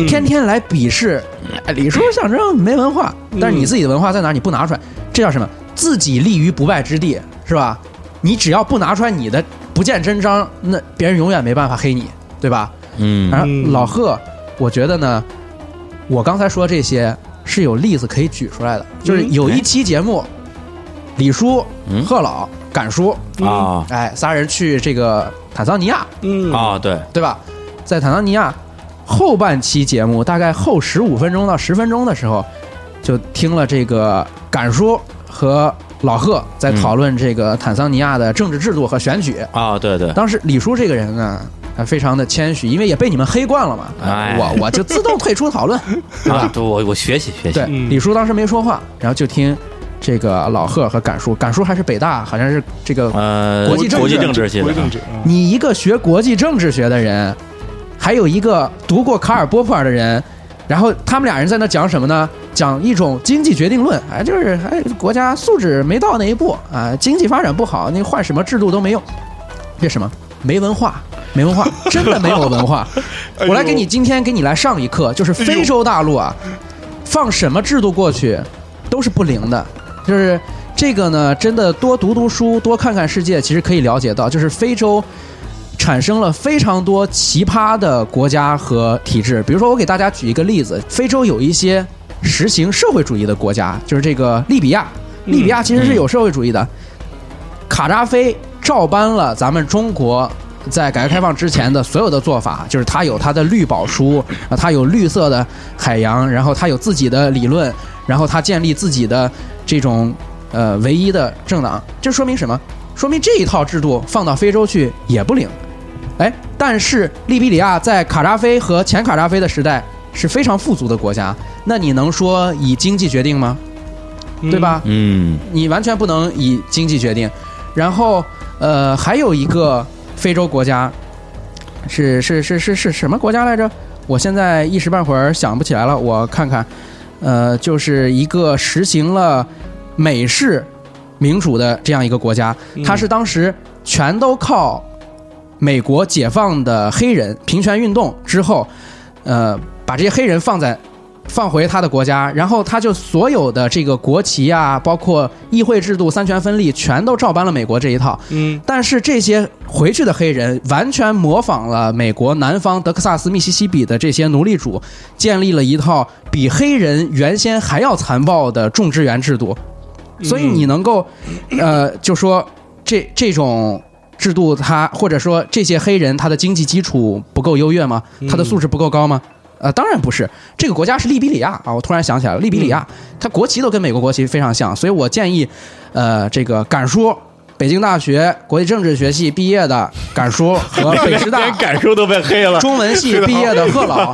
Speaker 3: 天天来鄙视、哎李叔象征没文化，
Speaker 2: 嗯
Speaker 3: 但是你自己的文化在哪儿？你不拿出来，这叫什么？自己立于不败之地，是吧？你只要不拿出来你的不见真章，那别人永远没办法黑你，对吧？
Speaker 2: 嗯
Speaker 3: 而老贺，我觉得呢，我刚才说这些是有例子可以举出来的，就是
Speaker 2: 嗯
Speaker 3: 有
Speaker 2: 哎
Speaker 3: 一期节目，李叔、贺老、敢叔，
Speaker 2: 啊
Speaker 3: 哎，仨人去这个坦桑尼亚，
Speaker 1: 嗯
Speaker 2: 啊，对，
Speaker 3: 对吧？在坦桑尼亚后半期节目，大概后十五分钟到十分钟的时候，就听了这个敢叔和老贺在讨论这个坦桑尼亚的政治制度和选举。
Speaker 2: 啊，对对，
Speaker 3: 当时李叔这个人呢，啊非常的谦虚，因为也被你们黑惯了嘛，
Speaker 2: 哎
Speaker 3: 我我就自动退出讨论。
Speaker 2: 啊，对我我学习学习
Speaker 3: 对，，李叔当时没说话，然后就听这个老贺和敢叔，敢叔还是北大，好像是这个
Speaker 2: 呃，
Speaker 3: 国际政治
Speaker 2: 国际政治系
Speaker 1: 国
Speaker 2: 的啊
Speaker 1: 际，政治，嗯
Speaker 3: 你一个学国际政治学的人，还有一个读过卡尔波普尔的人，然后他们俩人在那讲什么呢？讲一种经济决定论，哎，就是哎，国家素质没到那一步啊，经济发展不好，那换什么制度都没用。这什么？没文化，没文化，真的没有文化。
Speaker 1: 哎呦
Speaker 3: 我来给你今天给你来上一课，就是非洲大陆啊，放什么制度过去都是不灵的。啊就是这个呢，真的多读读书，多看看世界，其实可以了解到，就是非洲产生了非常多奇葩的国家和体制。比如说，我给大家举一个例子，非洲有一些实行社会主义的国家，就是这个利比亚，利比亚其实是有社会主义的。卡扎菲照搬了咱们中国。在改革开放之前的所有的做法，就是他有他的绿宝书啊，他有绿色的海洋，然后他有自己的理论，然后他建立自己的这种呃唯一的政党。这说明什么？说明这一套制度放到非洲去也不灵。哎，但是利比里亚在卡扎菲和前卡扎菲的时代是非常富足的国家，那你能说以经济决定吗？对吧？
Speaker 2: 嗯
Speaker 3: 你完全不能以经济决定。然后，呃，还有一个非洲国家，是是是是是什么国家来着？我现在一时半会儿想不起来了，我看看，呃，就是一个实行了美式民主的这样一个国家，它是当时全都靠美国解放的黑人平权运动之后，呃，把这些黑人放在放回他的国家，然后他就所有的这个国旗啊，包括议会制度、三权分立，全都照搬了美国这一套。
Speaker 1: 嗯，
Speaker 3: 但是这些回去的黑人完全模仿了美国南方德克萨斯、密西西比的这些奴隶主，建立了一套比黑人原先还要残暴的种植园制度。所以你能够，呃，就说这这种制度它，或者说这些黑人他的经济基础不够优越吗？他的素质不够高吗？呃，当然不是。这个国家是利比里亚啊，我突然想起来了，利比里亚，它国旗都跟美国国旗非常像，所以我建议，呃，这个敢叔。北京大学国际政治学系毕业的敢叔和北师大
Speaker 5: 连感受都被黑
Speaker 2: <laughs>
Speaker 5: 了。
Speaker 3: 中文系毕业的贺老，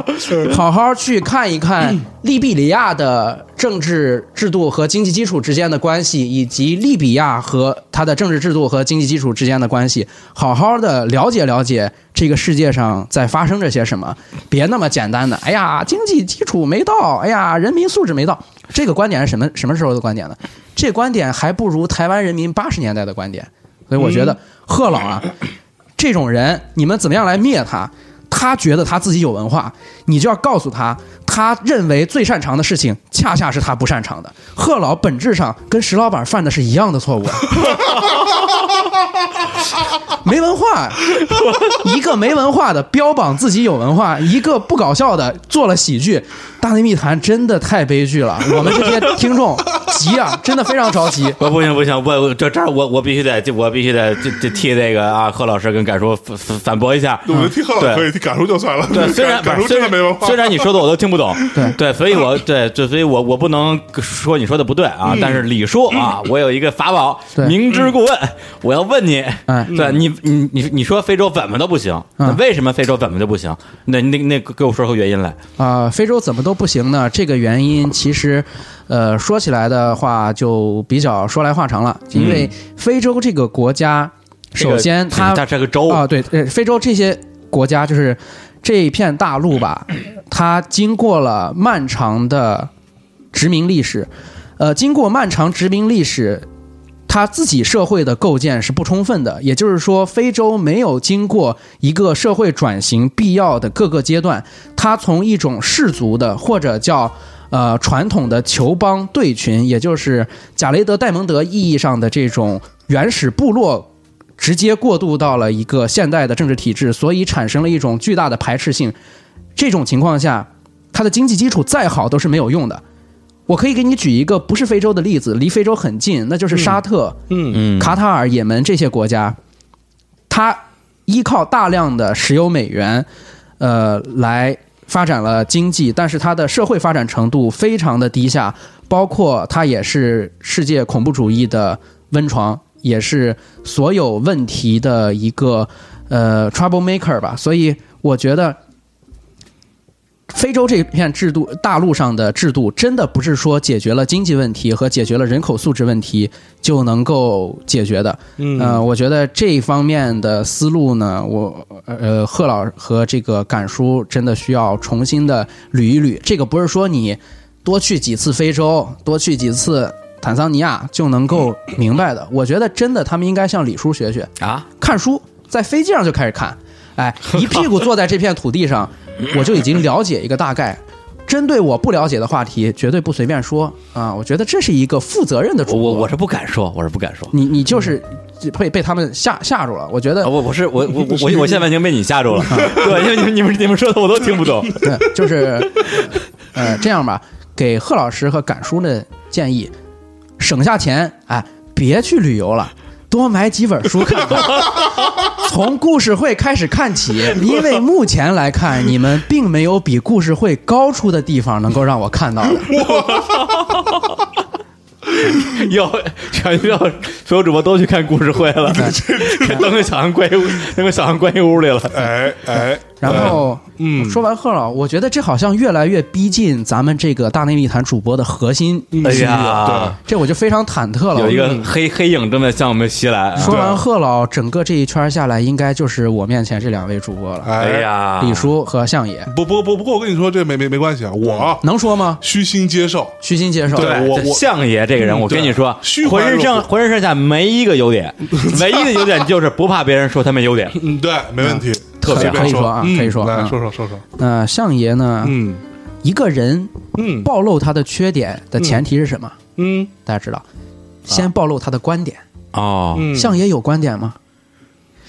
Speaker 3: 好好去看一看利比里亚的政治制度和经济基础之间的关系，以及利比亚和它的政治制度和经济基础之间的关系，好好的了解了解这个世界上在发生着些什么，别那么简单的，哎呀，经济基础没到，哎呀，人民素质没到，这个观点是什么什么时候的观点呢？这观点还不如台湾人民八十年代的观点，所以我觉得贺老啊，这种人，你们怎么样来灭他？他觉得他自己有文化，你就要告诉他，他认为最擅长的事情，恰恰是他不擅长的。贺老本质上跟石老板犯的是一样的错误， <laughs> 没文化，一个没文化的标榜自己有文化，一个不搞笑的做了喜剧，《大内密谈》真的太悲剧了。我们这些听众急啊，真的非常着急。
Speaker 5: 不不行不行，我我这这儿我我必须得我必须得这这替这个啊贺老师跟敢叔反反反驳一下。
Speaker 1: 我觉得听贺老可以，听感受就算了。 <laughs>
Speaker 5: 对，虽然
Speaker 1: 感
Speaker 5: 不
Speaker 1: 受
Speaker 5: 是虽
Speaker 1: 真的
Speaker 5: 然
Speaker 1: 没文化，
Speaker 5: 虽然你说的我都听不懂，
Speaker 3: 对
Speaker 5: 对，所以我对对，所以我我不能说你说的不对啊，但是李叔啊，我有一个法宝，
Speaker 3: 对
Speaker 5: 明知故问，我要问你，
Speaker 3: 哎
Speaker 5: 对你你你你说非洲怎么都不行，
Speaker 3: 嗯
Speaker 5: 那为什么非洲怎么就不行？那那那给我说出原因来。
Speaker 3: 啊、非洲怎么都不行呢？这个原因其实，呃，说起来的话就比较说来话长了，因为非洲这个国家，
Speaker 5: 嗯这个
Speaker 3: 首先
Speaker 5: 这个
Speaker 3: 它
Speaker 5: 它是个州，
Speaker 3: 啊、对，呃非洲这些国家就是这一片大陆吧，它经过了漫长的殖民历史，呃，经过漫长殖民历史，它自己社会的构建是不充分的，也就是说，非洲没有经过一个社会转型必要的各个阶段，它从一种氏族的或者叫呃传统的酋邦队群，也就是贾雷德·戴蒙德意义上的这种原始部落。直接过渡到了一个现代的政治体制，所以产生了一种巨大的排斥性。这种情况下，它的经济基础再好都是没有用的。我可以给你举一个不是非洲的例子，离非洲很近，那就是沙特。
Speaker 1: 嗯
Speaker 3: 卡塔尔、也门这些国家，它依靠大量的石油美元，呃，来发展了经济，但是它的社会发展程度非常的低下，包括它也是世界恐怖主义的温床，也是所有问题的一个呃 trouble maker 吧。所以我觉得。非洲这片制度，大陆上的制度，真的不是说解决了经济问题和解决了人口素质问题就能够解决的。嗯，呃，我觉得这一方面的思路呢，我呃，贺老和这个敢叔真的需要重新的捋一捋。这个不是说你多去几次非洲，多去几次坦桑尼亚就能够明白的。我觉得真的，他们应该向李叔学学
Speaker 5: 啊，
Speaker 3: 看书，在飞机上就开始看，哎，一屁股坐在这片土地上，我就已经了解一个大概。针对我不了解的话题，绝对不随便说啊！我觉得这是一个负责任的主
Speaker 5: 我
Speaker 3: 播。
Speaker 5: 我我是不敢说，我是不敢说。
Speaker 3: 你你就是被被他们吓吓住了。我觉
Speaker 5: 啊
Speaker 3: 得，
Speaker 5: 我我是我我我我我现在已经被你吓
Speaker 1: <laughs>
Speaker 5: 住了，对，因为你们你们你们说的我都听不懂。
Speaker 3: <laughs> 对，就是呃，这样吧，给贺老师和敢叔的建议，省下钱，哎，别去旅游了。多买几本书看看， <laughs> 从故事会开始看起，因为目前来看，你们并没有比故事会高出的地方能够让我看到的。
Speaker 2: 嗯
Speaker 5: 又全校所有主播都
Speaker 1: <laughs>
Speaker 5: 去看故事会了，这这灯小象关于那个小象关于屋里了。
Speaker 1: 哎哎，
Speaker 3: 然后，
Speaker 1: 嗯
Speaker 3: 说完贺老，我觉得这好像越来越逼近咱们这个大内密谈主播的核心，
Speaker 2: 哎
Speaker 1: 对
Speaker 2: 呀，
Speaker 3: 这我就非常忐忑了。
Speaker 2: 有一个黑黑影正在向我们袭来啊。
Speaker 3: 说完贺老，整个这一圈下来，应该就是我面前这两位主播了，
Speaker 1: 哎
Speaker 2: 哎，呀，
Speaker 3: 李叔和向野，
Speaker 1: 不不不，不过我跟你说，这没没没关系
Speaker 3: 嗯
Speaker 1: 啊，我
Speaker 3: 能说吗？
Speaker 1: 虚心接受，
Speaker 3: 虚心接受。
Speaker 1: 对我
Speaker 2: 这
Speaker 1: 我
Speaker 2: 相爷这个人，
Speaker 1: 嗯
Speaker 2: 我跟你说
Speaker 1: 虚，怀
Speaker 2: 浑身
Speaker 1: 若
Speaker 2: 上
Speaker 1: 谷
Speaker 2: 浑身上下没一个优
Speaker 1: <laughs>
Speaker 2: 点，唯一的优点就是不怕别人说他没优点。
Speaker 1: 嗯，对，没问题，
Speaker 2: 特别
Speaker 1: 随便
Speaker 3: 可以说啊
Speaker 1: 嗯
Speaker 3: 可以说
Speaker 1: 来
Speaker 3: 嗯
Speaker 1: 说说说说， <laughs>
Speaker 3: 那向爷呢？
Speaker 1: <laughs> 嗯
Speaker 3: 一个人
Speaker 1: 嗯
Speaker 3: 暴露他的缺点的前提是什么？
Speaker 1: 嗯
Speaker 3: 大家知道，先暴露他的观点。
Speaker 2: 哦，
Speaker 1: 嗯，
Speaker 3: 向爷有观点吗？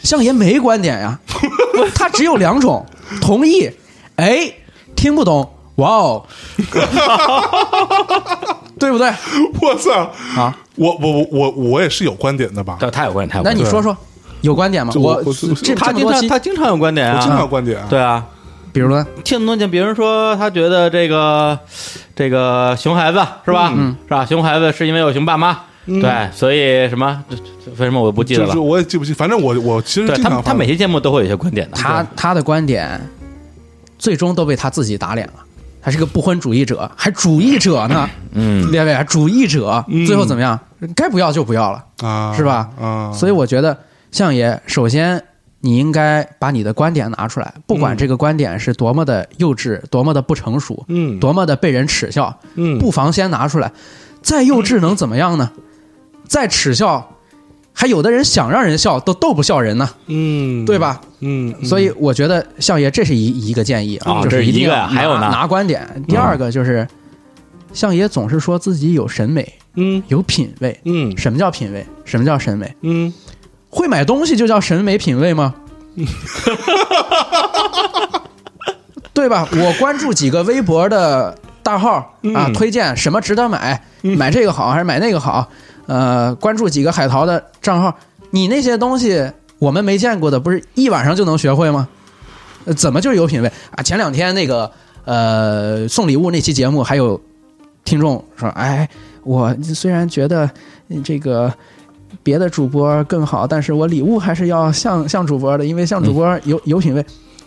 Speaker 3: 向爷没观
Speaker 1: <laughs>
Speaker 3: 点呀，他只有两种：同意，哎，听不懂，哇
Speaker 1: <laughs>
Speaker 3: 哦，对不对
Speaker 1: 我操，
Speaker 3: 啊？
Speaker 1: 我我我我我也是有观点的吧？
Speaker 2: 他他有观点，他有
Speaker 3: 那
Speaker 2: 观点
Speaker 3: 你说说，有观点吗？
Speaker 1: 这我我
Speaker 3: 这这
Speaker 2: 哎他
Speaker 3: 么
Speaker 2: 经
Speaker 3: 多
Speaker 2: 常
Speaker 3: 期，
Speaker 2: 他经常有观点
Speaker 1: 我经常
Speaker 2: 啊
Speaker 1: 有。观点啊，
Speaker 2: 对啊，
Speaker 3: 比如呢？
Speaker 2: 听得见别人说他觉得这个这个熊孩子是吧？嗯，是吧？熊孩子是因为有熊爸妈，
Speaker 3: 嗯
Speaker 2: 对，所以什么？这这这为什么我不记得
Speaker 1: 就是
Speaker 2: 了？
Speaker 1: 我也记不清，反正我我其实
Speaker 2: 对
Speaker 1: 经
Speaker 2: 他
Speaker 1: 常
Speaker 2: 他每期节目都会有一些观点的。
Speaker 3: 他他的观点最终都被他自己打脸了。他是个不婚主义者，还主义者呢？嗯，列位，主义者
Speaker 1: 嗯
Speaker 3: 最后怎么样？该不要就不要了。
Speaker 1: 啊
Speaker 3: 是吧
Speaker 1: 啊，
Speaker 3: 所以我觉得相爷，首先你应该把你的观点拿出来，不管这个观点是多么的幼稚、多么的不成熟、
Speaker 1: 嗯
Speaker 3: 多么的被人耻笑，
Speaker 1: 嗯
Speaker 3: 不妨先拿出来。再幼稚能怎么样呢？再耻笑，还有的人想让人笑都逗不笑人呢，
Speaker 1: 嗯
Speaker 3: 对？吧？
Speaker 1: 嗯，嗯
Speaker 3: 所以我觉得相爷这是一一个建议啊，
Speaker 2: 啊
Speaker 3: 就
Speaker 2: 这是
Speaker 3: 一定
Speaker 2: 一个
Speaker 3: 要
Speaker 2: 还有呢
Speaker 3: 拿拿观点。第二个就是，相爷总是说自己有审美、
Speaker 1: 嗯
Speaker 3: 有品味。
Speaker 1: 嗯
Speaker 3: 什么叫品味？什么叫审美？
Speaker 1: 嗯
Speaker 3: 会买东西就叫审美品味吗？对吧？我关注几个微博的大号啊，推荐什么值得买，买这个好还是买那个好？呃，关注几个海淘的账号，你那些东西我们没见过的，不是一晚上就能学会吗？呃怎么就是有品味啊？前两天那个呃送礼物那期节目，还有听众说，哎，我虽然觉得嗯这个别的主播更好，但是我礼物还是要向向主播的，因为向主播有、有品味。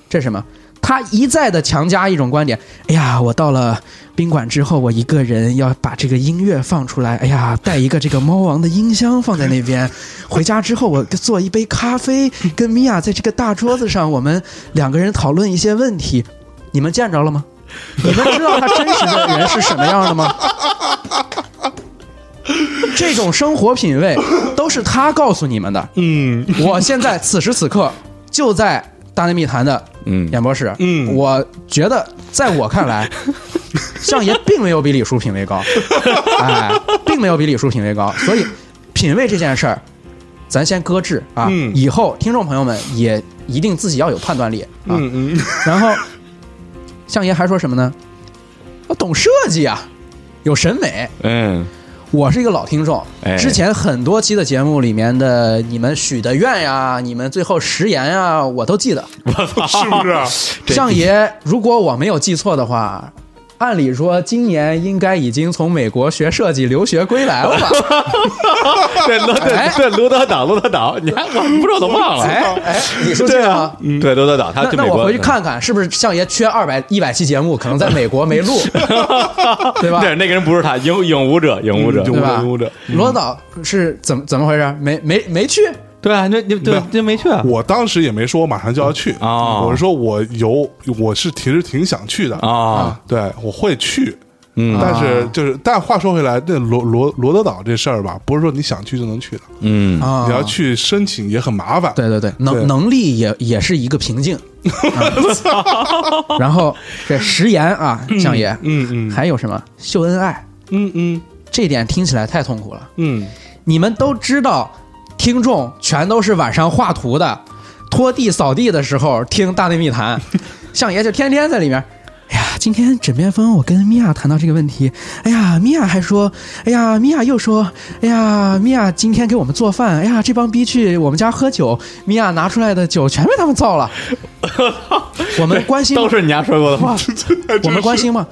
Speaker 3: 这是什么？他一再的强加一种观点，哎呀，我到了宾馆之后，我一个人要把这个音乐放出来，哎呀，带一个这个猫王的音箱放在那边，回家之后我做一杯咖啡，跟米娅在这个大桌子上，我们两个人讨论一些问题，你们见着了吗？你们知道他真实的人是什么样的吗？这种生活品味都是他告诉你们的。
Speaker 1: 嗯
Speaker 3: <laughs> 我现在此时此刻就在大内密谈的
Speaker 2: 嗯
Speaker 3: 演播室，
Speaker 1: 嗯
Speaker 3: 我觉得在我
Speaker 1: <laughs>
Speaker 3: 看来，相爷并没有比李叔品味高，哎，并没有比李叔品味高，所以品味这件事儿，咱先搁置啊，
Speaker 1: 嗯
Speaker 3: 以后听众朋友们也一定自己要有判断力啊。
Speaker 1: 嗯嗯，
Speaker 3: 然后相爷还说什么呢？我懂设计啊，有审美，
Speaker 2: 嗯，
Speaker 3: 我是一个老听众
Speaker 2: 哎，
Speaker 3: 之前很多期的节目里面的你们许的愿呀，你们最后食言呀，我都记得。
Speaker 1: 是不是啊？
Speaker 3: 相爷，如果我没有记错的话，按理说今年应该已经从美国学设计留学归来了
Speaker 2: <laughs>
Speaker 3: 吧？
Speaker 2: <laughs> 对罗对对罗德岛罗德岛，你还我不知道都忘了。
Speaker 3: 哎哎，你说
Speaker 2: 对
Speaker 3: 这
Speaker 2: 啊
Speaker 3: 样。，
Speaker 2: 对罗德岛，他
Speaker 3: 那
Speaker 2: 去
Speaker 3: 那
Speaker 2: 美国
Speaker 3: 我回去
Speaker 2: <laughs>
Speaker 3: 看看，是不是相爷缺二百一百期节目，可能在美国没
Speaker 2: <laughs>
Speaker 3: 录，对吧？
Speaker 2: 对，那个人不是他，影影舞者，影舞者
Speaker 1: 嗯，
Speaker 3: 对吧
Speaker 1: 拥有着？
Speaker 3: 罗导是怎么怎么回事？没没没去
Speaker 2: 对啊，那你对就没去啊，
Speaker 1: 我当时也没说我马上就要去
Speaker 2: 哦
Speaker 1: 我是说我有，我是其实挺想去的，
Speaker 2: 啊，
Speaker 1: 对，我会去。嗯，但是就是，但话说回来，这罗罗罗德岛这事儿吧，不是说你想去就能去的，
Speaker 2: 嗯，
Speaker 3: 啊
Speaker 1: 你要去申请也很麻烦。
Speaker 3: 对对对，
Speaker 1: 对
Speaker 3: 能能力也也是一个瓶
Speaker 1: <laughs>
Speaker 3: 颈。啊然后这食言啊，相爷，
Speaker 1: 嗯嗯
Speaker 3: 还有什么秀恩爱？
Speaker 1: 嗯嗯
Speaker 3: 这点听起来太痛苦了。
Speaker 1: 嗯，
Speaker 3: 你们都知道，听众全都是晚上画图的，拖地扫地的时候听《大内密谈》，相爷就天天在里面。哎呀，今天枕边风，我跟米娅谈到这个问题。哎呀，米娅还说，哎呀，米娅又说，哎呀，米娅今天给我们做饭。哎呀，这帮逼去我们家喝酒，米娅拿出来的酒全被他们造了。我们关心吗
Speaker 2: 都是你家说过
Speaker 3: <laughs>
Speaker 2: 的话，
Speaker 3: 我们关心吗？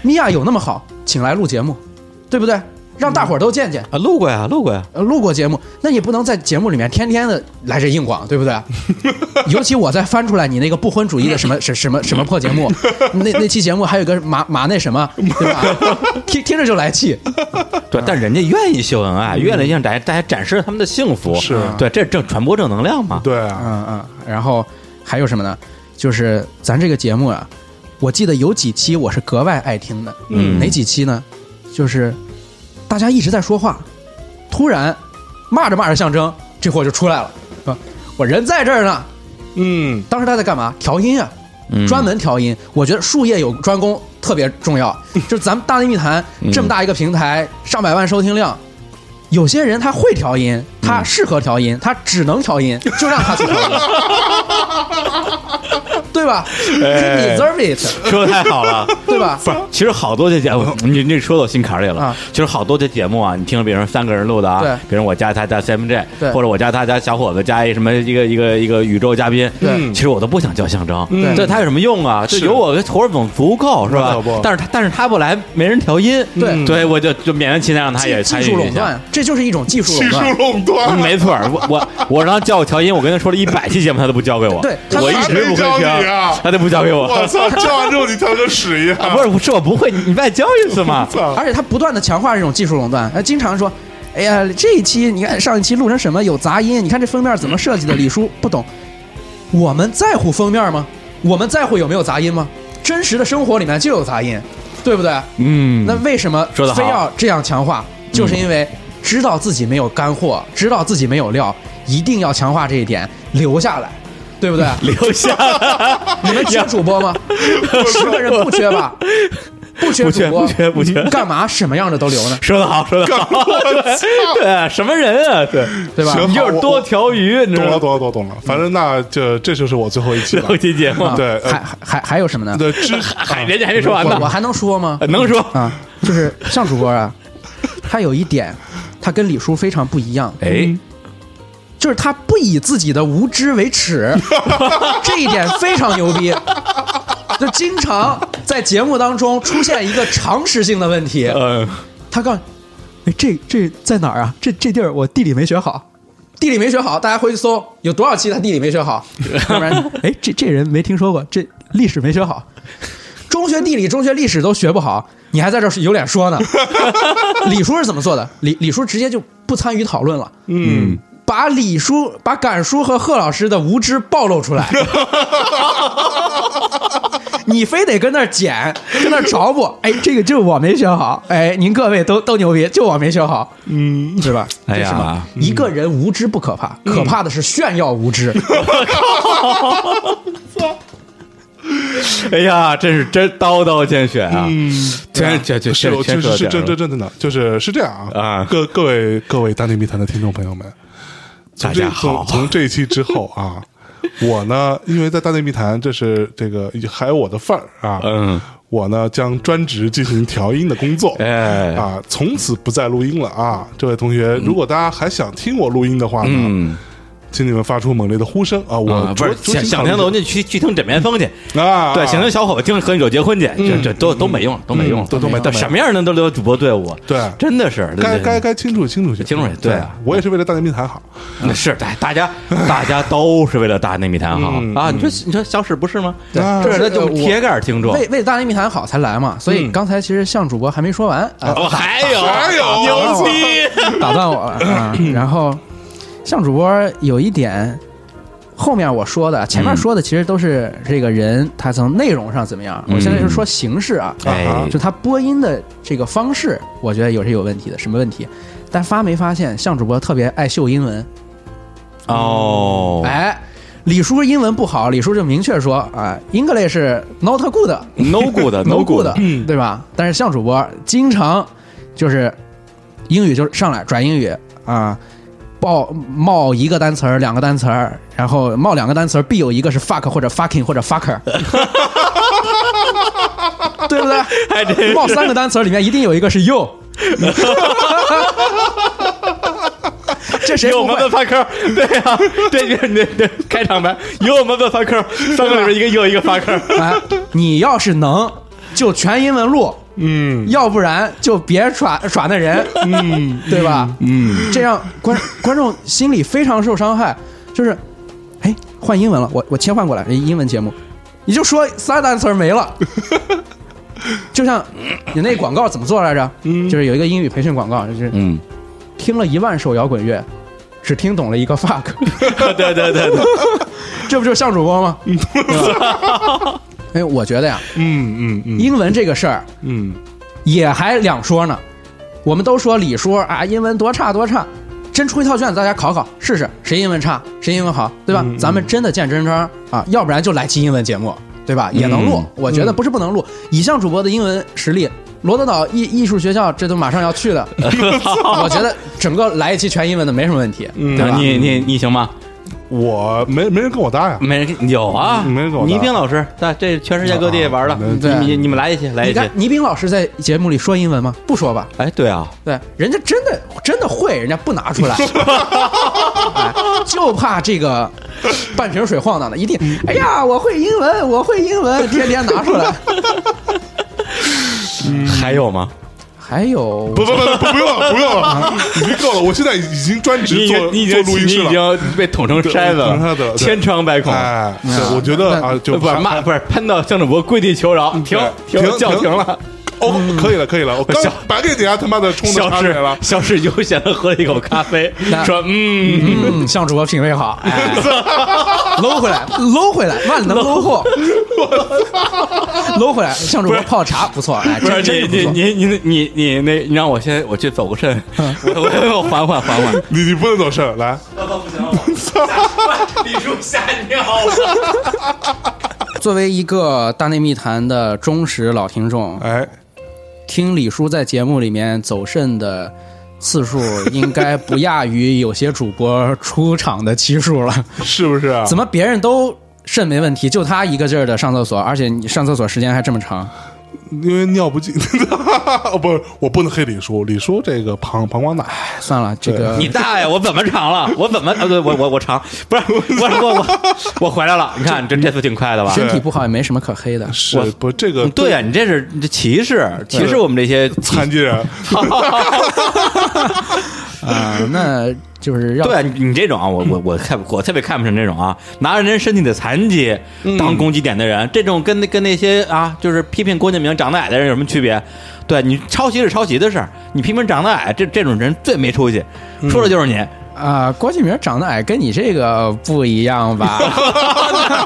Speaker 3: 米娅有那么好，请来录节目，对不对？让大伙儿都见见。
Speaker 2: 啊，录过呀，录过呀，
Speaker 3: 呃录过节目，那也不能在节目里面天天的来这硬广，对不对？尤其我再翻出来你那个不婚主义的什么什什么什么破节目，那那期节目还有个马马那什么，对吧？听听着就来气，嗯
Speaker 2: 对，但人家愿意秀恩爱，愿意让大家大家展示他们的幸福，
Speaker 1: 是
Speaker 2: 对，这正传播正能量嘛，
Speaker 1: 对啊，
Speaker 3: 嗯嗯。然后还有什么呢？就是咱这个节目啊，我记得有几期我是格外爱听的，
Speaker 2: 嗯
Speaker 3: 哪几期呢？就是大家一直在说话，突然骂着骂着象征这货就出来了，说我人在这儿呢。
Speaker 1: 嗯
Speaker 3: 当时他在干嘛？调音啊，
Speaker 2: 嗯
Speaker 3: 专门调音。我觉得术业有专攻特别重要。就是咱们大内密谈这么大一个平
Speaker 2: 嗯
Speaker 3: 台，上百万收听量，有些人他会调音，他适合调音，他只能调
Speaker 2: <laughs>
Speaker 3: 音，就让他去调音，
Speaker 2: <laughs>
Speaker 3: 对吧？He
Speaker 2: 哎
Speaker 3: deserve it，
Speaker 2: <laughs> 说的太好
Speaker 3: <laughs>
Speaker 2: 了。
Speaker 3: 对
Speaker 2: <laughs>
Speaker 3: 吧？
Speaker 2: 不是，其实好多这节目，你你说到我心坎里了。
Speaker 3: 嗯啊
Speaker 2: 其实好多这节目啊，你听了，比如说三个人录的啊，
Speaker 3: 对
Speaker 2: 比如我加他加 CMJ，
Speaker 3: 对
Speaker 2: 或者我加他加小伙子加一什么一个一个一个宇宙嘉宾，
Speaker 3: 对
Speaker 2: 其实我都不想叫象征，
Speaker 1: 嗯
Speaker 2: 这他有什么用啊？就是有我个活儿总足够是吧
Speaker 1: 可不？
Speaker 2: 但是他但是他不来，没人调音，
Speaker 3: 对
Speaker 2: 嗯对，我就就勉为其难让他也
Speaker 3: 技
Speaker 2: 参
Speaker 3: 技
Speaker 2: 与
Speaker 3: 术
Speaker 2: 一
Speaker 3: 垄
Speaker 2: 下。
Speaker 3: 断，这就是一种技术
Speaker 1: 技
Speaker 3: 垄
Speaker 1: 术
Speaker 3: 断。
Speaker 1: 垄
Speaker 2: 嗯
Speaker 1: 断，
Speaker 2: <laughs> 没错儿，我我我让他叫我调音，我跟他说了一百期节目，他都不交给我，
Speaker 3: 对他
Speaker 2: 我一
Speaker 1: 还
Speaker 2: 直
Speaker 1: 没
Speaker 2: 不会
Speaker 1: 教
Speaker 2: 听
Speaker 1: 你啊，
Speaker 2: 他都不交给我，
Speaker 1: <laughs> 我操！教完之后你跳个屎一样，，
Speaker 2: 啊不是，是我不会，你你再教一次嘛
Speaker 1: <laughs>
Speaker 3: <laughs>
Speaker 1: 操！
Speaker 3: 而且他不断的强化这种技术垄断，他经常说。哎呀，这一期你看上一期录成什么有杂音？你看这封面怎么设计的？李叔不懂，我们在乎封面吗？我们在乎有没有杂音吗？真实的生活里面就有杂音，对不对？
Speaker 2: 嗯，
Speaker 3: 那为什么
Speaker 2: 说得好嗯
Speaker 3: 非要这样强化？就是因为知道自己没有干货，知道自己没有料，一定要强化这一点，留下来，对不对？
Speaker 2: <laughs> 留下了。
Speaker 3: <laughs> 你们缺主播吗？十个人不缺吧？不缺
Speaker 2: 不缺
Speaker 3: 主播，
Speaker 2: 不缺不缺
Speaker 3: 干嘛什么样的都留呢？
Speaker 2: <laughs> 说的好，说的好， <laughs> 对啊，什么人啊？对
Speaker 3: 对吧
Speaker 1: 行
Speaker 2: 你就是多条鱼，你知
Speaker 1: 懂
Speaker 2: 道
Speaker 1: 了，
Speaker 2: 吗？
Speaker 1: 懂了，懂了懂了。反正那这这就是我最后一期
Speaker 2: 最 <laughs>
Speaker 1: 了
Speaker 2: 后。期节目
Speaker 3: 啊，
Speaker 1: 对呃
Speaker 3: 还还还还有什么呢？
Speaker 1: 对，之
Speaker 2: 嗨，人家还没说完哎
Speaker 3: 我我
Speaker 2: 呢，呃
Speaker 3: 还能说吗？
Speaker 2: 能说？
Speaker 3: 啊，就是向主播啊，他有一点，他跟李叔非常不一样，
Speaker 2: 哎，
Speaker 3: 就是他不以自己的无知
Speaker 2: <laughs>
Speaker 3: 为耻，这一点非常牛逼。就经常在节目当中出现一个常识性的问题，
Speaker 2: 呃，
Speaker 3: 他告诉你，哎，这这在哪儿啊？这这地儿我地理没学好，地理没学好，大家回去搜有多少期他地理没学好，要不然，哎，这这人没听说过，这历史没学好，中学地理、中学历史都学不好，你还在这儿有脸说呢？李叔是怎么做的？李李叔直接就不参与讨论了，
Speaker 1: 嗯，
Speaker 3: 把李叔、把敢叔和贺老师的无知暴露出来。你非得跟那儿捡，跟那儿找补，哎，这个就我没学好，哎，您各位都都牛逼，就我没学好，嗯，对吧？
Speaker 2: 哎呀嗯
Speaker 3: 这是吗一个人无知不可怕，可怕的是炫耀
Speaker 2: <laughs>
Speaker 3: 无知。
Speaker 2: 哎呀，真是真刀刀见血啊！
Speaker 3: 嗯
Speaker 2: 真真真
Speaker 1: 是，
Speaker 2: 真
Speaker 1: 我
Speaker 2: 真
Speaker 1: 确
Speaker 2: 说
Speaker 1: 实
Speaker 2: 到点
Speaker 1: 是真
Speaker 2: 儿
Speaker 1: 真
Speaker 2: 了
Speaker 1: 真真的，就是是这样
Speaker 2: 啊
Speaker 1: 各各位各位大内密谈的听众朋友们，从这
Speaker 2: 大家好
Speaker 1: 从从这一期之后啊，我呢，因为在大内密谈，这是这个还有我的范儿啊，
Speaker 2: 嗯，
Speaker 1: 我呢将专职进行调音的工作，
Speaker 2: 哎
Speaker 1: 啊，从此不再录音了啊！这位同学，如果大家还想听我录音的话呢，
Speaker 2: 嗯，
Speaker 1: 请你们发出猛烈的呼声啊！我
Speaker 2: 啊不是
Speaker 1: 酌
Speaker 2: 想想听的，
Speaker 1: 酌情考虑
Speaker 2: 你去去听枕边风去。
Speaker 1: 啊，
Speaker 2: 对，
Speaker 1: 啊
Speaker 2: 想听小伙子听和你走结婚去，这这都都没用，都没用，
Speaker 1: 嗯都都没
Speaker 2: 但
Speaker 1: 都没
Speaker 2: 什么样的人都留主播队伍，
Speaker 1: 对
Speaker 2: 真的是
Speaker 1: 该
Speaker 2: 对
Speaker 1: 该该清楚清楚去，哎
Speaker 2: 清楚去对啊
Speaker 1: 我也是为了大内密谈好，
Speaker 2: 那嗯是大大
Speaker 1: <laughs>
Speaker 2: 家大家都是为了大内密谈好啊！你说你说小史不是吗？
Speaker 1: 嗯对
Speaker 2: 这是他就
Speaker 3: 这个我
Speaker 2: 铁杆听众。
Speaker 3: 为为大内密谈好才来嘛，所以刚才其实向主播还没说完，啊，
Speaker 2: 哦，还有啊
Speaker 1: 还有哦
Speaker 2: 牛逼！
Speaker 1: <laughs>
Speaker 3: 打断我了。嗯、然后向主播有一点，后面我说的，前面
Speaker 2: 嗯
Speaker 3: 说的其实都是这个人他从内容上怎么样，我现在就说形式啊，
Speaker 2: 嗯哎
Speaker 3: 就他播音的这个方式，我觉得有是有问题的。什么问题？但发没发现向主播特别爱秀英文？
Speaker 2: 哦，
Speaker 3: 哎，李叔英文不好，李叔就明确说啊，English is not good。 <laughs>
Speaker 2: ，no
Speaker 1: <laughs>
Speaker 2: good，no
Speaker 3: no
Speaker 2: good，嗯
Speaker 3: good，对吧？但是像主播经常就是英语就上来转英语啊，报冒一个单词儿、两个单词儿，然后冒两个单词儿必有一个是 fuck 或者 fucking 或者 fucker，对不对？
Speaker 2: <laughs> 还真
Speaker 3: 冒三个单词儿里面一定有一个
Speaker 2: <laughs>
Speaker 3: 是 you。这谁
Speaker 2: 有
Speaker 3: 不
Speaker 2: 我
Speaker 3: 会
Speaker 2: 们？的发科，对呀，这就是你的你的开场白，有我们的
Speaker 3: <laughs>
Speaker 2: 发科，三个里边一个又一个发科，
Speaker 3: 哎，你要是能就全英文录，
Speaker 1: 嗯
Speaker 3: 要不然就别耍耍那人，
Speaker 1: 嗯
Speaker 3: <laughs> 对吧？嗯，这让观观众心里非常受伤害。就是，哎，换英文了，我我切换过来，这英文节目，你就说三大词儿没
Speaker 1: <laughs>
Speaker 3: 了。就像你那广告怎么做来着？
Speaker 1: 嗯
Speaker 3: 就是有一个英语培训广告，就是
Speaker 2: 嗯，
Speaker 3: 听了一万首摇滚乐，只听懂了一个 fuck，
Speaker 2: <laughs> 对对对对，
Speaker 3: 这不就是向主播吗？
Speaker 1: 嗯
Speaker 3: 对吧
Speaker 1: <laughs>
Speaker 3: 哎，我觉得呀，
Speaker 1: 嗯嗯嗯
Speaker 3: 英文这个事儿
Speaker 1: 嗯，
Speaker 3: 也还两说呢。我们都说理说啊，英文多差多差，真出一套卷子，大家考考试试，谁英文差，谁英文好，对吧？
Speaker 1: 嗯
Speaker 3: 咱们真的见真章啊，要不然就来期英文节目，对
Speaker 1: 嗯
Speaker 3: 吧？也能录，我觉得不是不能录。以上主播的英文实力，罗德岛艺艺术学校这都马上要去
Speaker 1: <laughs>
Speaker 3: 的， <laughs> 我觉得整个来一期全英文的没什么问题，
Speaker 1: 嗯
Speaker 3: 对吧？
Speaker 2: 你你你行吗？
Speaker 1: 我没没人跟我搭呀，
Speaker 2: 没人跟有啊，
Speaker 1: 嗯没人跟我搭
Speaker 2: 倪斌老师在这全世界各地玩的，
Speaker 1: 啊
Speaker 3: 对
Speaker 2: 你你你们来一起，来
Speaker 3: 你
Speaker 2: 一起
Speaker 3: 看。倪斌老师在节目里说英文吗？不说吧，
Speaker 2: 哎，对啊，
Speaker 3: 对，人家真的真的会，人家不拿出来，哎就怕这个半瓶水晃荡的，一定，哎呀，我会英文，我会英文，天天拿出来。
Speaker 1: 嗯
Speaker 2: 还有吗？
Speaker 3: 还有
Speaker 1: 不不不不不用了不用了，已经够了，我现在已经专职
Speaker 2: 你已
Speaker 1: 做
Speaker 2: 经你已
Speaker 1: 做
Speaker 2: 经
Speaker 1: 录音
Speaker 2: 你
Speaker 1: 师
Speaker 2: 已
Speaker 1: 了。
Speaker 2: 经被捅成筛子
Speaker 1: 对捅成筛子
Speaker 2: 了，
Speaker 1: 对
Speaker 2: 千疮百孔。
Speaker 1: 哎，
Speaker 3: 啊
Speaker 1: 对我觉得
Speaker 3: 那
Speaker 1: 啊，就
Speaker 2: 嗯不是
Speaker 1: 把
Speaker 2: 骂，不是喷到向主播跪地求饶，停
Speaker 1: 停
Speaker 2: 叫
Speaker 1: 停
Speaker 2: 停了，
Speaker 1: 哦，可以了，可以了，我刚
Speaker 2: 嗯小
Speaker 1: 白给你家他妈的冲到
Speaker 2: 小
Speaker 1: 茶水了
Speaker 2: 史，小史悠闲的喝了一口咖
Speaker 1: <laughs>
Speaker 2: 啡
Speaker 3: 那，
Speaker 2: 说嗯，
Speaker 3: 嗯，向主播品味好，哎，搂回来，搂回来，万能搂货，搂回来，向主播泡茶不错，哎，
Speaker 2: 不是
Speaker 3: 真真
Speaker 2: 你
Speaker 3: 是不错。
Speaker 2: 你你你你你那，你让我先我去走个肾，
Speaker 1: 嗯
Speaker 2: 我我我缓缓缓缓，
Speaker 1: 你你不能走事儿，来，
Speaker 2: 李叔吓尿了，
Speaker 3: 作为一个大内密谈的忠实老听众，
Speaker 1: 哎，
Speaker 3: 听李叔在节目里面走肾的次数，应该不亚于有些主播出场的期数了。
Speaker 1: 是不是啊？
Speaker 3: 怎么别人都肾没问题，就他一个劲儿的上厕所，而且你上厕所时间还这么长？
Speaker 1: 因为尿不尽，哦， <laughs> 不是，我不能黑李叔，李叔这个膀膀胱大，
Speaker 3: 哎算了，这个
Speaker 2: <laughs> 你大爷！我怎么长 <laughs> 了？我怎么啊？对，我我我长， <laughs> 不是我我我我回来了。你看这这次挺快的吧？
Speaker 3: 身体不好也没什么可黑的。
Speaker 1: 是不？这个
Speaker 2: 嗯对啊呀，你这是你这歧视，歧视我们这 <laughs> 些
Speaker 1: 残疾人，
Speaker 3: 啊、那就是让
Speaker 2: 对啊，你你这种啊，我我我看我特别看不上这种啊，拿着人身体的残疾当攻击点的人，这种跟那跟那些啊，就是批评郭敬明长得矮的人有什么区别？对啊你抄袭是抄袭的事儿，你批评长得矮，这这种人最没出息，说的就是你， <laughs>
Speaker 3: 啊、郭敬明长得矮跟你这个不一样吧？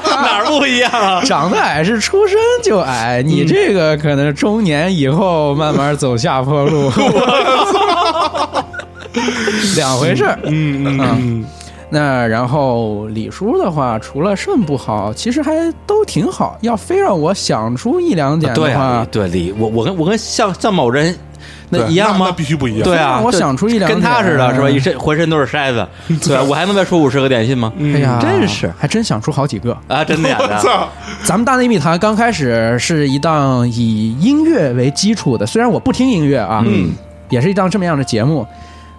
Speaker 2: 哪儿不一样 <laughs> 啊？
Speaker 3: 长得矮是出生就矮，你这个可能中年以后慢慢走下坡路，两回事儿。
Speaker 1: 嗯嗯嗯，
Speaker 3: 那然后李叔的话，除了肾不好，其实还都挺好。要非让我想出一两点
Speaker 2: 对
Speaker 3: 的话，
Speaker 2: 啊，对李，我我跟我跟像像某人那
Speaker 1: 对
Speaker 2: 一样
Speaker 1: 那
Speaker 2: 吗
Speaker 1: 那必？须不一样，
Speaker 2: 对啊，
Speaker 3: 那我想出一两
Speaker 2: 跟他似的，
Speaker 3: 点啊
Speaker 2: 是吧？一身浑身都是筛
Speaker 3: <laughs>
Speaker 2: 子，对啊，我还能再说五十个点心吗？
Speaker 3: 哎呀，
Speaker 2: 真是
Speaker 3: 还真想出好几个。
Speaker 2: 啊，真的
Speaker 3: <laughs>
Speaker 2: 假
Speaker 1: <laughs> 我
Speaker 2: 的？
Speaker 1: 操，
Speaker 3: 咱们大内密谈刚开始是一档以音乐为基础的，虽然我不听音乐啊，嗯，也是一档这么样的节目，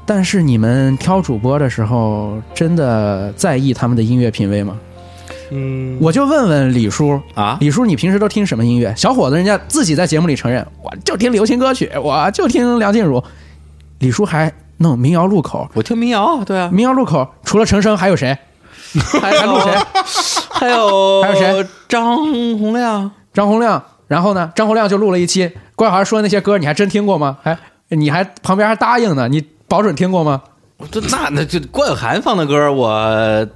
Speaker 3: 但是你们挑主播的时候，真的在意他们的音乐品味吗？
Speaker 1: 嗯，
Speaker 3: 我就问问李叔
Speaker 2: 啊
Speaker 3: 李叔，你平时都听什么音乐？小伙子，人家自己在节目里承认，我就听流行歌曲，我就听梁静茹。李叔还弄民谣路口，
Speaker 2: 我听民谣啊，对
Speaker 3: <laughs>
Speaker 2: 啊，
Speaker 3: 民谣路口除了陈升还有谁？
Speaker 2: 还有
Speaker 3: 谁？
Speaker 2: 还有
Speaker 3: 还有谁？
Speaker 2: 张洪亮，
Speaker 3: 张洪亮，然后呢，张洪亮就录了一期，乖孩儿说那些歌，你还真听过吗？还你还旁边还答应呢，你保准听过吗？
Speaker 2: 我这那那就郭晓涵放的歌，
Speaker 3: <laughs>
Speaker 2: 我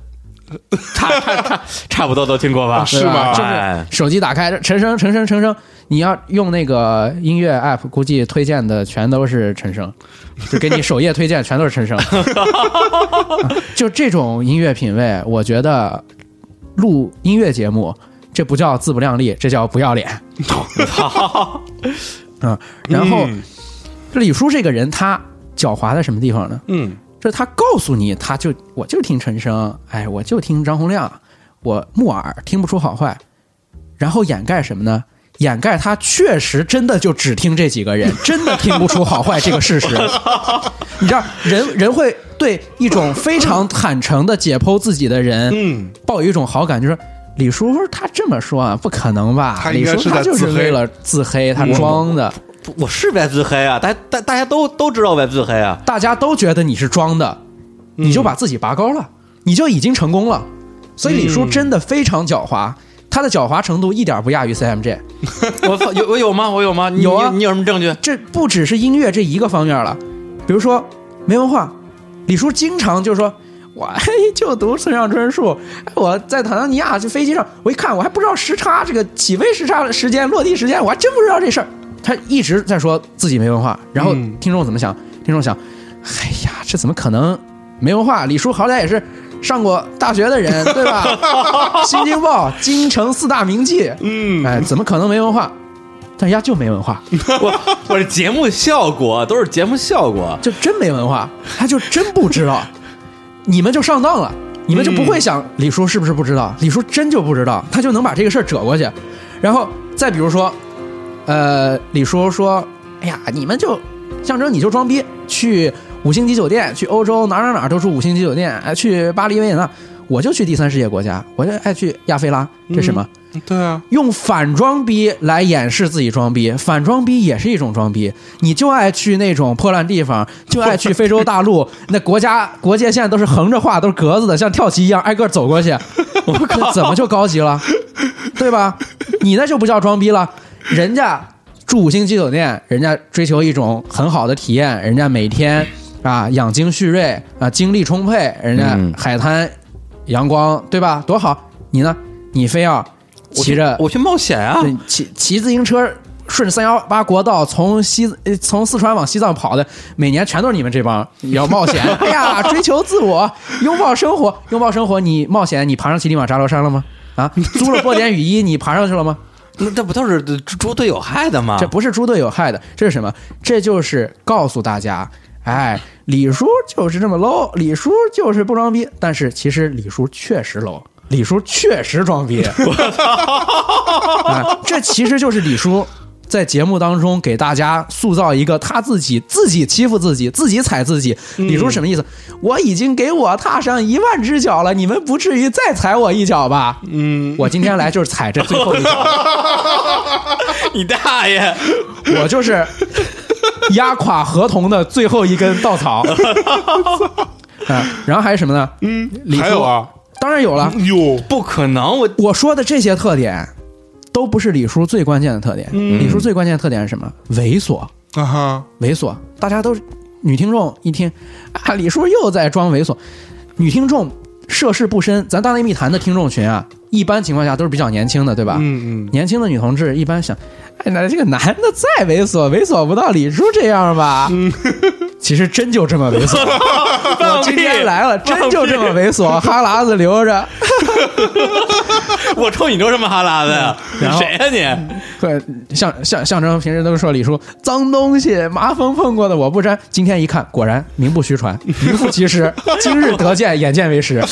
Speaker 2: 差差差差不多都听过吧？ <laughs>
Speaker 1: 是吧
Speaker 3: 对吧
Speaker 2: 哎
Speaker 3: 啊就是手机打开，陈升，陈升，陈升，你要用那个音乐 app，估计推荐的全都是陈升，就给你首页推荐全都是陈升。 <laughs> 就这种音乐品味，我觉得录音乐节目，这不叫自不量力，这叫不要脸。嗯，然后、
Speaker 1: 嗯
Speaker 3: 李叔这个人，他狡猾在什么地方呢？
Speaker 1: 嗯
Speaker 3: 就是他告诉你，他就我就听陈升，哎，我就听张洪亮，我木耳听不出好坏，然后掩盖什么呢？掩盖他确实真的就只听这几个人，真的听不出好坏这个事实。 <laughs> 你知道，人人会对一种非常坦诚的解剖自己的人，
Speaker 1: 嗯，
Speaker 3: 抱有一种好感，就是李叔他这么说啊，不可能吧？
Speaker 1: 他应
Speaker 3: 李
Speaker 1: 该
Speaker 3: 叔
Speaker 1: 是
Speaker 3: 他
Speaker 1: 在
Speaker 3: 就是
Speaker 1: 自黑嗯
Speaker 3: 为了自黑，他装的。
Speaker 2: 我是外自黑啊，大家大大家都都知道外自黑啊，
Speaker 3: 大家都觉得你是装的，你就把自己拔高了，你就已经成功了。所以李叔真的非常狡猾，他的狡猾程度一点不亚于 CMJ。
Speaker 2: 我操，有我有吗？我有吗？你
Speaker 3: 有啊
Speaker 2: 你你有什么证据？
Speaker 3: 这不只是音乐这一个方面了，比如说没文化，李叔经常就说。我就读村上春树，哎我在坦桑尼亚就飞机上，我一看我还不知道时差，这个起飞时差时间、落地时间，我还真不知道这事儿。他一直在说自己没文化，然后
Speaker 1: 嗯
Speaker 3: 听众怎么想？听众想，哎呀，这怎么可能没文化？李叔好歹也是上过大学的人，对吧？新京报、京城四大名妓，
Speaker 1: 嗯
Speaker 3: 哎，怎么可能没文化？但人家就没文化，
Speaker 2: <laughs> 我我是节目效果，都是节目效果。
Speaker 3: 就真没文化，他就真不知道， <laughs> 你们就上当了，你们就不会想李叔是不是不知道，李叔真就不知道，他就能把这个事儿折过去。然后再比如说，呃，李叔说：“哎呀，你们就象征你就装逼，去五星级酒店，去欧洲哪儿哪儿哪儿都住五星级酒店，哎，去巴黎维也纳，我就去第三世界国家，我就爱去亚非拉，这是什么？
Speaker 1: 对啊，
Speaker 3: 用反装逼来掩饰自己装逼，反装逼也是一种装逼。你就爱去那种破烂地方，就爱去非洲
Speaker 2: <laughs>
Speaker 3: 大陆，那国家国界线都是横着画，都是格子的，像跳棋一样挨个走过去。我靠，怎么就高级了，对吧？你那就不叫装逼了，人家住五星级酒店，人家追求一种很好的体验，人家每天啊养精蓄锐啊精力充沛，人家
Speaker 2: 嗯
Speaker 3: 海滩阳光对吧？多好！你呢？你非要骑着
Speaker 2: 我去冒险啊！
Speaker 3: 对骑骑自行车顺着三幺八国道从西呃从四川往西藏跑的，每年全都是你们这帮要冒险，哎呀，追求自我，拥抱生活，拥抱生活，你冒险，你爬上乞力马扎罗山了吗？啊，租了波点雨衣，你爬上去了吗？
Speaker 2: 那这不都是猪队友害的吗？
Speaker 3: 这不是猪队友害的，这是什么？这就是告诉大家，哎，李叔就是这么 low，李叔就是不装逼，但是其实李叔确实 low。李叔确实装逼，啊，这其实就是李叔在节目当中给大家塑造一个他自己自己欺负自己，自己踩自己。李叔什么意思？我已经给我踏上一万只脚了，你们不至于再踩我一脚吧？嗯，我今天来就是踩这最后一脚。
Speaker 2: <laughs> 你大爷！
Speaker 3: <laughs> 我就是压垮合同的最后一根稻草。啊，然后还有什么呢？嗯，
Speaker 1: 还有，啊，
Speaker 3: 当然有了。
Speaker 1: 哟，
Speaker 2: 不可能，我
Speaker 3: 我说的这些特点，都不是李叔最关键的特点。李叔最关键的特点是什么？猥琐，
Speaker 1: 啊哈，
Speaker 3: 猥琐。大家都女听众一听啊，李叔又在装猥琐。女听众涉世不深，咱大内密谈的听众群啊，一般情况下都是比较年轻的，对吧？
Speaker 1: 嗯嗯，
Speaker 3: 年轻的女同志一般想，哎，那这个男的再猥琐， <laughs> 猥琐不到李叔这样吧？
Speaker 1: 嗯
Speaker 3: 其实真就这么
Speaker 1: <laughs>
Speaker 3: 猥琐。我今天来了，真就这么猥琐，哈喇子流着。
Speaker 2: 我冲你都这么哈喇子呀？
Speaker 3: 然
Speaker 2: 嗯
Speaker 3: 后
Speaker 2: 谁呀、你？
Speaker 3: <laughs> 对，象象象征平时都说李叔脏东西，麻风碰过的我不沾。今天一看，果然名不虚传，名副其实。今日得见，眼见为实。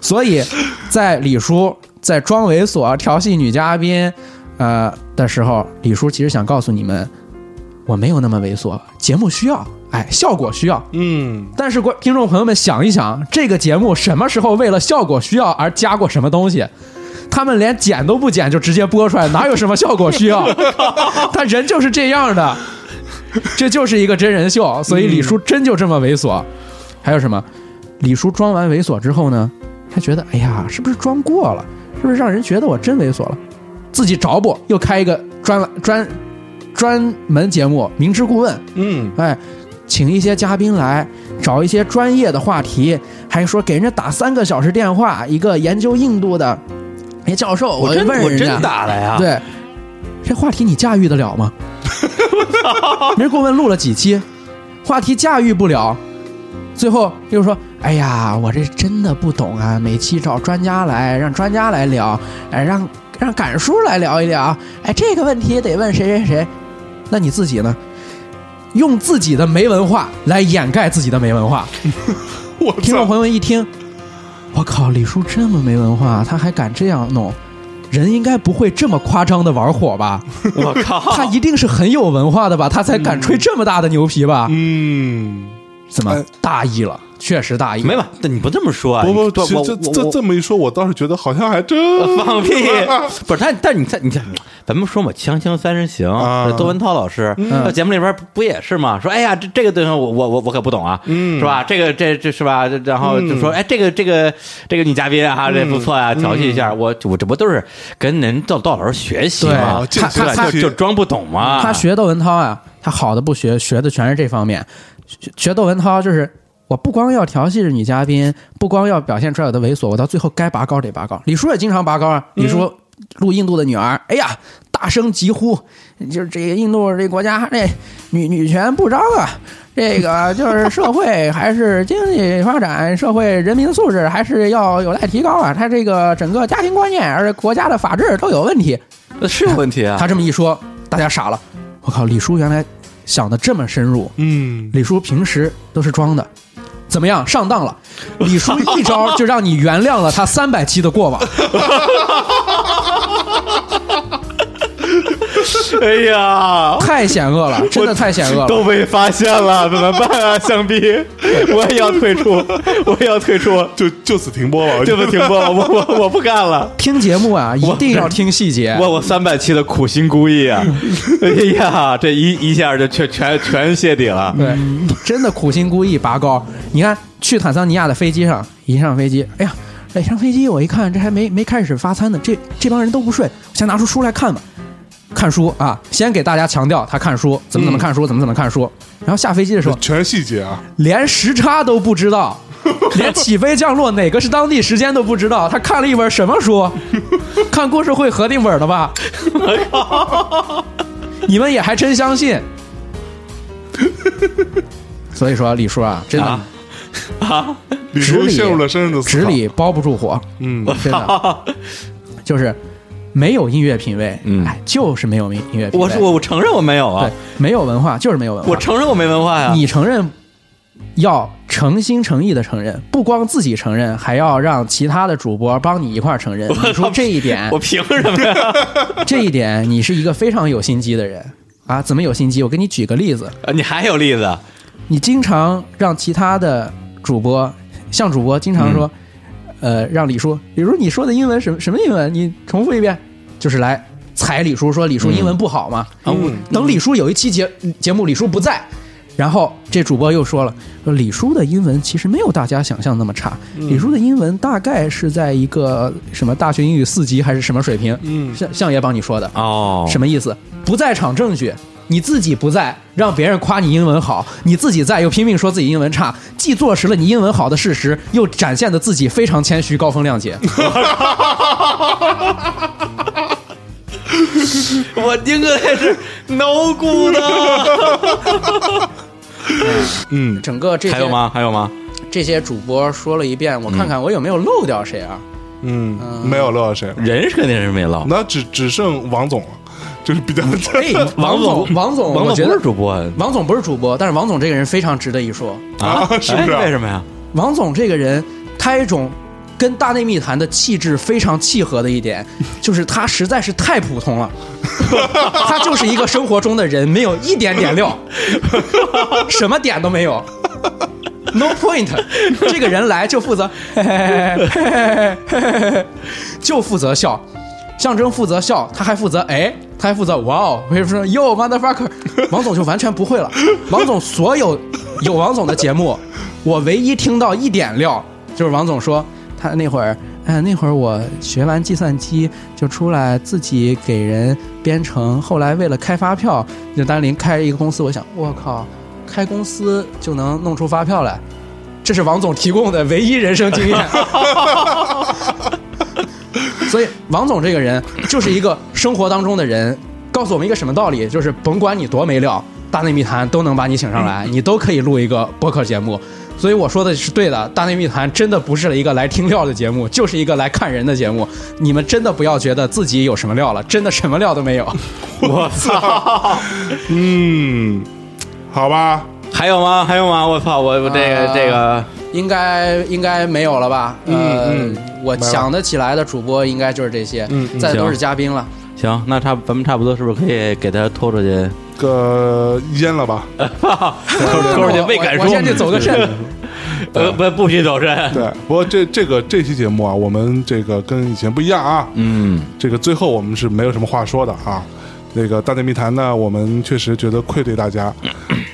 Speaker 3: 所以，在李叔在装猥琐调戏女嘉宾，呃的时候，李叔其实想告诉你们，我没有那么猥琐，节目需要，哎，效果需要。
Speaker 1: 嗯，
Speaker 3: 但是，观听众朋友们想一想，这个节目什么时候为了效果需要而加过什么东西？他们连剪都不剪就直接播出来，哪有什么效果需要？ <laughs> 他人就是这样的，这就是一个真人秀，所以李叔真就这么猥琐。还有什么？李叔装完猥琐之后呢，还觉得哎呀，是不是装过了？是不是让人觉得我真猥琐了？自己找补，又开一个专专专门节目《明知故问》，
Speaker 1: 嗯，
Speaker 3: 哎，请一些嘉宾来，找一些专业的话题，还说给人家打三个小时电话，一个研究印度的，哎，教授，
Speaker 2: 我
Speaker 3: 问
Speaker 2: 真我
Speaker 3: 人家，
Speaker 2: 真打了呀！
Speaker 3: 对，这话题你驾驭得了吗？明儿顾问录了几期，话题驾驭不了，最后又说：“哎呀，我这真的不懂啊！每期找专家来，让专家来聊，哎，让让赶叔来聊一聊，哎，这个问题得问谁谁谁。”那你自己呢？用自己的没文化来掩盖自己的没文化。
Speaker 1: 我
Speaker 3: 听众
Speaker 1: 操，
Speaker 3: 朋友们一听，我靠，李叔这么没文化，他还敢这样弄，人应该不会这么夸张的玩火吧？
Speaker 2: 我靠！
Speaker 3: 他一定是很有文化的吧？他才敢吹这么大的牛皮吧？
Speaker 1: 嗯，
Speaker 3: 怎么
Speaker 1: 哎
Speaker 3: 大意了？确实大意，
Speaker 2: 没吧？但你不这么说啊？
Speaker 1: 不不，
Speaker 2: 你
Speaker 1: 其实
Speaker 2: 我
Speaker 1: 这
Speaker 2: 我
Speaker 1: 这
Speaker 2: 我
Speaker 1: 这么一说，我倒是觉得好像还真
Speaker 3: <laughs>
Speaker 2: 放屁！ <laughs> 不是他，但你看，你看，咱们说嘛，《锵锵三人行》
Speaker 1: 啊
Speaker 2: 窦文涛老师
Speaker 3: 嗯
Speaker 2: 在节目里边不不也是嘛？说哎呀，这这个东西我我我我可不懂啊，
Speaker 3: 嗯
Speaker 2: 是吧？这个这这是吧？这然后就说哎，这个这个这个女嘉宾啊，这
Speaker 3: 嗯
Speaker 2: 不错啊，调戏一下我，我这不都是跟人窦窦老师学习
Speaker 3: 对
Speaker 2: 嘛？
Speaker 1: 见
Speaker 2: 是吧
Speaker 1: 识
Speaker 2: 就就装不懂嘛？
Speaker 3: 他学窦文涛啊，他好的不学，学的全是这方面。学学窦文涛就是，我不光要调戏女嘉宾，不光要表现出来我的猥琐，我到最后该拔高得拔高。李叔也经常拔高啊，李叔。录印度的女儿，哎呀，大声疾呼，就是这个印度这国家这女女权不彰啊，这个就是社会还是经济发展，社会人民素质还是要有待提高啊。他这个整个家庭观念，而且国家的法治都有问题，
Speaker 2: 是有问题啊？
Speaker 3: 他这么一说，大家傻了。我靠，李叔原来想的这么深入，
Speaker 1: 嗯，
Speaker 3: 李叔平时都是装的。怎么样，上当了？李叔一招就让你原谅了他三百期的
Speaker 2: <laughs>
Speaker 3: 过往。
Speaker 2: 哎呀，
Speaker 3: 太险恶了，真的太险恶了。
Speaker 2: 都被发现了，怎么办
Speaker 3: <laughs>
Speaker 2: 啊？香槟，我也要退出，我也要退出，
Speaker 1: 就就此停播了，
Speaker 2: <laughs> 这不停播了，我我我不干了。 <laughs>
Speaker 3: 听节目啊，一定要听细节。
Speaker 2: 我我三百期的苦心孤诣 <laughs> 啊！哎呀，这一一下就全全全谢底了。
Speaker 3: 对，真的苦心孤诣拔高。你看，去坦桑尼亚的飞机上，一上飞机，哎呀，哎上飞机我一看，这还没没开始发餐呢，这这帮人都不睡，我先拿出书来看吧。看书啊，先给大家强调他看书，怎么怎么看书，怎么怎么看书。然后下飞机的时候，
Speaker 1: 全是细节啊，
Speaker 3: 连时差都不
Speaker 2: <laughs>
Speaker 3: 知道，连起飞降落哪个是当地时间都不知道。他看了一本什么书？看故事会核定本的吧？ <laughs> 你们也还真相信？ <laughs> 所以说，李叔啊，真的、
Speaker 2: 啊
Speaker 1: 李
Speaker 3: 直
Speaker 1: 叔
Speaker 3: 理
Speaker 1: 陷入了深深的思
Speaker 3: 纸
Speaker 1: 考。
Speaker 3: 里包不住火，
Speaker 1: 嗯，
Speaker 2: 呃
Speaker 3: 真
Speaker 2: 啊
Speaker 3: 的就是没有音乐品味，
Speaker 2: 嗯
Speaker 3: 哎，就是没有音乐品味。
Speaker 2: 我是我我承认我没有啊
Speaker 3: 对，，没有文化就是没有文化。
Speaker 2: 我承认我没文化呀。 <laughs>
Speaker 3: 你承认，要诚心诚意的承认，不光自己承认，还要让其他的主播帮你一块儿承认。你说这一
Speaker 2: <laughs>
Speaker 3: 点
Speaker 2: 我，凭什么呀？
Speaker 3: 这一点你是一个非常有心机的人啊！怎么有心机？我给你举个例子，
Speaker 2: <laughs> 你还有例子？
Speaker 3: 你经常让其他的主播，像主播经常说，呃，让李叔，李叔你说的英文什么什么英文？你重复一遍，就是来踩李叔，说李叔英文不好嘛。啊，我等李叔有一期节节目，李叔不在。然后这主播又说了，说李叔的英文其实没有大家想象那么差，李叔的英文大概是在一个什么大学英语四级还是什么水平？嗯，向向爷帮你说的
Speaker 2: 哦
Speaker 3: 什么意思？不在场证据，你自己不在，让别人夸你英文好，你自己在又拼命说自己英文差，既坐实了你英文好的事实，又展现的自己非常谦虚、高风亮节。
Speaker 2: 嗯我应该是 no good <laughs> 的。
Speaker 3: 整个这些
Speaker 2: 还有吗？还嗯有吗？
Speaker 3: 这些主播说了一遍，我看看我有没有漏掉谁啊？
Speaker 1: 嗯，没有漏到谁了，
Speaker 2: 人是肯定是没捞。
Speaker 1: 那只只剩王总了，就是比较
Speaker 3: 哎，
Speaker 2: 嗯
Speaker 1: <laughs>
Speaker 3: 王总，王总，
Speaker 2: 王
Speaker 3: 我
Speaker 2: 总
Speaker 3: 觉
Speaker 2: 不
Speaker 3: 得啊
Speaker 2: 是主播
Speaker 3: 王总不是主播，但是王总这个人非常值得一说。
Speaker 1: <laughs> 啊是不是
Speaker 2: 哎为什么呀？
Speaker 3: 王总这个人，他有一种跟《大内密谈》的气质非常契合的一点，就是他实在是太普通了，他就是一个生活中的人，没有一点点料，什么点都没有。No point，这个人来就负责，嘿嘿嘿嘿嘿嘿嘿嘿就负责笑。象征负责笑，他还负责哎，他还负责哇哦，为什么说 Yo motherfucker？王总就完全不会了。王总所有有王总的节目，我唯一听到一点料就是王总说他那会儿，哎，那会儿我学完计算机就出来自己给人编程，后来为了开发票，就单林开一个公司，我想我靠，开公司就能弄出发票来，这是王总提供的唯一人生经验。所以王总这个人就是一个生活当中的人，告诉我们一个什么道理，就是甭管你多没料，大内密谈都能把你请上
Speaker 1: 嗯
Speaker 3: 来，你都可以录一个播客节目。所以我说的是对的，《大内密谈》真的不是一个来听料的节目，就是一个来看人的节目。你们真的不要觉得自己有什么料了，真的什么料都
Speaker 1: <laughs>
Speaker 3: 没有。
Speaker 2: 我操！
Speaker 1: 嗯，好吧，
Speaker 2: <laughs> 还有吗？还有吗？我操！我我这个
Speaker 3: 啊
Speaker 2: 这个
Speaker 3: 应该应该没有了吧？
Speaker 1: 嗯
Speaker 3: 呃
Speaker 1: 嗯
Speaker 3: 我
Speaker 1: 没了
Speaker 3: 想得起来的主播应该就是这些，
Speaker 1: 嗯嗯
Speaker 3: 再都
Speaker 2: 行
Speaker 3: 是嘉宾了。
Speaker 2: 行，那差咱们差不多，是不是可以给他拖出 <laughs> 去？
Speaker 1: 个淹了吧？
Speaker 2: 呃拖出拖出去未敢说嗯
Speaker 3: 我我，先去走个
Speaker 1: <laughs>
Speaker 3: 肾，
Speaker 2: 呃，不不许走人。
Speaker 1: 对，不过这这个这期节目啊，我们这个跟以前不一样啊，
Speaker 2: 嗯，
Speaker 1: 这个最后我们是没有什么话说的啊。那个大内密谈呢，我们确实觉得愧对
Speaker 2: <clears throat>
Speaker 1: 大家，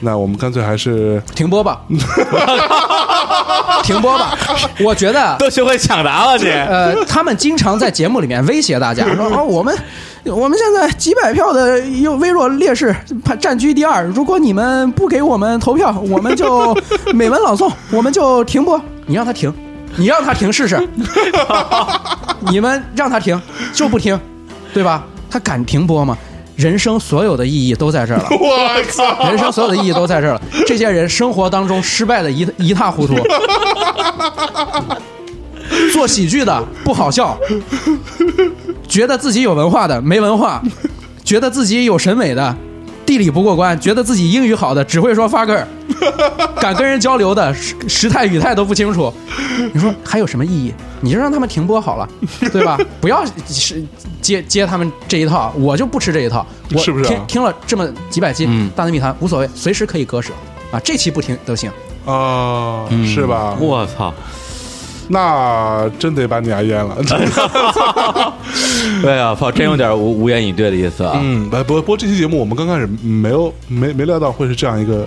Speaker 1: 那我们干脆还是
Speaker 3: 停播吧， <laughs> 停播吧。 <laughs> 我觉得
Speaker 2: 都学会抢答了你，
Speaker 3: 呃，他们经常在节目里面威胁大家说：“哦，我们我们现在几百票的又微弱劣势，怕占居第二。如果你们不给我们投票，我们就美文朗诵，我们就停播。你让他停，你让他停试试，你们让他停就不停，对吧？他敢停播吗？人生所有的意义都在这儿了。”
Speaker 1: 我操，
Speaker 3: 人生所有的意义都在这儿了。这些人生活当中失败的一一塌糊涂，做喜剧的不好笑，觉得自己有文化的没文化，觉得自己有审美的地理不过关，觉得自己英语好的只会说 fucker，敢跟人交流的时时态语态都不清楚，你说还有什么意义？你就让他们停播好了，对吧？不要是接接他们这一套，我就不吃这一套。我
Speaker 1: 是不是啊嗯
Speaker 3: 听听了这么几百期《大内密谈》，无所谓，随时可以割舍啊，这期不听都行。
Speaker 1: 啊，是吧？
Speaker 2: <laughs> 嗯我操！
Speaker 1: 那真得把你
Speaker 2: <laughs>
Speaker 1: 啊淹了。
Speaker 2: 对啊，操，真有点无无言以对的意思啊。
Speaker 1: 嗯，不不不过这期节目我们刚开始没有没没料到会是这样一个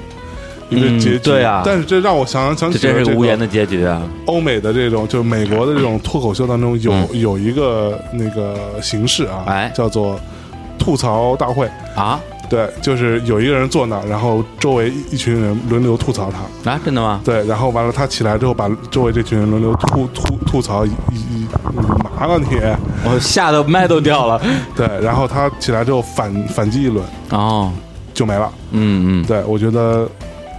Speaker 1: 一个
Speaker 2: 嗯
Speaker 1: 结局，
Speaker 2: 对啊
Speaker 1: 但是这让我想想
Speaker 2: 这
Speaker 1: 起了
Speaker 2: 真是个
Speaker 1: 这个
Speaker 2: 无言的结局啊！
Speaker 1: 欧美的这种，就是美国的这种脱口秀当中有、有一个那个形式啊，
Speaker 2: 嗯哎
Speaker 1: 叫做吐槽大会。
Speaker 2: 啊
Speaker 1: 对，就是有一个人坐那儿，然后周围一一群人轮流吐槽他。
Speaker 2: 啊，真的吗？
Speaker 1: 对，然后完了他起来之后，把周围这群人轮流吐吐吐槽一一一麻了你。
Speaker 2: 我吓得麦都掉了。
Speaker 1: 对，然后他起来之后反反击一轮
Speaker 2: 哦，
Speaker 1: 就没了。
Speaker 2: 嗯嗯，
Speaker 1: 对，我觉得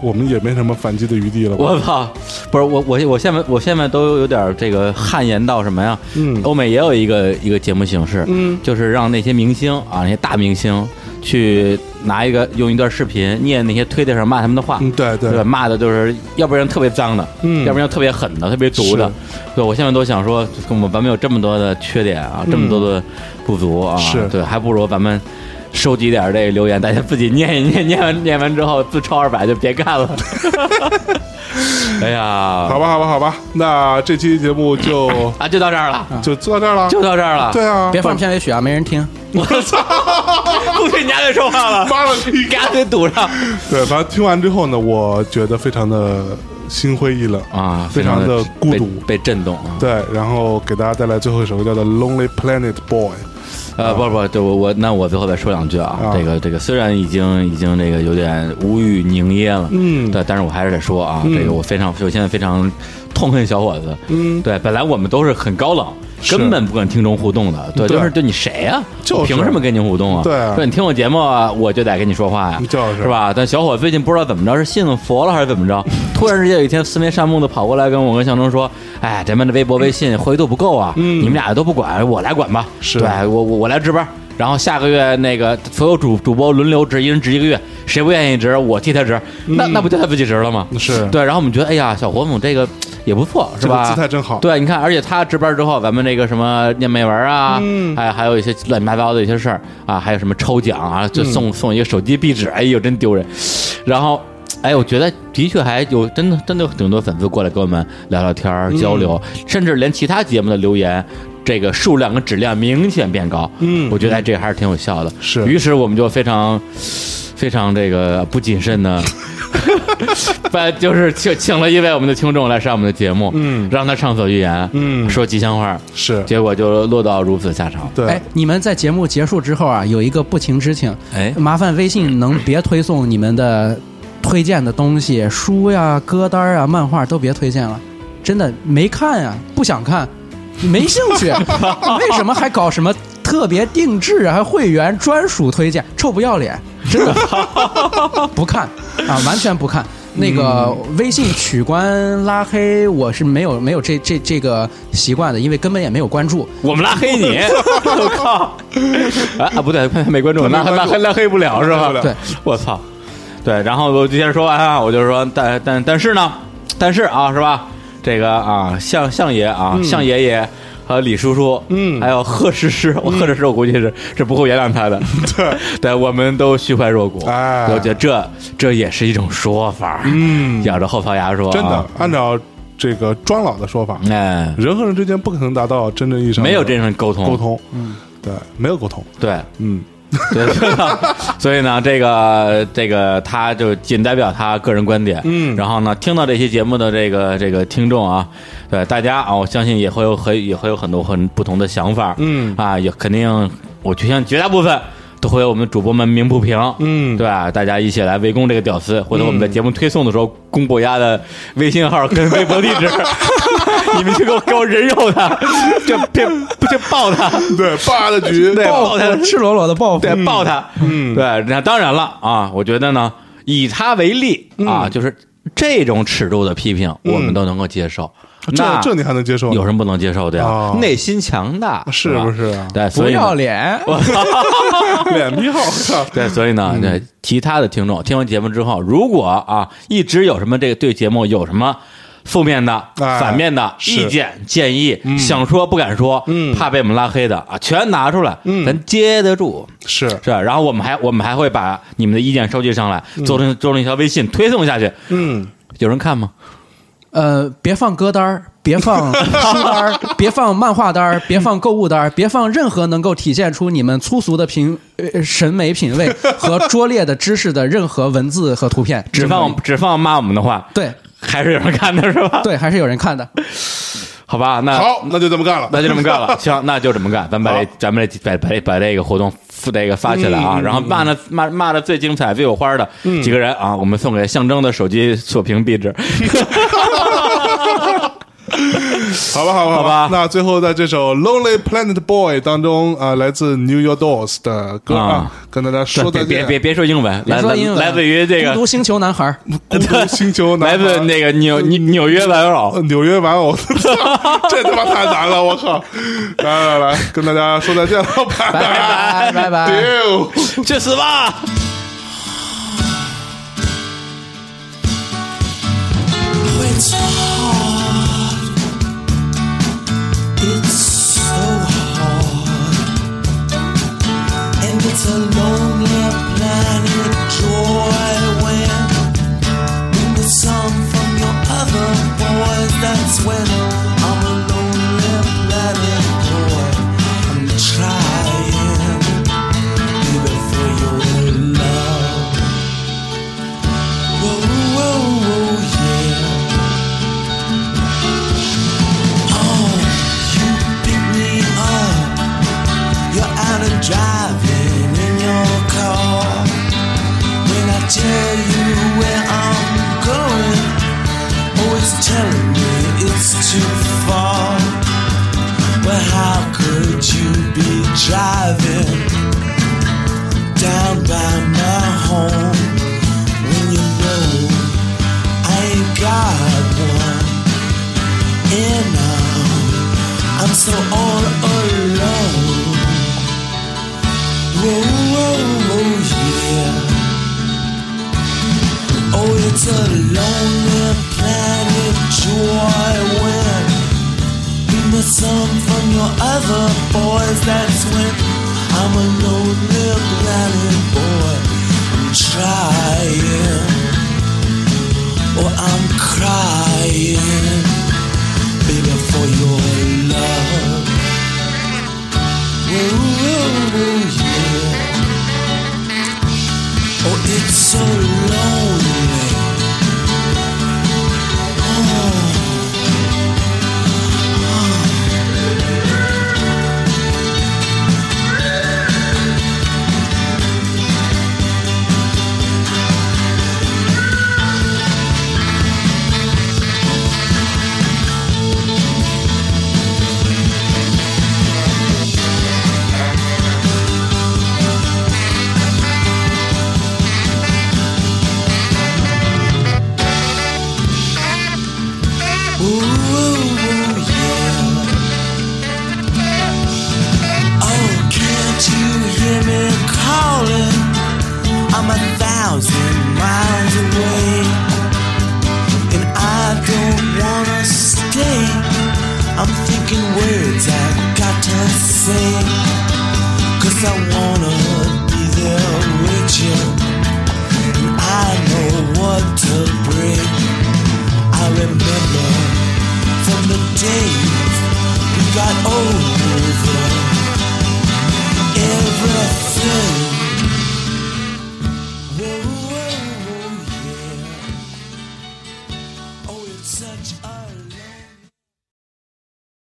Speaker 1: 我们也没什么反击的余地了吧。
Speaker 2: 我操，不是我我我现在我现在都有点这个汗颜到什么呀？
Speaker 1: 嗯
Speaker 2: 欧美也有一个一个节目形式，
Speaker 1: 嗯
Speaker 2: 就是让那些明星啊，那些大明星去拿一个用一段视频念那些推特上骂他们的话，
Speaker 1: 嗯，对
Speaker 2: 对吧？
Speaker 1: 对，
Speaker 2: 骂的就是要不然特别脏的，
Speaker 1: 嗯
Speaker 2: 要不然特别狠的，特别毒的。对，我现在都想说，我们咱们有这么多的缺点啊，这么多的不足啊，
Speaker 1: 嗯是
Speaker 2: 对，还不如咱们。收集点儿这个留言，大家自己念一念，念完念完之后自超二百就别干了。 <laughs> 哎呀
Speaker 1: 好，吧，好吧，好吧，那这期节目就 <coughs>
Speaker 2: 啊，就到这儿了，
Speaker 1: 就做到这儿了。
Speaker 2: 就到这儿了。
Speaker 1: 嗯对啊，
Speaker 3: 别放片尾曲啊，没人听。
Speaker 2: <laughs> 我操，不许你家再说话了， <laughs>
Speaker 1: 妈了个逼！
Speaker 2: 嘎嘴堵上
Speaker 1: 对，反正听完之后呢，我觉得非常的心灰意冷
Speaker 2: 啊，
Speaker 1: 非常的孤独。
Speaker 2: 被震动啊。
Speaker 1: 对，然后给大家带来最后一首歌叫做《Lonely Planet Boy》。
Speaker 2: 呃，不不，对我我那我最后再说两句啊
Speaker 1: 啊，
Speaker 2: 这个这个虽然已经已经这个有点无语凝噎了，
Speaker 1: 嗯
Speaker 2: 对，但是我还是得说啊，
Speaker 1: 嗯
Speaker 2: 这个我非常我现在非常痛恨小伙子，
Speaker 1: 嗯，
Speaker 2: 对，本来我们都是很高冷。
Speaker 1: 是
Speaker 2: 根本不跟听众互动的，对，
Speaker 1: 对
Speaker 2: 就是对你谁呀、
Speaker 1: 就是
Speaker 2: 我凭什么跟你互动啊？
Speaker 1: 对啊
Speaker 2: 对你听我节目啊，我就得跟你说话呀，
Speaker 1: 就是
Speaker 2: 吧？但小伙最近不知道怎么着，是信佛了还是怎么着？突然之间有一天，四面善目的跑过来跟我跟向征说：“哎，咱们的微博、微信活跃度不够啊，
Speaker 1: 嗯
Speaker 2: 你们俩都不管，我来管吧。
Speaker 1: 是
Speaker 2: 对我我我来值班。然后下个月那个所有主主播轮流值，一人值一个月，谁不愿意值，我替他值，那那不就他自己值了吗？
Speaker 1: 嗯是
Speaker 2: 对。然后我们觉得，哎呀，小火母这个也不错，是
Speaker 1: 这个
Speaker 2: 吧？
Speaker 1: 姿态真好。
Speaker 2: 对，你看，而且他值班之后，咱们这个什么念美文啊，
Speaker 1: 嗯
Speaker 2: 还还有一些乱七八糟的一些事儿啊，还有什么抽奖啊，就
Speaker 1: 嗯
Speaker 2: 送、送一个手机壁纸，哎呦，真丢人。然后，哎，我觉得的确还有真的真的有挺多粉丝过来跟我们聊聊天儿、交流，
Speaker 1: 嗯
Speaker 2: 甚至连其他节目的留言。这个数量跟质量明显变高，
Speaker 1: 嗯
Speaker 2: 我觉得哎这个还是挺有效的。
Speaker 1: 是
Speaker 2: 于是我们就非常非常这个不谨慎的， <laughs> 把就是请请了一位我们的听众来上我们的节目，
Speaker 1: 嗯
Speaker 2: 让他畅所欲言，
Speaker 1: 嗯
Speaker 2: 说吉祥话，
Speaker 1: 是，
Speaker 2: 结果就落到如此下场。
Speaker 1: 对
Speaker 3: 哎，，你们在节目结束之后啊，有一个不情之请，
Speaker 2: 哎
Speaker 3: 麻烦微信能别推送你们的推荐的东西，书呀、歌单啊、漫画都别推荐了，真的没看呀，不想看，没兴趣，为什么还搞什么特别定制啊，还会员专属推荐，臭不要脸，真的 <laughs> 不看啊，完全不看。那个微信取关拉黑，我是没有没有这这这个习惯的，因为根本也没有关注。
Speaker 2: 我们拉黑
Speaker 1: <laughs>
Speaker 2: 你，我靠！啊啊，不对，没关注，
Speaker 1: 没
Speaker 2: 拉黑拉
Speaker 1: 关注
Speaker 2: 黑拉黑不了是吧
Speaker 1: 拉黑不了？
Speaker 3: 对，
Speaker 2: 我操！对，然后我就接着说完啊，我就说，但但但是呢，但是啊，是吧？这个啊，相相爷啊，相爷爷还有李叔叔，
Speaker 1: 嗯
Speaker 2: 还有贺诗诗，我贺诗诗我估计是是不会原谅他的，对， <laughs> 对，我们都虚怀若谷，
Speaker 1: 哎
Speaker 2: 我觉得这这也是一种说法，
Speaker 1: 嗯
Speaker 2: 咬着后槽牙说，
Speaker 1: 真的
Speaker 2: 啊，，
Speaker 1: 按照这个庄老的说法，
Speaker 2: 哎，
Speaker 1: 人和人之间不可能达到真正意义上的
Speaker 2: 没有真正沟通，
Speaker 1: 沟通，嗯，对，没有沟通，
Speaker 2: 对，
Speaker 1: 嗯，
Speaker 2: <laughs> 对，所以呢，这个这个他就仅代表他个人观点，
Speaker 1: 嗯
Speaker 2: 然后呢，听到这期节目的这个这个听众啊，对大家啊，我相信也会有很也会有很多很不同的想法，
Speaker 1: 嗯
Speaker 2: 啊，也肯定，我就像绝大部分都会有我们主播们鸣不平，
Speaker 1: 嗯
Speaker 2: 对吧？大家一起来围攻这个屌丝，回头我们在节目推送的时候公布丫的微信号跟微博地址， <laughs> 你们去给我给我人肉他， <laughs> 就别就爆他。
Speaker 1: <laughs> 对，八的局，
Speaker 2: 对， <laughs> 爆他，
Speaker 3: 赤裸裸的报复。
Speaker 2: <laughs> 对，抱他，嗯，对，那当然了啊，我觉得呢，以他为例
Speaker 1: 嗯
Speaker 2: 啊，就是这种尺度的批评，我们都能够接受。那
Speaker 1: 啊这这你还能接受？
Speaker 2: 有什么不能接受的呀
Speaker 1: 哦？
Speaker 2: 内心强大
Speaker 1: 是
Speaker 2: 吧
Speaker 1: 不是啊
Speaker 2: 对，所
Speaker 3: 不
Speaker 2: 以呢
Speaker 3: 要脸，
Speaker 1: 脸皮好看，
Speaker 2: <laughs> 对，所以
Speaker 1: 嗯
Speaker 2: 呢，对其他的听众听完节目之后，如果啊一直有什么这个对节目有什么。负面的、
Speaker 1: 哎
Speaker 2: 反面的
Speaker 1: 是
Speaker 2: 意见、建议，想说不敢说，
Speaker 1: 嗯
Speaker 2: 怕被我们拉黑的啊，全拿出来，咱接得住。
Speaker 1: 是
Speaker 2: <laughs> 是吧，然后我们还我们还会把你们的意见收集上来，做成做成一条微信推送下去。
Speaker 1: 嗯，
Speaker 2: 有人看吗？
Speaker 3: 呃，别放歌单儿，别放书单 <laughs> 儿，别放漫画单儿，别放购物单儿，别放任何能够体现出你们粗俗的品、呃、审美品味和拙劣的知识的任何文字和图片。
Speaker 2: 只放只放骂我们的话，
Speaker 3: 对
Speaker 2: 还是有人看的是吧？，
Speaker 3: 对，还是有人看的。
Speaker 2: 好吧，那
Speaker 1: 好，那就这么干了。
Speaker 2: 嗯那就这么干了，行，那就这么干，咱把这咱们这把把这把这个活动附这个发起来啊，然后骂的骂骂的最精彩、最有花儿的几个人啊，我们送给象征的手机锁屏壁纸。
Speaker 1: 好吧，好吧，
Speaker 2: 好吧
Speaker 1: 那最后在这首《Lonely Planet Boy》当中啊、来自 New York Dolls 的歌啊
Speaker 2: 啊，
Speaker 1: 跟大家说再
Speaker 2: 别别
Speaker 1: 见。
Speaker 2: 别别说英文，来
Speaker 3: 别说
Speaker 2: 自
Speaker 3: 英文啊
Speaker 2: 来自于这
Speaker 3: 孤
Speaker 2: 个
Speaker 3: 独星球男
Speaker 2: <laughs>
Speaker 3: 孩儿，
Speaker 1: 孤独星球
Speaker 2: 来
Speaker 1: 男孩，
Speaker 2: 自那个纽纽纽约玩偶
Speaker 1: <laughs> 呃纽约玩偶，这他妈太难了，我靠！来来来，跟大家说再见了，拜
Speaker 3: 拜拜拜拜。
Speaker 1: 丢。
Speaker 2: 去死吧！
Speaker 6: It's hard. It's so hard. And it's a lonely planet joy when when the song from your other boys. That's when I'm a lonely planet boy. I'm trying, baby, for your love. Whoa, whoa, whoa, yeah. Oh, you pick me up. You're out and driving in your car. When I tell you where I'm going, always telling me it's too far. But how could you be driving down by my home when you know I ain't got one? and now I'm so all alone. Whoa, whoa, whoa, yeah. Oh, it's a lonely planet joy when you miss some from your other boys. That's when I'm a lonely planet boy. I'm trying, or I'm crying baby, for your love. Whoa, whoa, whoa, yeah. Oh, it's so lonely. Oh. Oh, words I've got to say. Cause I wanna be there with you. And I know what to bring. I remember from the day we got over everything Oh, Oh,